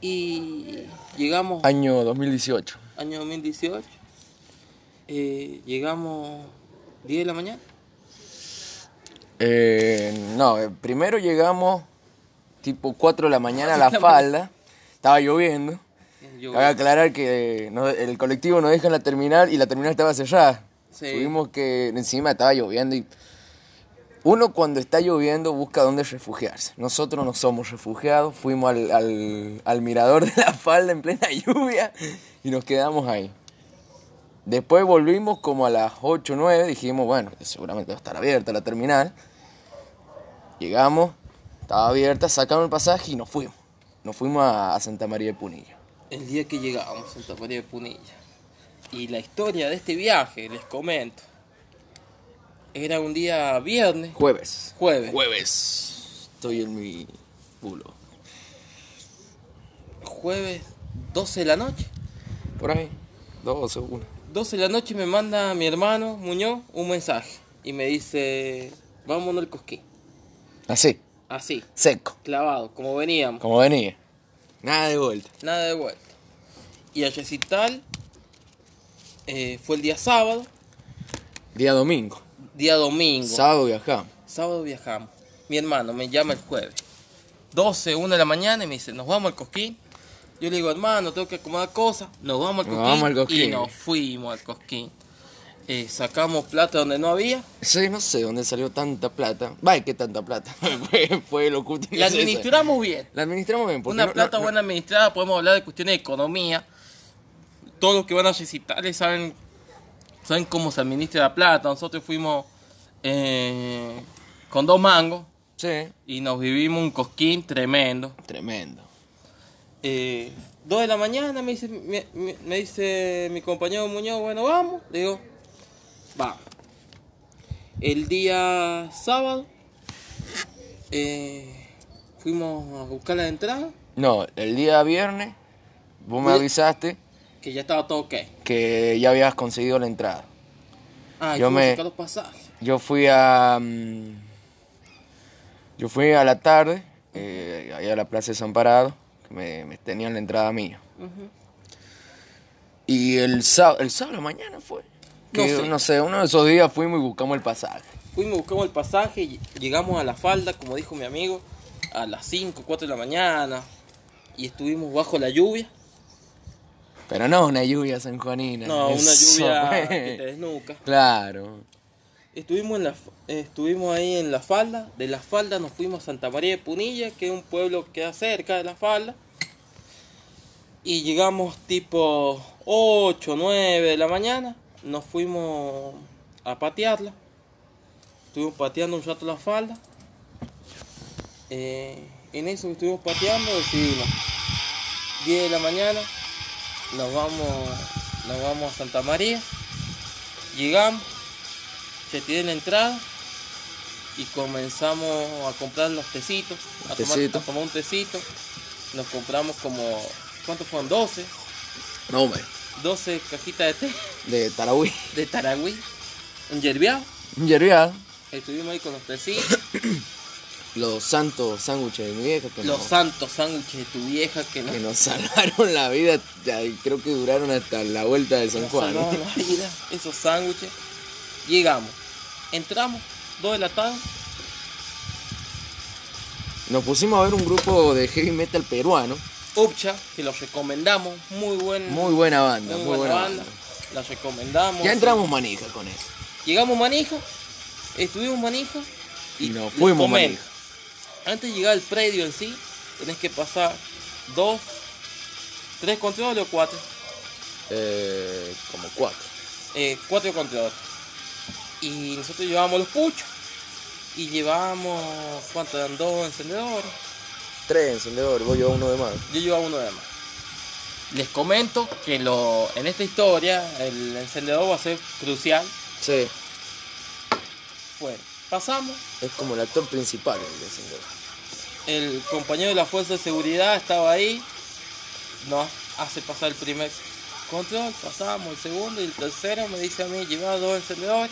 Y llegamos Año 2018. año 2018. Eh, llegamos 10 de la mañana. Eh, no, eh, primero llegamos tipo 4 de la mañana a la falda. Estaba lloviendo. Yo- Cabe aclarar que no- el colectivo nos deja en la terminal y la terminal estaba cerrada. Sí. Tuvimos que encima estaba lloviendo y uno cuando está lloviendo busca dónde refugiarse. Nosotros no somos refugiados, fuimos al, al- al mirador de la falda en plena lluvia y nos quedamos ahí. Después volvimos como a las 8 o 9, dijimos, bueno, seguramente va a estar abierta la terminal. Llegamos, estaba abierta, sacamos el pasaje y nos fuimos. Nos fuimos a, a Santa María de Punilla. el día que llegábamos a Santa María de Punilla. Y la historia de este viaje, les comento. Era un día viernes, Jueves. jueves. Jueves. Estoy en mi culo. Jueves 12 de la noche. Por ahí. Dos o uno. 12 de la noche me manda mi hermano Muñoz un mensaje. Y me dice, vámonos al cosquín. Así, Así, seco. clavado, como veníamos. Como venía. Nada de vuelta. Nada de vuelta. Y el recital eh, fue el día sábado, Día domingo. día domingo. Sábado viajamos. Sábado viajamos. Mi hermano me llama el jueves. 12, 1 de la mañana y me dice, nos vamos al cosquín. Yo le digo, hermano, tengo que acomodar cosas. Nos vamos al Nos cosquín. vamos al Cosquín. Y nos fuimos al cosquín. Eh, sacamos plata donde no había. Sí, no sé dónde salió tanta plata. Vaya, qué tanta plata. fue, fue lo que La administramos bien. La administramos bien. porque Una no- plata no- buena administrada, podemos hablar de cuestiones de economía. Todos los que van a recitales saben, saben cómo se administra la plata. Nosotros fuimos eh, con dos mangos Sí. y nos vivimos un cosquín tremendo. Tremendo. Eh, dos de la mañana me dice, me, me- me dice mi compañero Muñoz, bueno, vamos. Le digo, vamos. El día sábado eh, fuimos a buscar la entrada, No, el día viernes vos me Sí. avisaste que ya estaba todo ok. que ya habías conseguido la entrada. Ah, Yo yo me- me... sacar los pasajes. Yo fui a. mm, Yo fui a la tarde, eh, ahí a la Plaza de San Parado, que me, me tenían la entrada mía. Y el sábado, el sábado de la mañana fue. Que, no, No sé. sé. uno de esos días fuimos y buscamos el pasaje. Fuimos, buscamos el pasaje, y llegamos a la falda, como dijo mi amigo, a las 5, 4 de la mañana. Y estuvimos bajo la lluvia. Pero no una lluvia sanjuanina. No, una eso lluvia fue. que te desnuca. Claro. Estuvimos, en la, fa- eh, estuvimos ahí en la falda. De la falda nos fuimos a Santa María de Punilla, que es un pueblo que queda cerca de la falda. Y llegamos tipo 8, 9 de la mañana. Nos fuimos a patearla. Estuvimos pateando un rato la falda. Eh, en eso que estuvimos pateando decidimos. 10 de la mañana nos vamos, nos vamos a Santa María. Llegamos se tiene la entrada y comenzamos a comprar los tecitos, Los a, tomar, tecitos. a tomar un tecito. Nos compramos como, ¿cuántos fueron? 12, No, hombre. 12 cajitas de té De Tarahui. de taragüí, un yerbiao. Yerbiado. Estuvimos ahí con los tecitos. los santos sándwiches de mi vieja que, Los nos, santos sándwiches de tu vieja que no que nos salvaron la vida, hasta- creo que duraron hasta la vuelta de San nos Juan. salvaron la vida, esos sándwiches. Llegamos, entramos, dos de la tarde, Nos pusimos a ver un grupo de heavy metal peruano, Upcha, que los recomendamos, muy buen, muy buena banda, muy muy, buena banda, banda. la recomendamos. Ya entramos manija con eso. Llegamos manijo, estuvimos manijo Y nos fuimos comer. manija. Antes de llegar al predio en sí, tenés que pasar dos, tres controles o cuatro, Eh, como cuatro. eh, cuatro controles. Y nosotros llevábamos los puchos y llevábamos, ¿cuánto eran? Dos encendedores. Tres encendedores, voy yo uno de más. Yo llevaba uno de más. Les comento que lo, en esta historia el encendedor va a ser crucial. Sí, Fue, pasamos, es como el actor principal el encendedor. el compañero de la fuerza de seguridad estaba ahí, nos hace pasar el primer control, pasamos el segundo y el tercero me dice a mí, lleva dos encendedores.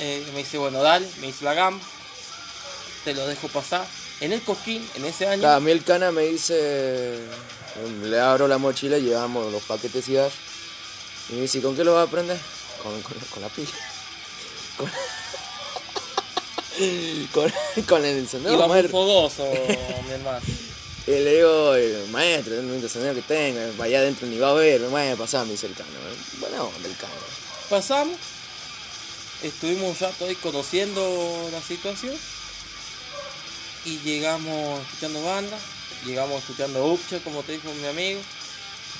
Eh, me dice, bueno, dale, me hizo la gamba, te lo dejo pasar. En el coquín, en ese año, Claro, a mí el cana me dice, "Mm, le abro la mochila, llevamos los paquetes de cigarros. Y me dice, ¿con qué lo vas a prender? Con, con- con la pila. Con, con- con el encendedor. iba muy maestro. fogoso, mi hermano. Y le digo, eh, maestro, el único encendedor que tenga, vaya adentro ni va a ver, me vaya a pasar, me dice el cana. Buena onda el cana. Pasamos, estuvimos un rato ahí conociendo la situación y llegamos escuchando bandas, llegamos escuchando Upcha, como te dijo mi amigo.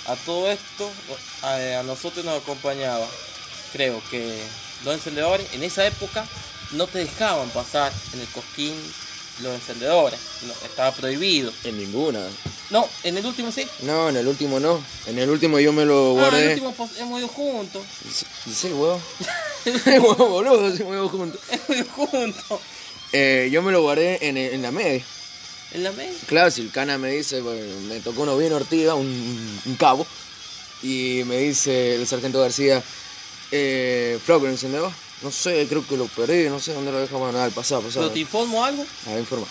A todo esto, a, a nosotros nos acompañaba, creo que los encendedores, en esa época no te dejaban pasar en el cosquín los encendedores, no, estaba prohibido. En ninguna. No, en el último sí. No, en el último no. En el último yo me lo Ah, en el guardé. último pos- hemos ido juntos. Dice el huevo. el huevo, boludo, se mueve junto. Hemos ido juntos. Eh, yo me lo guardé en, en la media. En la media. Claro, si el cana me dice, bueno, me tocó uno bien ortiga, un, un cabo, y me dice el sargento García, eh, Flaco, ¿lo encendedor? No sé, creo que lo perdí, no sé dónde lo dejamos, nada, pasado, pasado. Pero te informo algo. A ver, informa.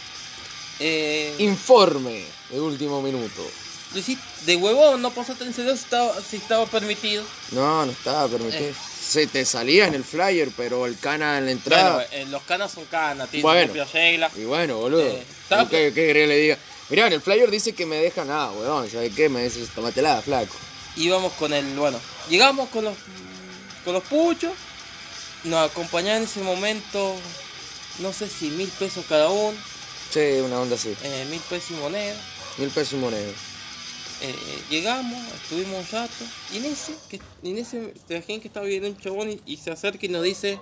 Eh, Informe de último minuto. lo hiciste de huevón, no pasaste el celular si estaba, si estaba permitido. No, no estaba permitido. Eh. Se te salía en el flyer, pero el cana en la entrada. Bueno, eh, los canas son canas, tienen Bueno. sus propias reglas. Y bueno, boludo. Eh, está, ¿Qué- ¿Qué querés que le diga? Mirá, en el flyer dice que me dejan nada, weón. ¿Sabes qué? Me dice, tomatela, flaco. Íbamos con el, bueno, llegamos con los, con los puchos. Nos acompañaban en ese momento, no sé si mil pesos cada uno, Sí, una onda así. eh, mil pesos y moneda. Mil pesos y moneda. Eh, llegamos, estuvimos un rato, y en ese, que, en ese trajín que estaba viendo un chabón y, y se acerca y nos dice,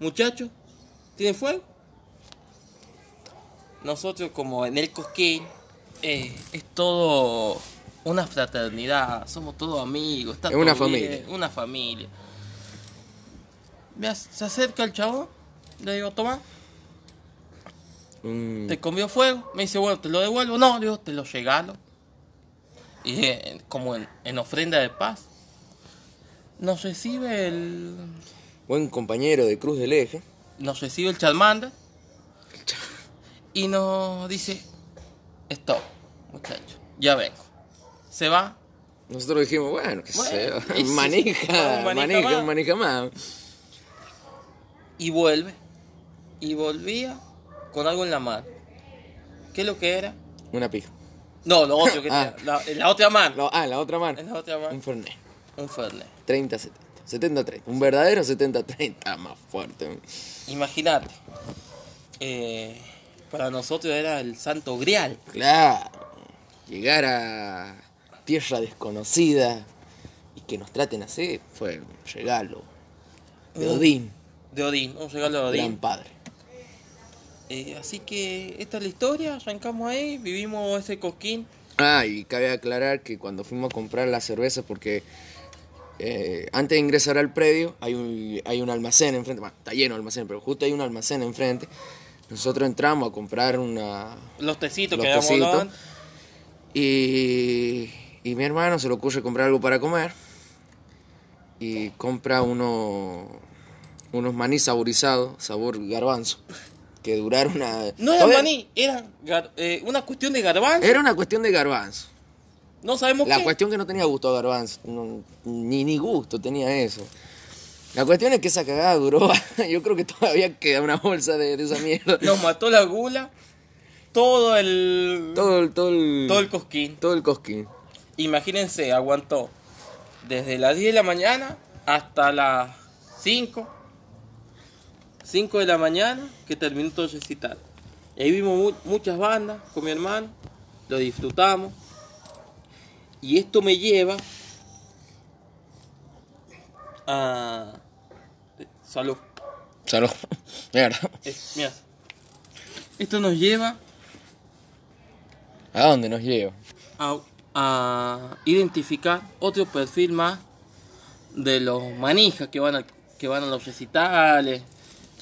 muchachos, ¿tienen fuego? Nosotros como en el cosquín, eh, es todo una fraternidad, somos todos amigos, está Es todo una bien, familia. una familia. Me ac- se acerca el chabón, le digo, toma, Un- te comió fuego. Me dice, bueno, te lo devuelvo. No, le digo, te lo regalo. Y eh, como en, en ofrenda de paz. Nos recibe el. Buen compañero de Cruz del Eje. Nos recibe el Charmander. Y nos dice. Stop, muchacho. Ya vengo. Se va. Nosotros dijimos, bueno, qué Bueno, sé. y sí, Manija, un manija manija, más. un manija más. Y vuelve. Y volvía con algo en la mano. ¿Qué es lo que era? Una pija. No, lo otro que Ah. tenía, la, en la otra mano. Lo- ah, la otra mano. En la otra mano. Un Fernet. Un Fernet. 30-70. 70-30. Un verdadero 70-30. Más fuerte. Imagínate, eh, para nosotros era el santo grial. Claro. Llegar a tierra desconocida y que nos traten así fue un regalo de Un- Odín, De Odín, un regalo de gran Odín. padre. Eh, así que esta es la historia, arrancamos ahí, vivimos ese cosquín. Ah, y cabe aclarar que cuando fuimos a comprar la cerveza, porque eh, antes de ingresar al predio hay un, hay un almacén enfrente, bueno, está lleno el almacén, pero justo hay un almacén enfrente. Nosotros entramos a comprar una, Los tecitos Los que habíamos tecitos. hablado antes. Y, y mi hermano se le ocurre comprar algo para comer. Y compra uno, unos maní saborizados, sabor garbanzo. que durar una... No era Joder, maní, era gar- eh, una cuestión de garbanzo. Era una cuestión de garbanzo. No sabemos La qué. cuestión que no tenía gusto a garbanzo, no- ni, ni gusto tenía eso. La cuestión es que esa cagada duró, yo creo que todavía queda una bolsa de, de esa mierda. Nos mató la gula, todo el, todo, Todo, el- todo el... el cosquín. Todo el cosquín. Imagínense, aguantó desde las 10 de la mañana hasta las 5. 5 de la mañana que terminó todo el recital. Y ahí vimos mu- muchas bandas con mi hermano, lo disfrutamos. Y esto me lleva a... eh, Salud. Salud. Mierda. Es- mira. Esto nos lleva ¿A dónde nos lleva? a, a identificar otro perfil más de los manijas que van a, que van a los recitales.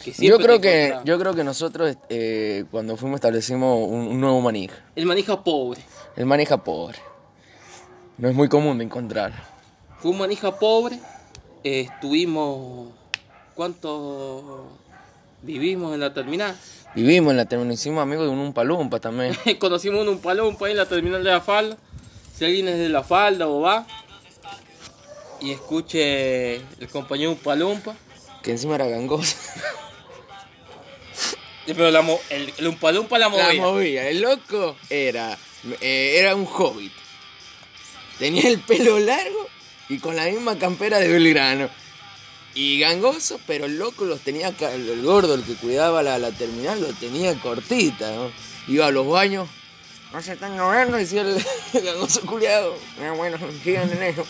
que Yo siempre creo, te que, encuentras- yo creo que nosotros eh, cuando fuimos establecimos un, un nuevo manija. El manija pobre. El manija pobre. No es muy común de encontrar. Fue un manija pobre. eh, estuvimos... ¿Cuánto vivimos en la terminal? Vivimos en la terminal, hicimos amigos de un Umpalumpa también. Conocimos un palompa ahí en la terminal de la falda. Si alguien es de la falda o va y escuche el compañero un palompa. Que encima era gangoso. Pero la mo- el, el Umpalumpa La la movía. movía. El loco era, eh, era un hobbit. Tenía el pelo largo y con la misma campera de Belgrano. Y gangoso, pero el loco los tenía, ca- el gordo, el que cuidaba la, la terminal, lo tenía cortita, ¿no? Iba a los baños, no se están ahogando, decía el, el gangoso culiado. Ah, bueno, sigan en eso.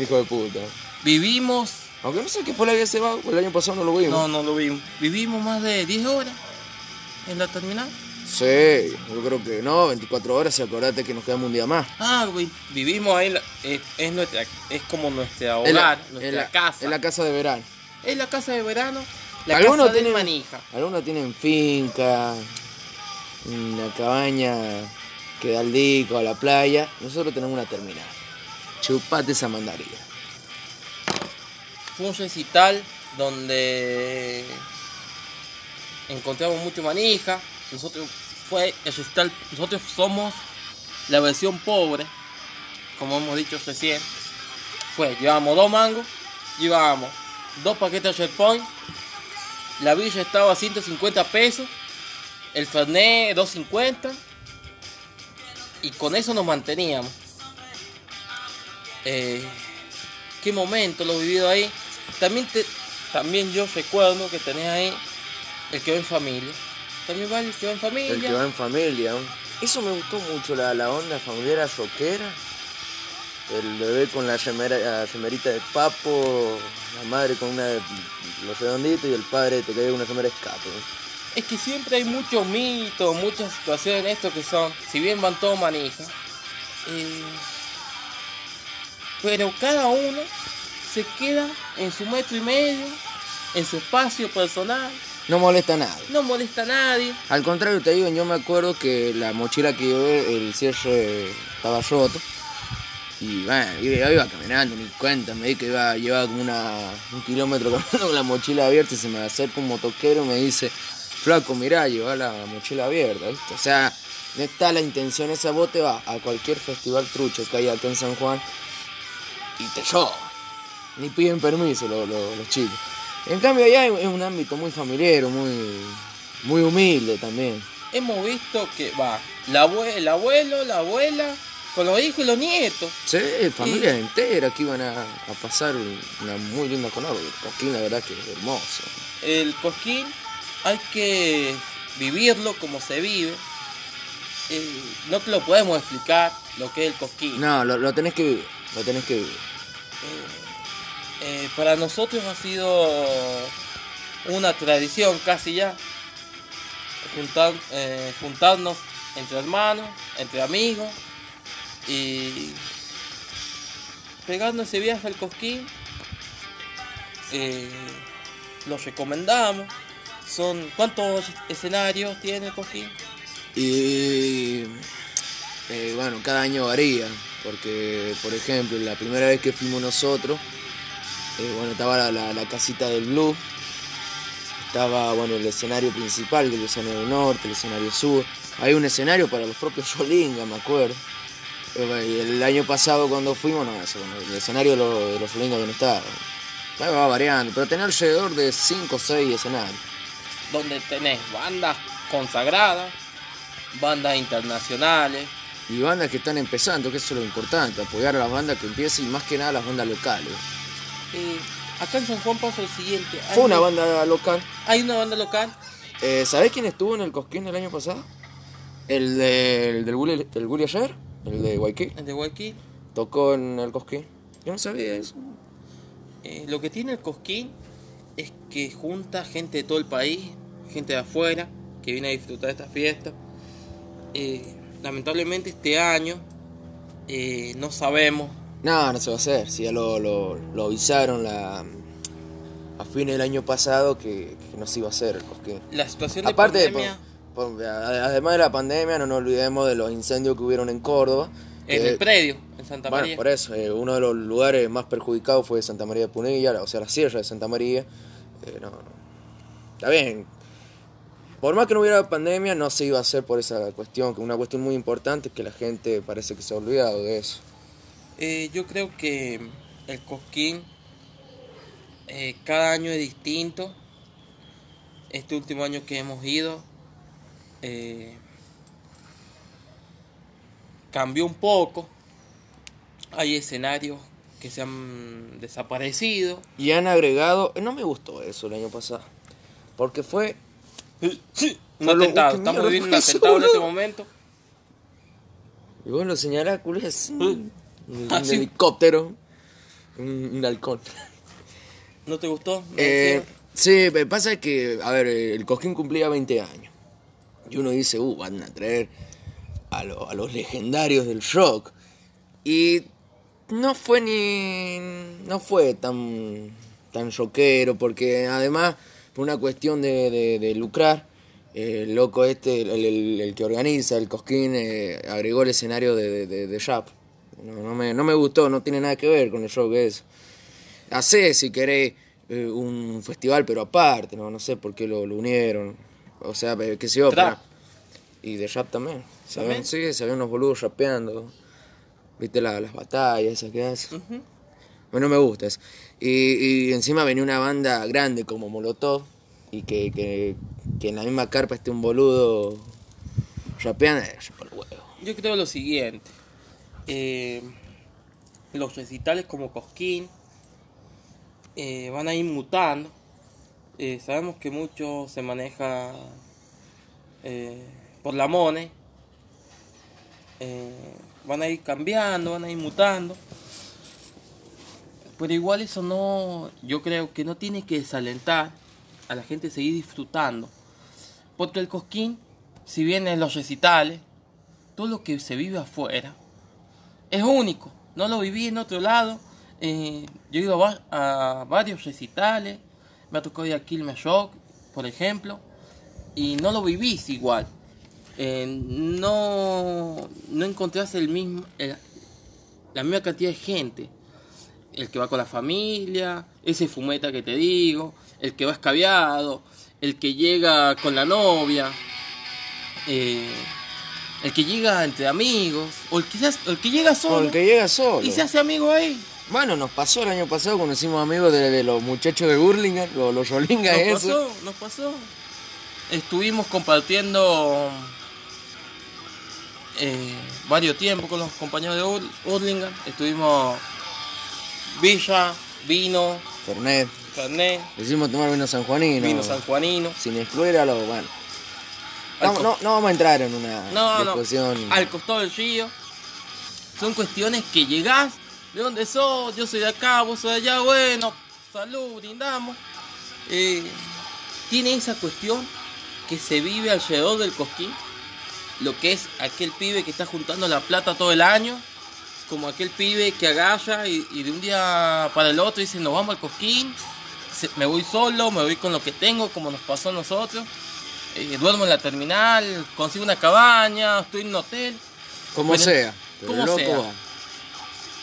Hijo de puta. Vivimos, Aunque no sé qué fue la había cebado, porque el año pasado no lo vimos. no, no lo vimos. Vivimos más de 10 horas en la terminal. Sí, yo creo que no, 24 horas y acordate que nos quedamos un día más. Ah, güey, vivimos ahí, en la- es, es nuestra, es como nuestra En la- hogar, nuestra en la- casa. En la casa de verano. es la casa de verano, la Algunos casa del tienen- manija. Algunos tienen finca, una cabaña que da al dico, a la playa. Nosotros tenemos una terminal. Chupate esa mandarina. Fue un recital donde encontramos mucho manija. Nosotros fue el recital, nosotros somos la versión pobre, como hemos dicho recién. Fue, llevábamos dos mangos, llevábamos dos paquetes de SharePoint, la villa estaba a 150 pesos, el Fernet 250, y con eso nos manteníamos. Eh, qué momento lo vivido ahí. También te, también yo recuerdo que tenés ahí el que va en familia. También va el que va en familia. El que va en familia. Eso me gustó mucho, la, la onda familiar rockera. El bebé con la, remera- la remerita de papo, la madre con una de los redonditos y el padre te cae una remera escape. Es que siempre hay muchos mitos, muchas situaciones en esto que son, si bien van todos manijas, eh, pero cada uno se queda en su metro y medio, en su espacio personal, No molesta nada. no molesta a nadie. Al contrario, te digo, yo me acuerdo que la mochila que llevé, el cierre estaba roto. Y bueno, iba, iba caminando, ni cuenta, me di que iba, llevaba como una, un kilómetro caminando con la mochila abierta y se me acerca un motoquero y me dice, flaco, mirá, lleva la mochila abierta, ¿viste? O sea, no está la intención esa, vos te vas a cualquier festival trucho que hay acá en San Juan y te llevan ni piden permiso lo- lo- los chicos. En cambio allá es un ámbito muy familiar, muy, muy humilde también. Hemos visto que va la abue- el abuelo, la abuela, con los hijos y los nietos. Sí, familias enteras que iban a, a pasar un- una muy linda colada. Coquín la verdad que es hermoso. El cosquín hay que vivirlo como se vive. Eh, no te lo podemos explicar lo que es el cosquín. No, lo, lo tenés que vivir, lo tenés que vivir. Eh, para nosotros ha sido una tradición casi ya juntar- eh, juntarnos entre hermanos, entre amigos y pegando ese viaje al Cosquín. eh, lo recomendamos. Son cuántos escenarios tiene el Cosquín? Y eh, bueno, cada año varía, porque por ejemplo, la primera vez que fuimos nosotros, eh, bueno, estaba la, la- la casita del Blue, Estaba, bueno, el escenario principal, el escenario norte, el escenario sur. Hay un escenario para los propios Yolinga, me acuerdo. Eh, El año pasado cuando fuimos, no, eso, bueno, el escenario de los, de los Yolinga que no estaba. Bueno, Va variando, pero tener alrededor de 5 o 6 escenarios. donde tenés bandas consagradas, bandas internacionales, Y bandas que están empezando, que eso es lo importante, apoyar a las bandas que empiezan y más que nada las bandas locales. Eh, acá en San Juan pasó el siguiente. Hay Fue una banda local. Hay una banda local. Eh, ¿Sabés quién estuvo en el Cosquín el año pasado? El, de- el del, Gulli, del Gulli ayer, el de Waikiki. el de Guayquil. Tocó en el Cosquín. Yo no sabía eso. Eh, lo que tiene el Cosquín es que junta gente de todo el país, gente de afuera, que viene a disfrutar de esta fiesta. Eh, lamentablemente este año eh, no sabemos. No, no se va a hacer. Si ya lo, lo- lo avisaron la, a fines del año pasado que, que no se iba a hacer el Cosquín. La situación de Aparte, de- pandemia por- por- a- además de la pandemia, no nos olvidemos de los incendios que hubieron en Córdoba. en que- el predio, en Santa Bueno, María. por eso, eh, uno de los lugares más perjudicados fue Santa María de Punilla, la- o sea, la sierra de Santa María. Eh, no, no. Está bien. Por más que no hubiera pandemia, no se iba a hacer por esa cuestión, que una cuestión muy importante es que la gente parece que se ha olvidado de eso. Eh, yo creo que el Cosquín eh, cada año es distinto. Este último año que hemos ido eh, cambió un poco. Hay escenarios que se han desaparecido. Y han agregado, eh, no me gustó eso el año pasado, porque fue Un Pablo, atentado. qué Estamos mierda viviendo un fue eso, atentado en este boludo. momento. Y vos lo señalás, culé, así, un, un Ah, sí. helicóptero, un, un halcón. ¿No te gustó? ¿No Eh, hicieron? sí, me pasa que, a ver, el Cosquín cumplía 20 años. Y uno dice, uh, van a traer a, lo- a los legendarios del rock. Y no fue ni. No fue tan. tan rockero, porque además, por una cuestión de, de- de lucrar, eh, el loco este, el, el- el que organiza el Cosquín, eh, agregó el escenario de, de, de- de rap. No, no me, no me gustó, no tiene nada que ver con el rock eso hacer si querés eh, un festival, pero aparte, no, no sé por qué lo, lo unieron. O sea, pe- qué sé yo. Trap. pero- Y de rap también. Se ¿También? habían- sí, se habían unos boludos rapeando. Viste la- las batallas esas que hacen. Bueno, me gusta eso. Y, y encima venía una banda grande como Molotov. Y que, que, que en la misma carpa esté un boludo rapeando. eh, yo por el huevo. Yo creo lo siguiente. eh, los recitales como Cosquín eh, van a ir mutando. Eh, sabemos que mucho se maneja eh, por la MONE. Eh, van a ir cambiando, van a ir mutando. Pero igual eso no, yo creo que no tiene que desalentar a la gente a seguir disfrutando. Porque el Cosquín, si bien en los recitales, todo lo que se vive afuera es único. No lo viví en otro lado. Eh, yo he ido a, va- a varios recitales. Me ha tocado ir a Kilme Shock, por ejemplo. Y no lo vivís igual. Eh, no, no encontrás el mismo, el- la misma cantidad de gente. El que va con la familia, ese fumeta que te digo, el que va escabiado, el que llega con la novia. Eh, el que llega entre amigos, o el que, se hace- o el que llega solo Con el que llega solo. y se hace amigo ahí. Bueno, nos pasó el año pasado cuando hicimos amigos de, de los muchachos de Burlingame, los, los Yolingas Nos esos. pasó, nos pasó. Estuvimos compartiendo eh, varios tiempos con los compañeros de Ur- Urlingan. Estuvimos Villa, Vino, Fernet, Fernet, le hicimos tomar vino sanjuanino. Vino sanjuanino. Sin excluir a los. Bueno. Al No, co- no, no vamos a entrar en una No, no, discusión. al costado del río. Son cuestiones que llegás, de dónde sos, yo soy de acá, vos sos de allá, bueno, salud, brindamos. Eh, tiene esa cuestión que se vive alrededor del cosquín, lo que es aquel pibe que está juntando la plata todo el año, como aquel pibe que agarra y, y de un día para el otro dice, nos vamos al cosquín, se- me voy solo, me voy con lo que tengo, como nos pasó a nosotros. Eh, duermo en la terminal, consigo una cabaña, estoy en un hotel, Como Bueno, sea. Pero como loco sea. va,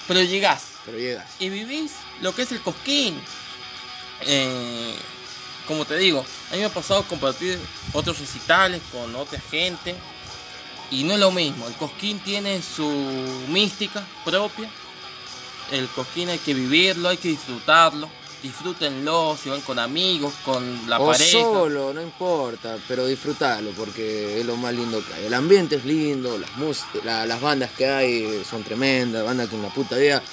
pero llegás pero llega. y vivís lo que es el cosquín. Eh, como te digo, a mí me ha pasado compartir otros recitales con otra gente y no es lo mismo. El Cosquín tiene su mística propia. El Cosquín hay que vivirlo, hay que disfrutarlo. Disfrútenlo, si van con amigos, con la o pareja. solo, no importa, pero disfrutalo porque es lo más lindo que hay. El ambiente es lindo, las mus- la- las bandas que hay son tremendas, bandas que en la puta vida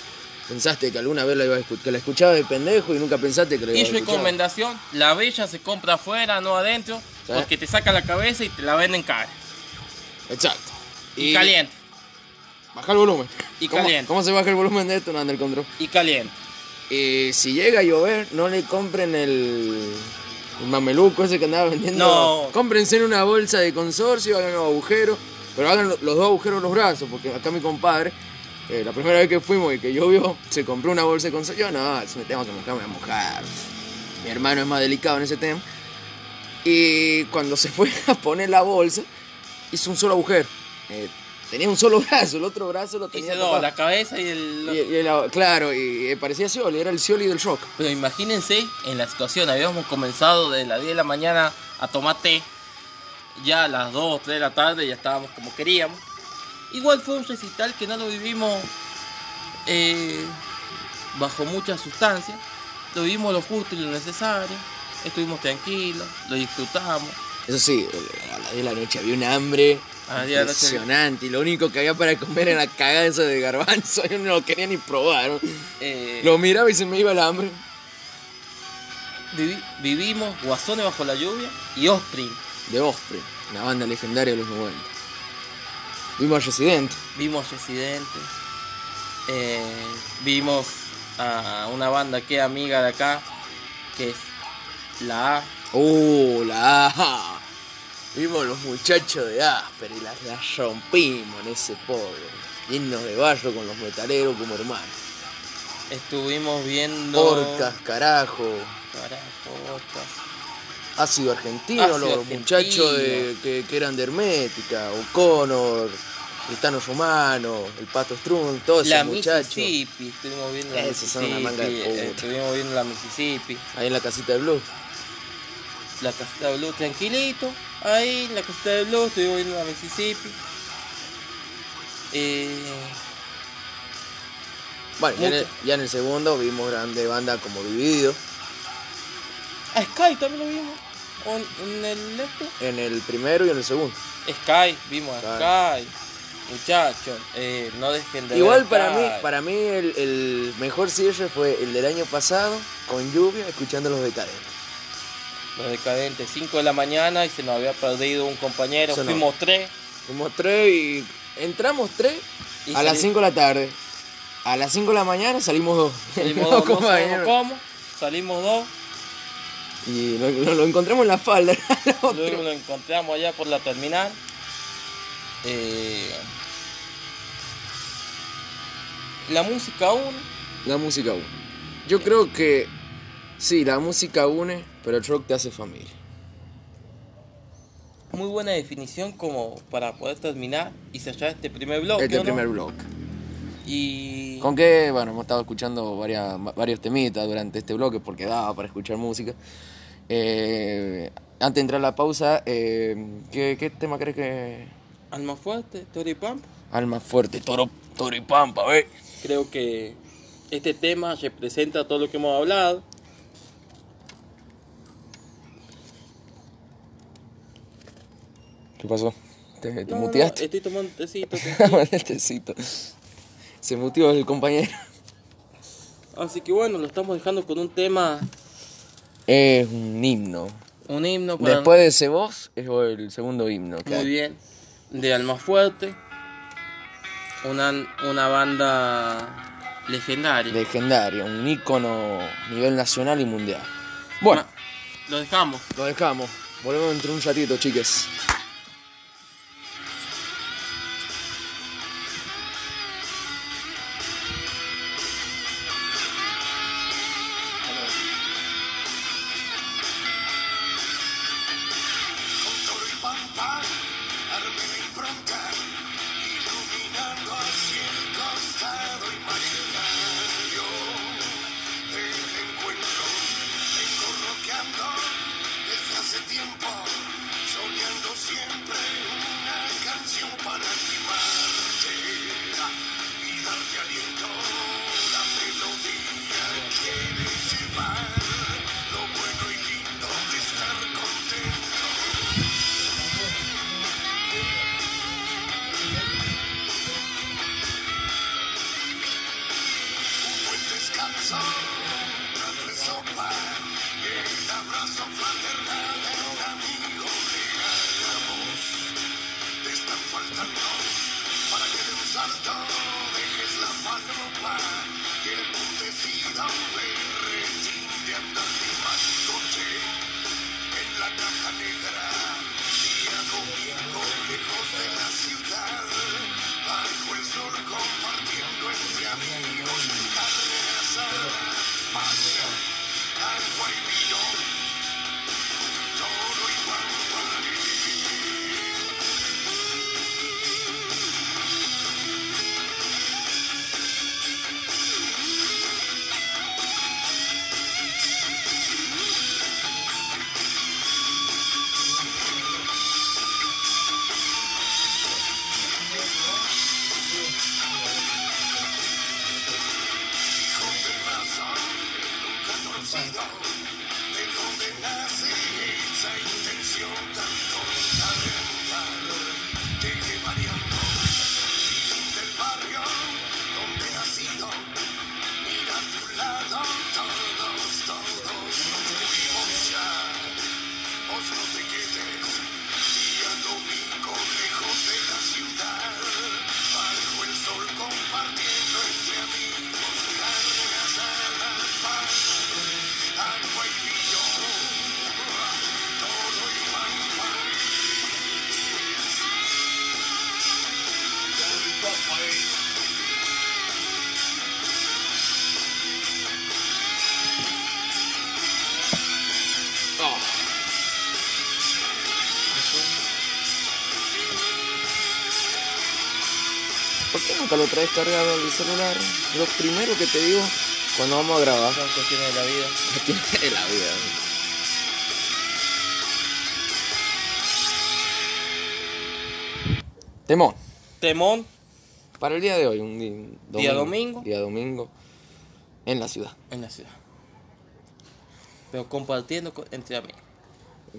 pensaste que alguna vez la iba a escuchar, que la escuchaba de pendejo y nunca pensaste que la Y iba a su escuchar. recomendación, la bella se compra afuera, no adentro, Sí. porque te saca la cabeza y te la venden cara. Exacto. Y, caliente, Baja el volumen. Y ¿Cómo, caliente. ¿Cómo se baja el volumen de esto? No anda el control. y caliente. Eh, si llega a llover, no le compren el, el mameluco ese que andaba vendiendo. No. Cómprense en una bolsa de consorcio, hagan los agujeros, pero hagan lo- los dos agujeros en los brazos, porque acá mi compadre, eh, la primera vez que fuimos y que llovió, se compró una bolsa de consorcio. Yo no, si me tengo que mojar, me voy a mojar. Mi hermano es más delicado en ese tema. Y cuando se fue a poner la bolsa, hizo un solo agujero. Eh, tenía un solo brazo, el otro brazo lo Y tenía. se do, tapado. la cabeza y el... Y- y el- claro, y, eh, parecía Scioli, era el Scioli del rock. Pero imagínense en la situación, habíamos comenzado de las 10 de la mañana a tomar té, ya a las 2, 3 de la tarde ya estábamos como queríamos. Igual fue un recital que no lo vivimos eh, bajo muchas sustancias, lo vivimos lo justo y lo necesario, estuvimos tranquilos, lo disfrutamos. Eso sí, a las 10 de la noche había un hambre A las 10 de la noche. impresionante. Y lo único que había para comer era la cagaza de garbanzo. Yo no lo quería ni probar. ¿no? eh, Lo miraba y se me iba el hambre. vivi- vivimos Guasones bajo la lluvia y Osprey. De Osprey, una banda legendaria de los 90. Vimos a Resident. Vimos Residente. eh, vimos a una banda que es amiga de acá, que es la A. ¡Oh, la A! Vimos a los muchachos de Asper y las, las rompimos en ese pobre. Llenos de barro con los metaleros como hermanos. Estuvimos viendo. Porcas, carajo. Carajo, orcas. Ácido argentino, Ácido los argentino. muchachos de- que, que eran de Hermética, O'Connor, Cristiano Romano, el Pato Strun, todos La esos muchachos. Mississippi, estuvimos viendo la Esos son una Mississippi. manga de eh, puta. estuvimos viendo la Mississippi. Ahí en la casita de Blue. La casita de Blue, tranquilito. Ahí, en la casita de Blue, estuvimos viendo la Mississippi. Eh, Bueno, ya en, el, Mucho. ya en el segundo vimos grandes bandas como Dividido. a Sky también lo vimos. ¿O en el este? En el primero y en el segundo. Sky, vimos a Sky. Muchachos, eh, no dejen de ver Igual a para Sky. mí, para mí el, el mejor cierre fue el del año pasado, con lluvia, escuchando los decadentes. Los decadentes, 5 de la mañana y se nos había perdido un compañero. Eso no. Fuimos tres. Fuimos tres y. Entramos tres Y a las sali- 5 de la tarde. A las 5 de la mañana salimos dos. No, Salimos dos, no sabemos compañero. cómo. Salimos dos. Y lo, lo- lo encontramos en la falda. al otro. Luego lo encontramos allá por la terminal. Eh, la música 1. La música une. Yo creo que sí, la música une, pero el rock te hace familia. Muy buena definición como para poder terminar y cerrar este primer bloque. este ¿o no? primer bloque. Y Con que, bueno, hemos estado escuchando varias, varios temitas durante este bloque porque daba para escuchar música. Eh, antes de entrar a la pausa, eh, ¿qué, qué tema crees que... Alma Fuerte, Tori Pampa. Alma fuerte, toro, toro y pampa, ve. Creo que este tema representa todo lo que hemos hablado. ¿Qué pasó? ¿Te, te No, no, muteaste? no, estoy tomando tecito. Con el tecito. Se mutió el compañero. Así que bueno, lo estamos dejando con un tema, Es un himno. un himno para Después de ese voz, es el segundo himno. que muy hay. bien de Alma Fuerte, una, una banda legendaria. Legendario, un ícono a nivel nacional y mundial. Bueno, Ma- Ah, lo dejamos. lo dejamos. Volvemos entre un ratito, chiques. Con toro y pampa, arme de impronta, iluminando hacia el costado imaginario. El encuentro, recorroqueando, corazón, dame sopa y el abrazo fraternal de un amigo leal de amor. Te están faltando para que de un salto dejes la paloma que el mundo decida volver sin andar de más noche en la caja negra. Día domingo lejos de la ciudad, bajo el sol compartiendo entre amigos carne asada, magia, agua y vino, todo igual para vivir. hijos del razón, nunca torcido, de donde nace esa intención tan tonta de mudar, que llevaríamos del barrio donde nacido, mira a tu lado, todos, todos, nos fuimos ya, os no te quedes, día domingo lejos de la ciudad, bajo el sol compartiendo entre amigos, carne asada, pan, agua y vino, todo igual para ¿Por qué nunca lo traes cargado al celular? Lo primero que te digo cuando vamos a grabar. Son cuestiones de la vida. Cuestiones de la vida. Temón. Temón, Para el día de hoy, un di- domingo, Día domingo. Día domingo. En la ciudad. en la ciudad. Pero compartiendo co- entre amigos.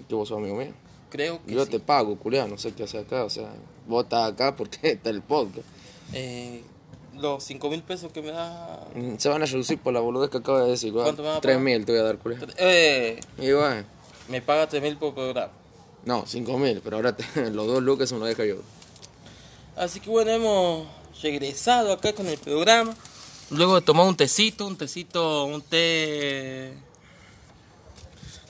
Que vos sos amigo mío. Creo que Yo sí. te pago, culiado. No sé qué haces acá. O sea, vos estás acá porque está el podcast. Eh, los 5 mil pesos que me da. Mm, Se van a reducir por la boludez que acabas de decir. ¿Cuánto me vas a pagar? 3.000 te voy a dar, culiado. Eh, Y bueno, me paga 3 mil por programa. no, 5.000. Pero ahora te- los dos lucas uno deja yo. Así que bueno, hemos regresado acá con el programa. Luego de tomar un tecito, un tecito, un té.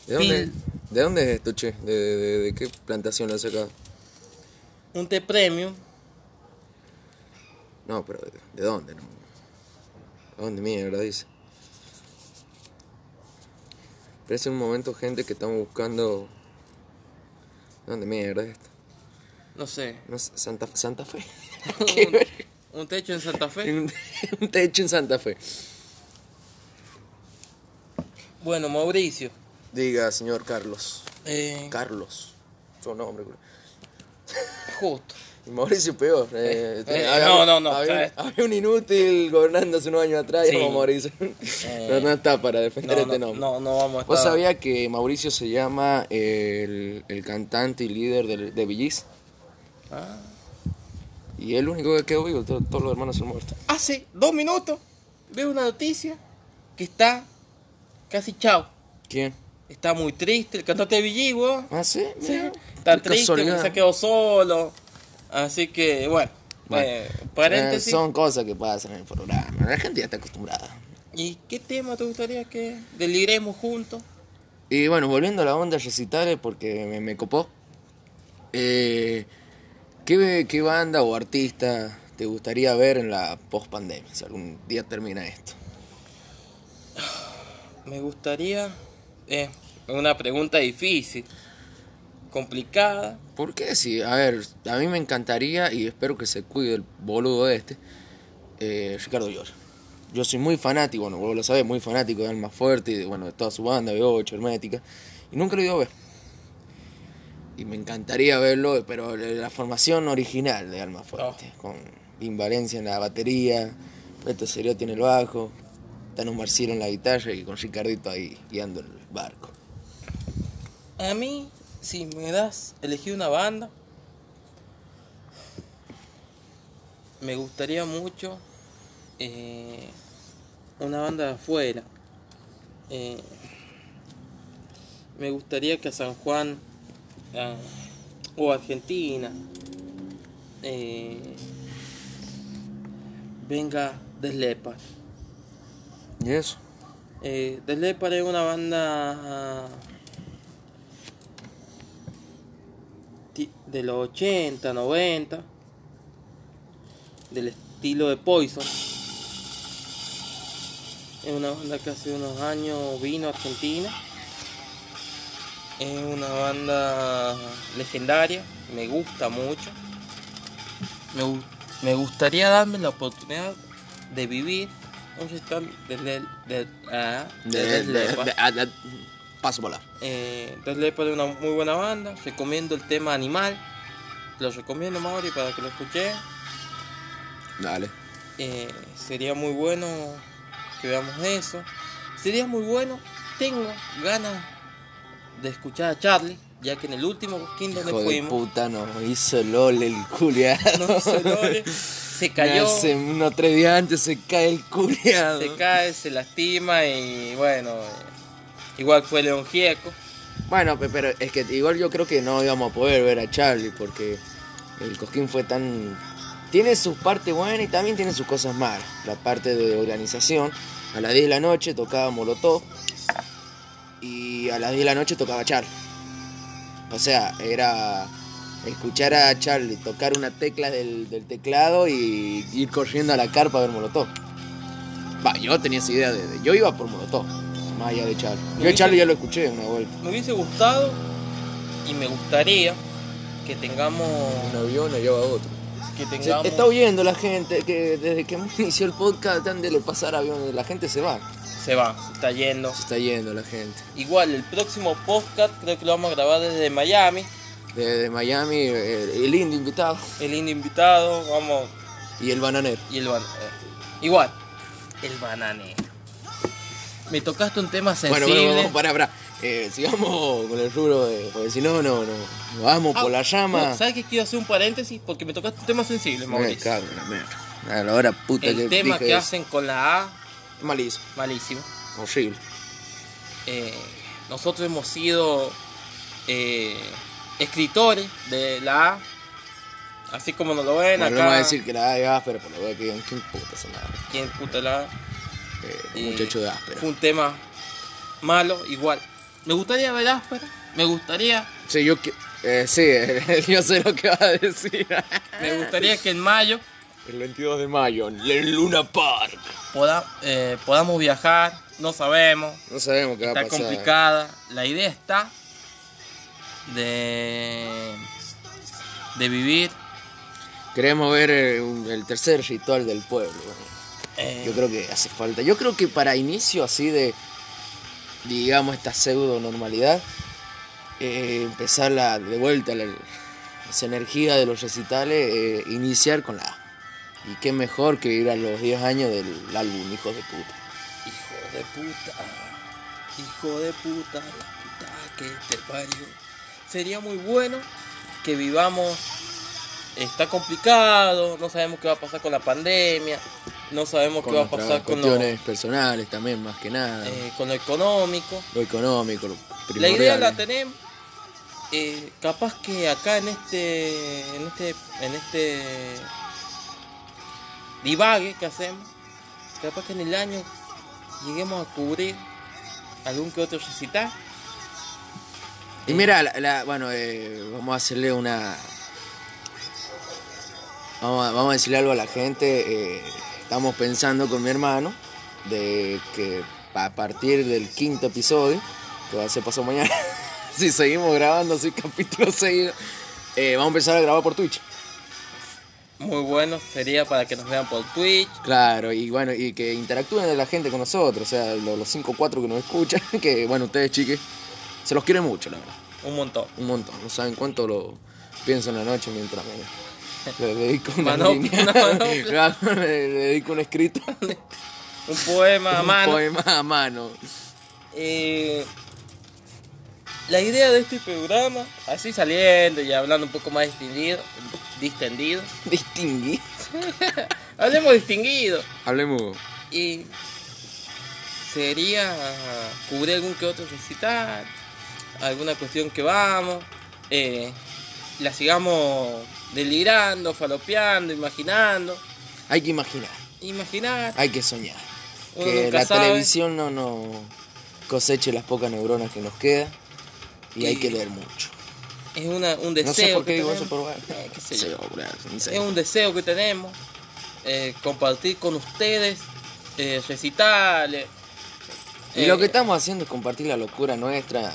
¿De dónde, Pil. ¿De dónde es esto, che? ¿De, de- de- de qué plantación lo has sacado? Un té premium. No, pero ¿de, de dónde? No? ¿De dónde mierda dice? Parece un momento, gente, que estamos buscando. ¿De dónde mierda es esto? No sé. No, sé, Santa, Santa Fe. Qué verga. Un, un techo en Santa Fe. un, un techo en Santa Fe. Bueno, Mauricio. Diga, señor Carlos. eh, Carlos. Su nombre, culo. justo. Y Mauricio peor. eh, Eh, eh, no, no, no, Había, está- había un inútil gobernando hace unos años atrás y Sí. Eh. llamó Mauricio. no, no está para defender No, este no, nombre. no, no vamos a ¿Vos estar- sabías que Mauricio se llama el, el cantante y líder del- de Villis? Ah. Y el único que quedó vivo, to- todos, los hermanos son muertos. Hace dos minutos veo una noticia que está casi chao. ¿Quién? Está muy triste el cantante de Billy, weón. ¿Ah, sí? Mira, Está qué triste porque casualidad. se quedó solo. Así que, bueno. Bueno. eh, Eh, paréntesis. son cosas que pasan en el programa. La gente ya está acostumbrada. ¿Y qué tema te gustaría que deliremos juntos? Y bueno, volviendo a la onda recitales, porque me, me copó. eh, ¿qué, qué banda o artista te gustaría ver en la post pandemia? Si algún día termina esto. Me gustaría. eh, una pregunta difícil, complicada. ¿Por qué? Sí, a ver, a mí me encantaría y espero que se cuide el boludo este, eh, Ricardo Llor. Yo soy muy fanático, bueno, vos lo sabés, muy fanático de Alma Fuerte, y de, bueno, de toda su banda, B8, Hermética, y nunca lo he ido a ver. Y me encantaría verlo, pero la la formación original de Alma Fuerte, con Vin Valencia en la batería, Beto Serioti en el bajo, Thanos Marcelo en la guitarra y con Ricardito ahí guiando el barco. A mí, si me das elegir una banda, me gustaría mucho eh, una banda de afuera. Eh, me gustaría que a San Juan ah, o Argentina eh, venga Deslepa. ¿Y eso? Eh, The Leppard es una banda ti- de los 80, 90, del estilo de Poison. Es una banda que hace unos años vino a Argentina. Es una banda legendaria, me gusta mucho. Me, gu- me gustaría darme la oportunidad de vivir un recital de, de, de, ah, de Def Leppard. paso por la. Eh, Def Leppard es una muy buena banda. Recomiendo el tema Animal. Lo recomiendo, Mauri, para que lo escuchen. Dale. Eh, sería muy bueno que veamos eso. Sería muy bueno. Tengo ganas de escuchar a Charlie, ya que en el último King donde Hijo de fuimos, puta, nos hizo LOL el culiado. no hizo doble, se cayó, Hace unos tres días antes se cae el culiado. se cae, se lastima y bueno, eh, igual fue León Gieco. Bueno, pe- pero es que igual yo creo que no íbamos a poder ver a Charlie porque el Cosquín fue tan... Tiene sus partes buenas y también tiene sus cosas malas. La parte de organización. A las 10 de la noche tocaba Molotov y a las 10 de la noche tocaba Charlie. O sea, era escuchar a Charlie tocar una tecla del, del teclado y ir corriendo a la carpa a ver Molotov. Va, yo tenía esa idea de... de- Yo iba por Molotov, más allá de Charlie. Yo a Charlie ya lo escuché una vuelta. Me hubiese gustado y me gustaría que tengamos avión lleva a otro. que tengamos está huyendo la gente, que desde que inició el podcast han de pasar aviones, la gente se va. se va, se está yendo. Se está yendo la gente. Igual el próximo podcast creo que lo vamos a grabar desde Miami. Desde Miami, eh, el indio invitado El lindo invitado, vamos y el bananero. y el ban- eh, igual el bananero. Me tocaste un tema sensible. Bueno, bueno, bueno, pará, pará. Eh, sigamos con el rubro, de, porque si no, no, no. Nos vamos Ah, por la llama. no, ¿Sabes que quiero hacer un paréntesis porque me tocaste un tema sensible, Me Mauricio? cago en la mierda. A la hora puta que el tema dije que eso. hacen con la A, Malísimo, malísimo. horrible. Eh, nosotros hemos sido eh, escritores de la A, así como nos lo ven Bueno, no acá. vamos a decir que la A de áspera, pero la voy a que digan, ¿quién puta son las A? ¿Quién puta la A? Eh, Y muchacho de áspera. Fue un tema malo, igual. Me gustaría ver áspera, me gustaría, Sí, yo que... eh, sí, yo sé lo que va a decir. me gustaría que en mayo El 22 de mayo, en Luna Park. poda- eh, podamos viajar, no sabemos, No sabemos qué va a está pasar. complicada. La idea está de, de vivir. Queremos ver eh, un- el tercer ritual del pueblo. bueno. eh, Yo creo que hace falta. Yo creo que para inicio así de, digamos, esta pseudo normalidad, eh, empezar la, de vuelta la- esa energía de los recitales, eh, iniciar con la A. Y qué mejor que ir a los 10 años del álbum, hijos de puta. Hijo de puta, hijo de puta, la puta que te parió. Sería muy bueno que vivamos. Está complicado, no sabemos qué va a pasar con la pandemia, no sabemos qué va a nuestras pasar con lo, cuestiones personales también, más que nada. eh, con lo económico. lo económico, lo La idea primordial, la ¿eh? tenemos. eh, capaz que acá en este, en este, en este divague que hacemos, capaz que en el año lleguemos a cubrir algún que otro recital. Y mira, la- la- bueno, eh, vamos a hacerle una. Vamos a, vamos a decirle algo a la gente. eh, estamos pensando con mi hermano de que a partir del quinto episodio, que va a ser pasado mañana, si seguimos grabando así capítulo seguido, eh, vamos a empezar a grabar por Twitch. Muy bueno sería para que nos vean por Twitch. Claro, y bueno, y que interactúen la gente con nosotros, o sea, lo- los 5 o 4 que nos escuchan, que bueno, ustedes chiques, se los quiere mucho, la verdad. Un montón. un montón. No saben cuánto lo pienso en la noche mientras me, le dedico una Manopla, línea. una manopla. le dedico un escrito, Un poema a un mano. poema a mano. Eh, la idea de este programa, así saliendo y hablando un poco más distinguido, distendido. Distinguí. Hablemos distinguido. Hablemos. Y sería cubrir algún que otro recital, alguna cuestión que vamos, eh, la sigamos delirando, falopeando, imaginando. Hay que imaginar, Imaginar, hay que soñar. Uno que nunca la sabe. televisión no nos coseche las pocas neuronas que nos queda y, Y- hay que leer mucho. es una- un deseo. No sé por que qué digo eso, tenemos. pero bueno. Eh, qué sé yo. Sí, bueno, no sé. Es un deseo que tenemos, eh, compartir con ustedes eh, recitales. Y eh, lo que estamos haciendo es compartir la locura nuestra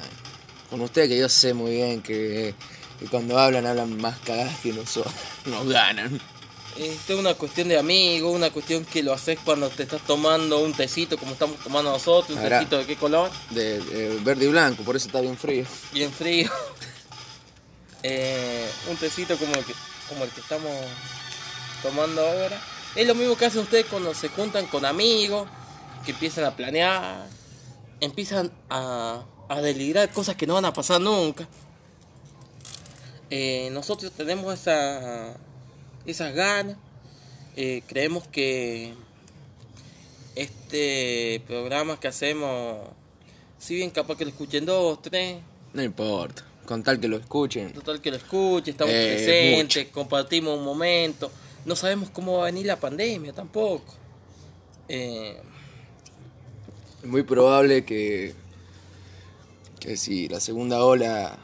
con ustedes, que yo sé muy bien que, que cuando hablan, hablan más cagadas que nosotros. Nos ganan. Esto es una cuestión de amigos, una cuestión que lo haces cuando te estás tomando un tecito como estamos tomando nosotros, un Ahora. tecito de qué color, De eh, verde y blanco, por eso está bien frío. bien frío. Eh, un tecito como el, que, como el que estamos tomando ahora. Es lo mismo que hacen ustedes cuando se juntan con amigos, que empiezan a planear, empiezan a, a delirar cosas que no van a pasar nunca. Eh, nosotros tenemos esa, esas ganas, eh, creemos que este programa que hacemos, si bien capaz que lo escuchen dos, tres, No importa, con tal que lo escuchen. total que lo escuchen, estamos Eh, presentes, compartimos un momento, no sabemos cómo va a venir la pandemia tampoco. Eh, Es muy probable que, que si la segunda ola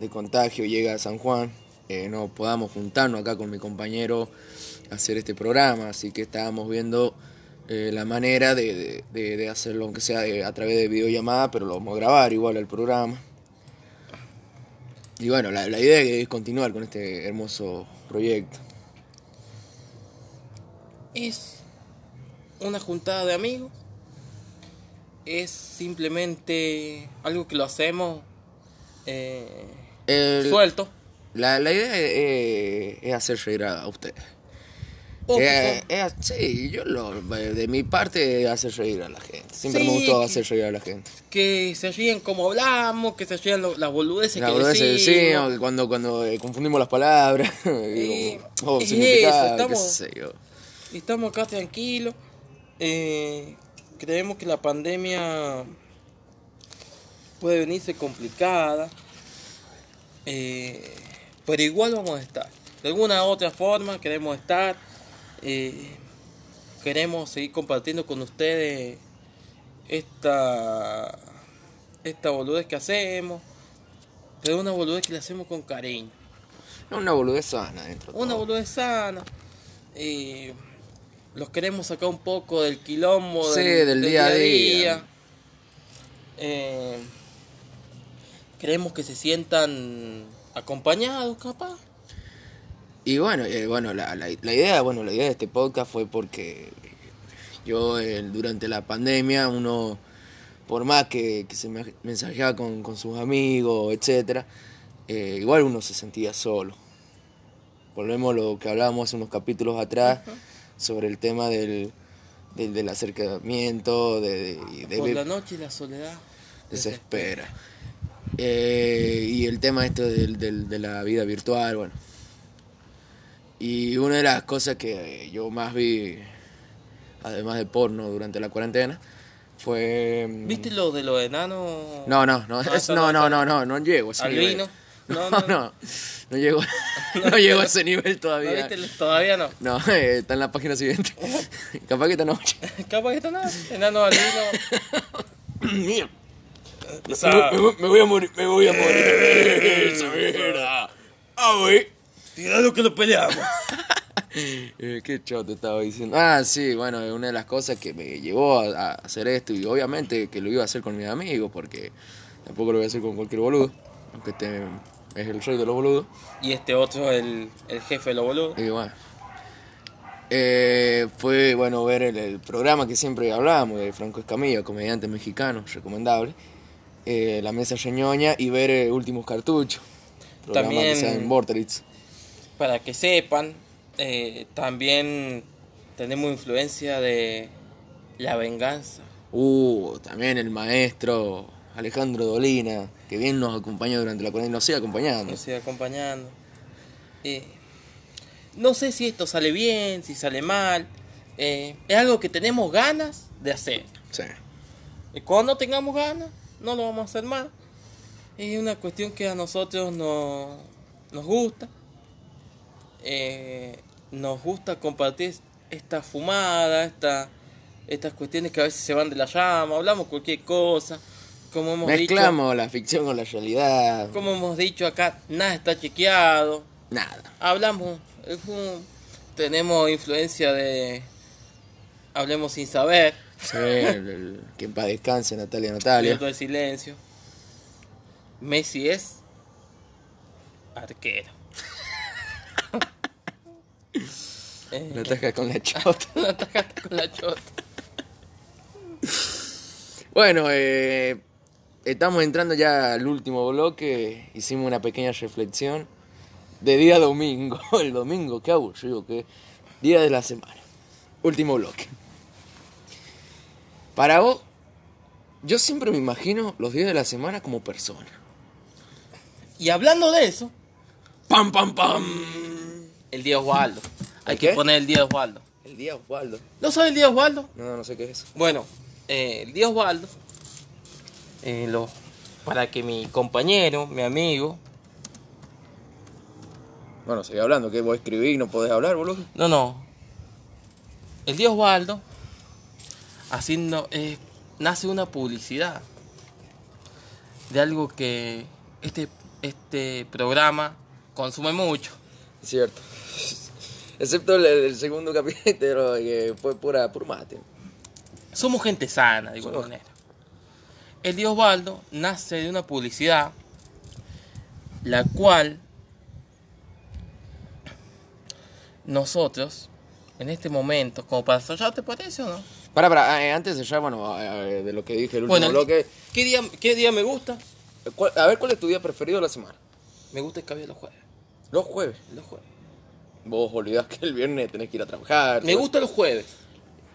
de contagio llega a San Juan, eh, no podamos juntarnos acá con mi compañero a hacer este programa. Así que estábamos viendo eh, la manera de, de- de- de hacerlo, aunque sea de- a través de videollamada, pero lo vamos a grabar igual el programa. Y bueno, la, la idea es continuar con este hermoso proyecto. es una juntada de amigos. Es simplemente algo que lo hacemos eh, El- suelto. la, la idea eh, es, es hacer reír a a ustedes. poco, Eh, con- eh, sí, yo lo, eh, de mi parte hacer reír a la gente. Siempre Sí, me gustó que- hacer reír a la gente. que se ríen como hablamos, que se ríen lo- las boludeces La que verdad es que sí, decimos. o que cuando, cuando eh, confundimos las palabras, digo, oh, es significado, eso, estamos- qué sé yo. Estamos acá tranquilos. eh, creemos que la pandemia puede venirse complicada. eh, pero igual vamos a estar. De alguna u otra forma queremos estar. eh, queremos seguir compartiendo con ustedes esta, esta boludez que hacemos. Pero una boludez que la hacemos con cariño. Es una boludez sana dentro. de Una todo. boludez sana. eh, los queremos sacar un poco del quilombo Sí, del día a día. Eh, queremos que se sientan acompañados, capaz. Y bueno, eh, bueno la, la- la idea, bueno, la idea de este podcast fue porque yo eh, durante la pandemia, uno, por más que, que se me- mensajeaba con, con sus amigos, etcétera, eh, igual uno se sentía solo. Volvemos a lo que hablábamos hace unos capítulos atrás sobre el tema del, del, del acercamiento, de, de- y de- Por la noche y la soledad. desespera. Eh, y el tema esto del, del- de la vida virtual, bueno. Y una de las cosas que yo más vi, además de porno durante la cuarentena, fue... mm, ¿Viste lo de los enanos? No, no, no, es- está no, bien, no, está no, no, no llego a ese ¿Albino? nivel. No, No, no. no, no llego, no llego a ese nivel ¿No todavía. viste? Todavía no. No, eh, está en la página siguiente. Capaz que esta noche. Capaz que están nada. Enanos albinos. Mierda. sea- Me, me- me voy a morir, me voy a morir. Sabina. Ah, güey. Tirado que lo peleamos. Eh, Qué choto estaba diciendo. Ah, sí, bueno, es una de las cosas que me llevó a, a hacer esto. Y obviamente que lo iba a hacer con mis amigos, porque tampoco lo voy a hacer con cualquier boludo. Aunque este es el rey de los boludos. Y este otro, el, el jefe de los boludos. Y bueno. Eh, fue bueno ver el, el programa que siempre hablábamos de Franco Escamilla, comediante mexicano, recomendable. Eh, la mesa Ñoña y ver eh, Últimos Cartuchos. Programa que También- se da en Vorterix. Para que sepan, eh, también tenemos influencia de la venganza. Uh, también el maestro Alejandro Dolina, que bien nos acompañó durante la cuarentena, nos sigue acompañando. Nos sigue acompañando. Eh, no sé si esto sale bien, si sale mal. eh, es algo que tenemos ganas de hacer. Sí. Y cuando tengamos ganas, no lo vamos a hacer más. Es una cuestión que a nosotros no- nos gusta. Eh, nos gusta compartir esta fumada, esta, estas cuestiones que a veces se van de la llama, hablamos cualquier cosa. Como hemos Mezclamos la ficción con la realidad. dicho, como hemos dicho acá, nada está chequeado. Nada. Hablamos, es un- tenemos influencia de hablemos sin saber, Sí, el- el- que en paz descanse Natalia Natalia. minuto de silencio. Messi es arquero. Eh, La ataja con la chota. la atajaste con la chota. Bueno, eh, estamos entrando ya al último bloque. Hicimos una pequeña reflexión de día domingo. El domingo, qué aburrido, qué día de la semana. Último bloque. Para vos, yo siempre me imagino los días de la semana como persona. Y hablando de eso, ¡Pam, pam, pam! el día Osvaldo. Hay ¿El que qué? poner el día Osvaldo. El día Osvaldo. ¿No sabes el día Osvaldo? No, no sé qué es eso. Bueno, eh, el día Osvaldo, eh, lo- para que mi compañero, mi amigo, Bueno, seguí hablando, que vos escribís y no podés hablar, boludo. No, no. El día Osvaldo haciendo, eh, nace una publicidad de algo que este, este programa consume mucho. Cierto. Excepto el, el segundo capítulo que fue pura puro mate. Somos gente sana, de alguna Somos- manera. El día Osvaldo nace de una publicidad la cual nosotros, en este momento, como para ya ¿te parece o no? Para, para, antes de ya, bueno, eh, de lo que dije el último bloque, eh, ¿qué día, ¿qué día me gusta? ¿cuál- a ver cuál es tu día preferido de la semana. Me gusta el cabello los jueves. Los jueves. Los jueves. Vos olvidás que el viernes tenés que ir a trabajar. Me todo gusta los jueves. eso.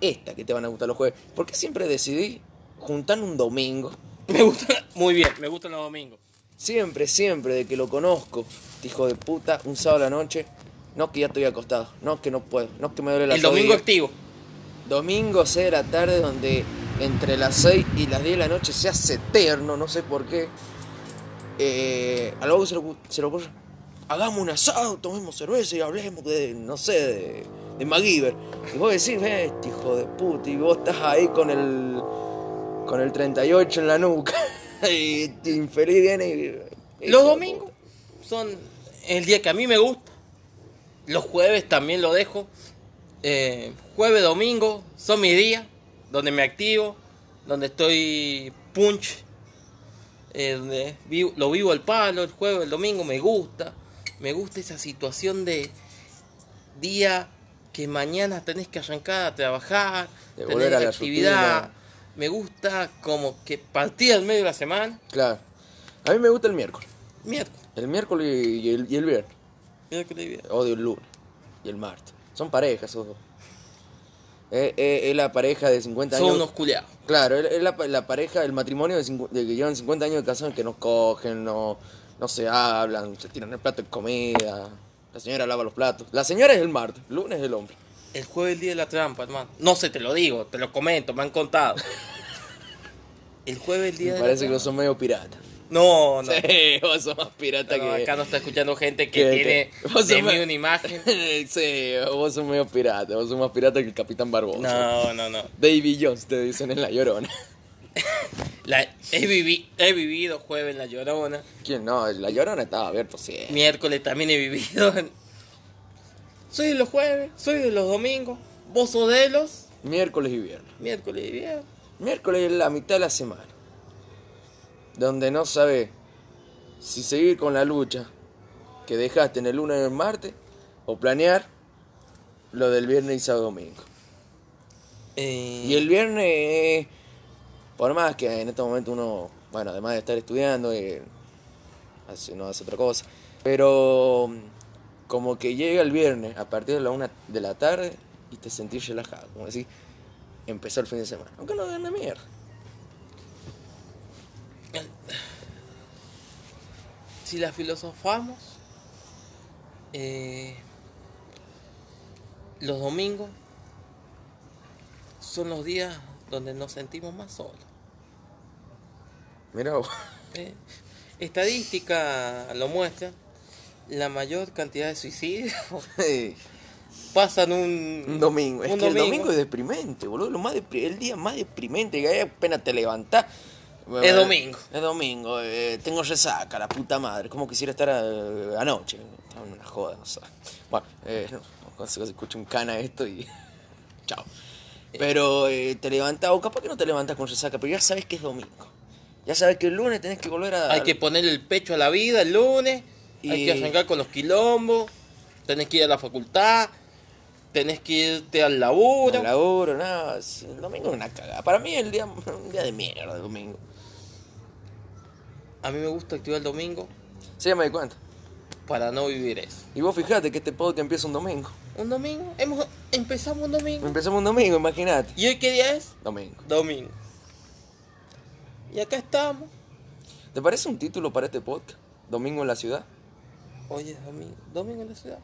Esta que te van a gustar los jueves. ¿Por qué siempre decidí juntar un domingo? Me gusta. Muy bien, me gustan los domingos. Siempre, siempre, de que lo conozco, este hijo de puta, un sábado a la noche. No que ya estoy acostado, no que no puedo, no que me duele la el domingo rodilla. activo. Domingo 6 de la tarde, donde entre las 6 y las 10 de la noche se hace eterno, no sé por qué. Eh, a lo se le ocu- se le ocurre, hagamos un asado, tomemos cerveza y hablemos de, no sé, de, de MacGyver. Y vos decís, "Ve, este hijo de puta, y vos estás ahí con el, con el 38 en la nuca. y este infeliz viene y... hijo Los de domingos puta. son el día que a mí me gusta. Los jueves también lo dejo. Eh, jueves, domingo son mis días donde me activo, donde estoy punch, eh, donde vi- lo vivo al palo. El jueves, el domingo me gusta. Me gusta esa situación de día que mañana tenés que arrancar a trabajar, De tenés volver a la actividad. rutina. Me gusta como que partir al medio de la semana, Claro. A mí me gusta el miércoles. miércoles, El miércoles y el, y el viernes. miércoles y viernes. Odio el lunes y el martes. Son parejas esos dos. Es, es- es la pareja de 50 Son años. unos culiados. Claro, es, es la, pa- la pareja, el matrimonio de, cincu- de que llevan 50 años de casados que no cogen, no, no se hablan, se tiran el plato de comida. La señora lava los platos. La señora es el martes, lunes es el hombre. El jueves es el día de la trampa, hermano. No sé, te lo digo, te lo comento, me han contado. El jueves es el día Me de parece que la vos sos trampa. medio pirata. No, no. Sí, vos sos más pirata No, que. acá no está escuchando gente que que- tiene que- vos de sos mí ma- una imagen. sí, vos sos medio pirata. Vos sos más pirata que el Capitán Barbosa. No, no, no. Davy Jones te dicen en la llorona. La- he, vivi- he vivido jueves en La Llorona. ¿Quién no? La llorona estaba abierto, sí. Miércoles también he vivido en... Soy de los jueves, soy de los domingos. Vos sos de los Miércoles y viernes. miércoles y viernes. Miércoles es la mitad de la semana. Donde no sabes si seguir con la lucha que dejaste en el lunes y el martes o planear lo del viernes y sábado domingo. Eh, Y el viernes, eh, por más que en este momento uno, bueno, además de estar estudiando, eh, hace- no hace otra cosa, pero mm, como que llega el viernes a partir de la una de la tarde y te sentís relajado, como decís, empezó el fin de semana, aunque no den la mierda. si la filosofamos, eh, los domingos son los días donde nos sentimos más solos. Mirá vos. Eh, Estadística lo muestra. La mayor cantidad de suicidios Ey, pasan un, Un domingo. Es un que el domingo. domingo es deprimente, boludo. Lo más depri- el día más deprimente que hay apenas te levantás. Es domingo. Es domingo. eh, tengo resaca, la puta madre. Como quisiera estar eh, anoche. Estaba en una joda, no sé. Bueno, eh, no, no sé, escucho un cana esto y. Chao. Pero eh, te levantás, o capaz que no te levantás con resaca, pero ya sabes que es domingo. Ya sabes que el lunes tenés que volver a. Hay que poner el pecho a la vida el lunes. Hay Y- que arrancar con los quilombos. Tenés que ir a la facultad. Tenés que irte al laburo. al laburo, nada. es- El domingo es una cagada. Para mí es el día, un día de mierda, el domingo. A mí me gusta activar el domingo Sí, ya me di cuenta. para no vivir eso. Y vos fijate que este podcast empieza un domingo. Un domingo. Hemos, empezamos un domingo. Empezamos un domingo, imagínate. ¿Y hoy qué día es? Domingo. Domingo. Y acá estamos. ¿Te parece un título para este podcast? Domingo en la ciudad, Hoy es domingo. Domingo en la ciudad.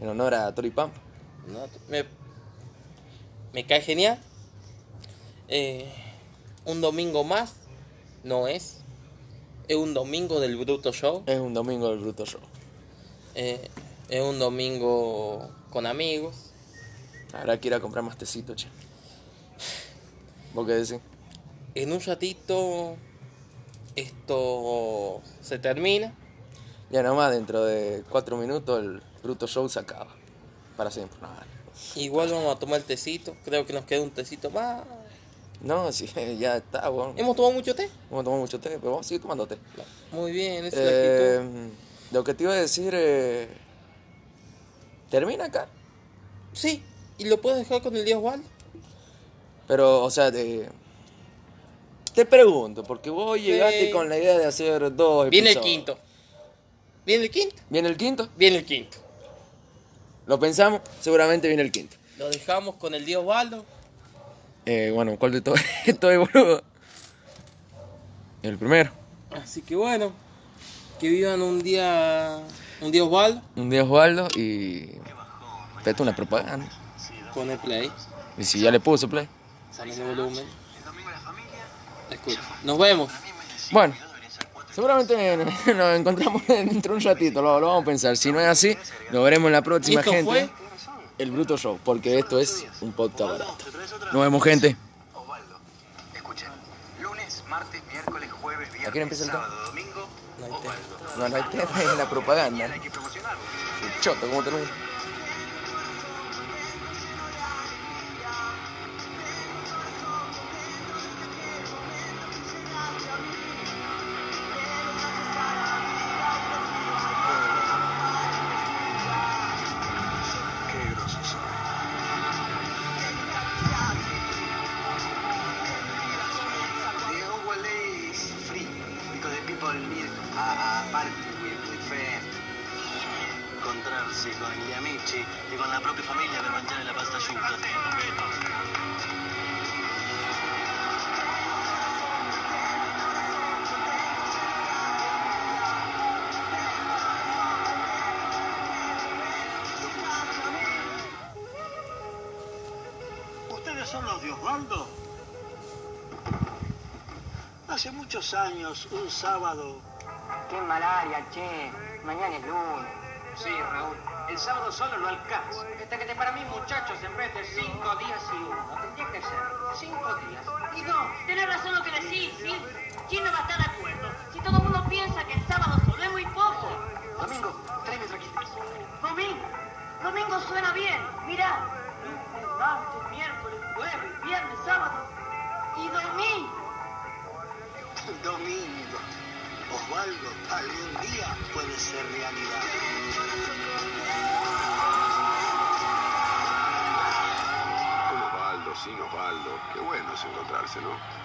en honor a Tori Pampa. No, me, me cae genial. Eh, un domingo más no es. Es un domingo del Bruto Show. Es un domingo del Bruto Show. Eh, es un domingo con amigos. Habrá que ir a comprar más tecito, che. ¿Vos qué decís? En un ratito esto se termina. Ya nomás, dentro de cuatro minutos el Bruto Show se acaba. Para siempre. No, Igual vamos a tomar tecito. Creo que nos queda un tecito más. no sí, ya está, bueno. ¿Hemos tomado mucho té? Vamos a tomar mucho té, pero vamos a seguir tomando té. Muy bien, esa es la actitud. Eh, lo que te iba a decir... eh, Termina acá. Sí, y lo puedes dejar con el día Osvaldo. Pero, o sea, te, te pregunto, porque vos Sí. llegaste con la idea de hacer dos Viene el episodios. quinto. Viene el quinto. ¿Viene el quinto? Viene el quinto. Lo pensamos, seguramente viene el quinto. Lo dejamos con el Dios Baldo. Eh, bueno, ¿cuál de todos es, boludo? El primero. Así que bueno, que vivan un día, un día Osvaldo Un día Osvaldo y... Esto una propaganda. con el play. Y si ya le puse play. Sale de volumen. Escucha. Nos vemos. Bueno, seguramente nos encontramos dentro de un ratito, lo, lo vamos a pensar. Si no es así, lo veremos en la Y próxima, esto gente. fue El Bruto Show, porque esto es un podcast barato. Nos vemos, gente. Osvaldo, escuchen. Lunes, martes, miércoles, jueves, viernes, quién empieza el tema? sábado, domingo. Osvaldo. No, no hay tema en la propaganda. Hay que promocionarlo. Choto, ¿cómo termina? Qué groso soy. The Ongole is free because the people need a, a party with, with friends. Incontrarsi con gli amici e con la propria famiglia per mangiare la pasta asciutta. ¿Ustedes son los de Osvaldo? Hace muchos años, un sábado. Qué malaria, che. Mañana es lunes. Sí, Raúl. El sábado solo no alcanza. Este que te para mí, muchachos, en vez de cinco días y uno, tendría que ser cinco días y dos. Tenés razón lo que decís, ¿sí? ¿Quién no va a estar de acuerdo? Si todo el mundo piensa que el sábado solo es muy poco. Domingo, tráeme traquitos. Domingo. Domingo suena bien. Mirá. Lunes, martes, miércoles, jueves, viernes, sábado. Y domingo. Domingo. Osvaldo, algún día puede ser realidad. Con Osvaldo, sin Osvaldo. Qué bueno es encontrarse, ¿no?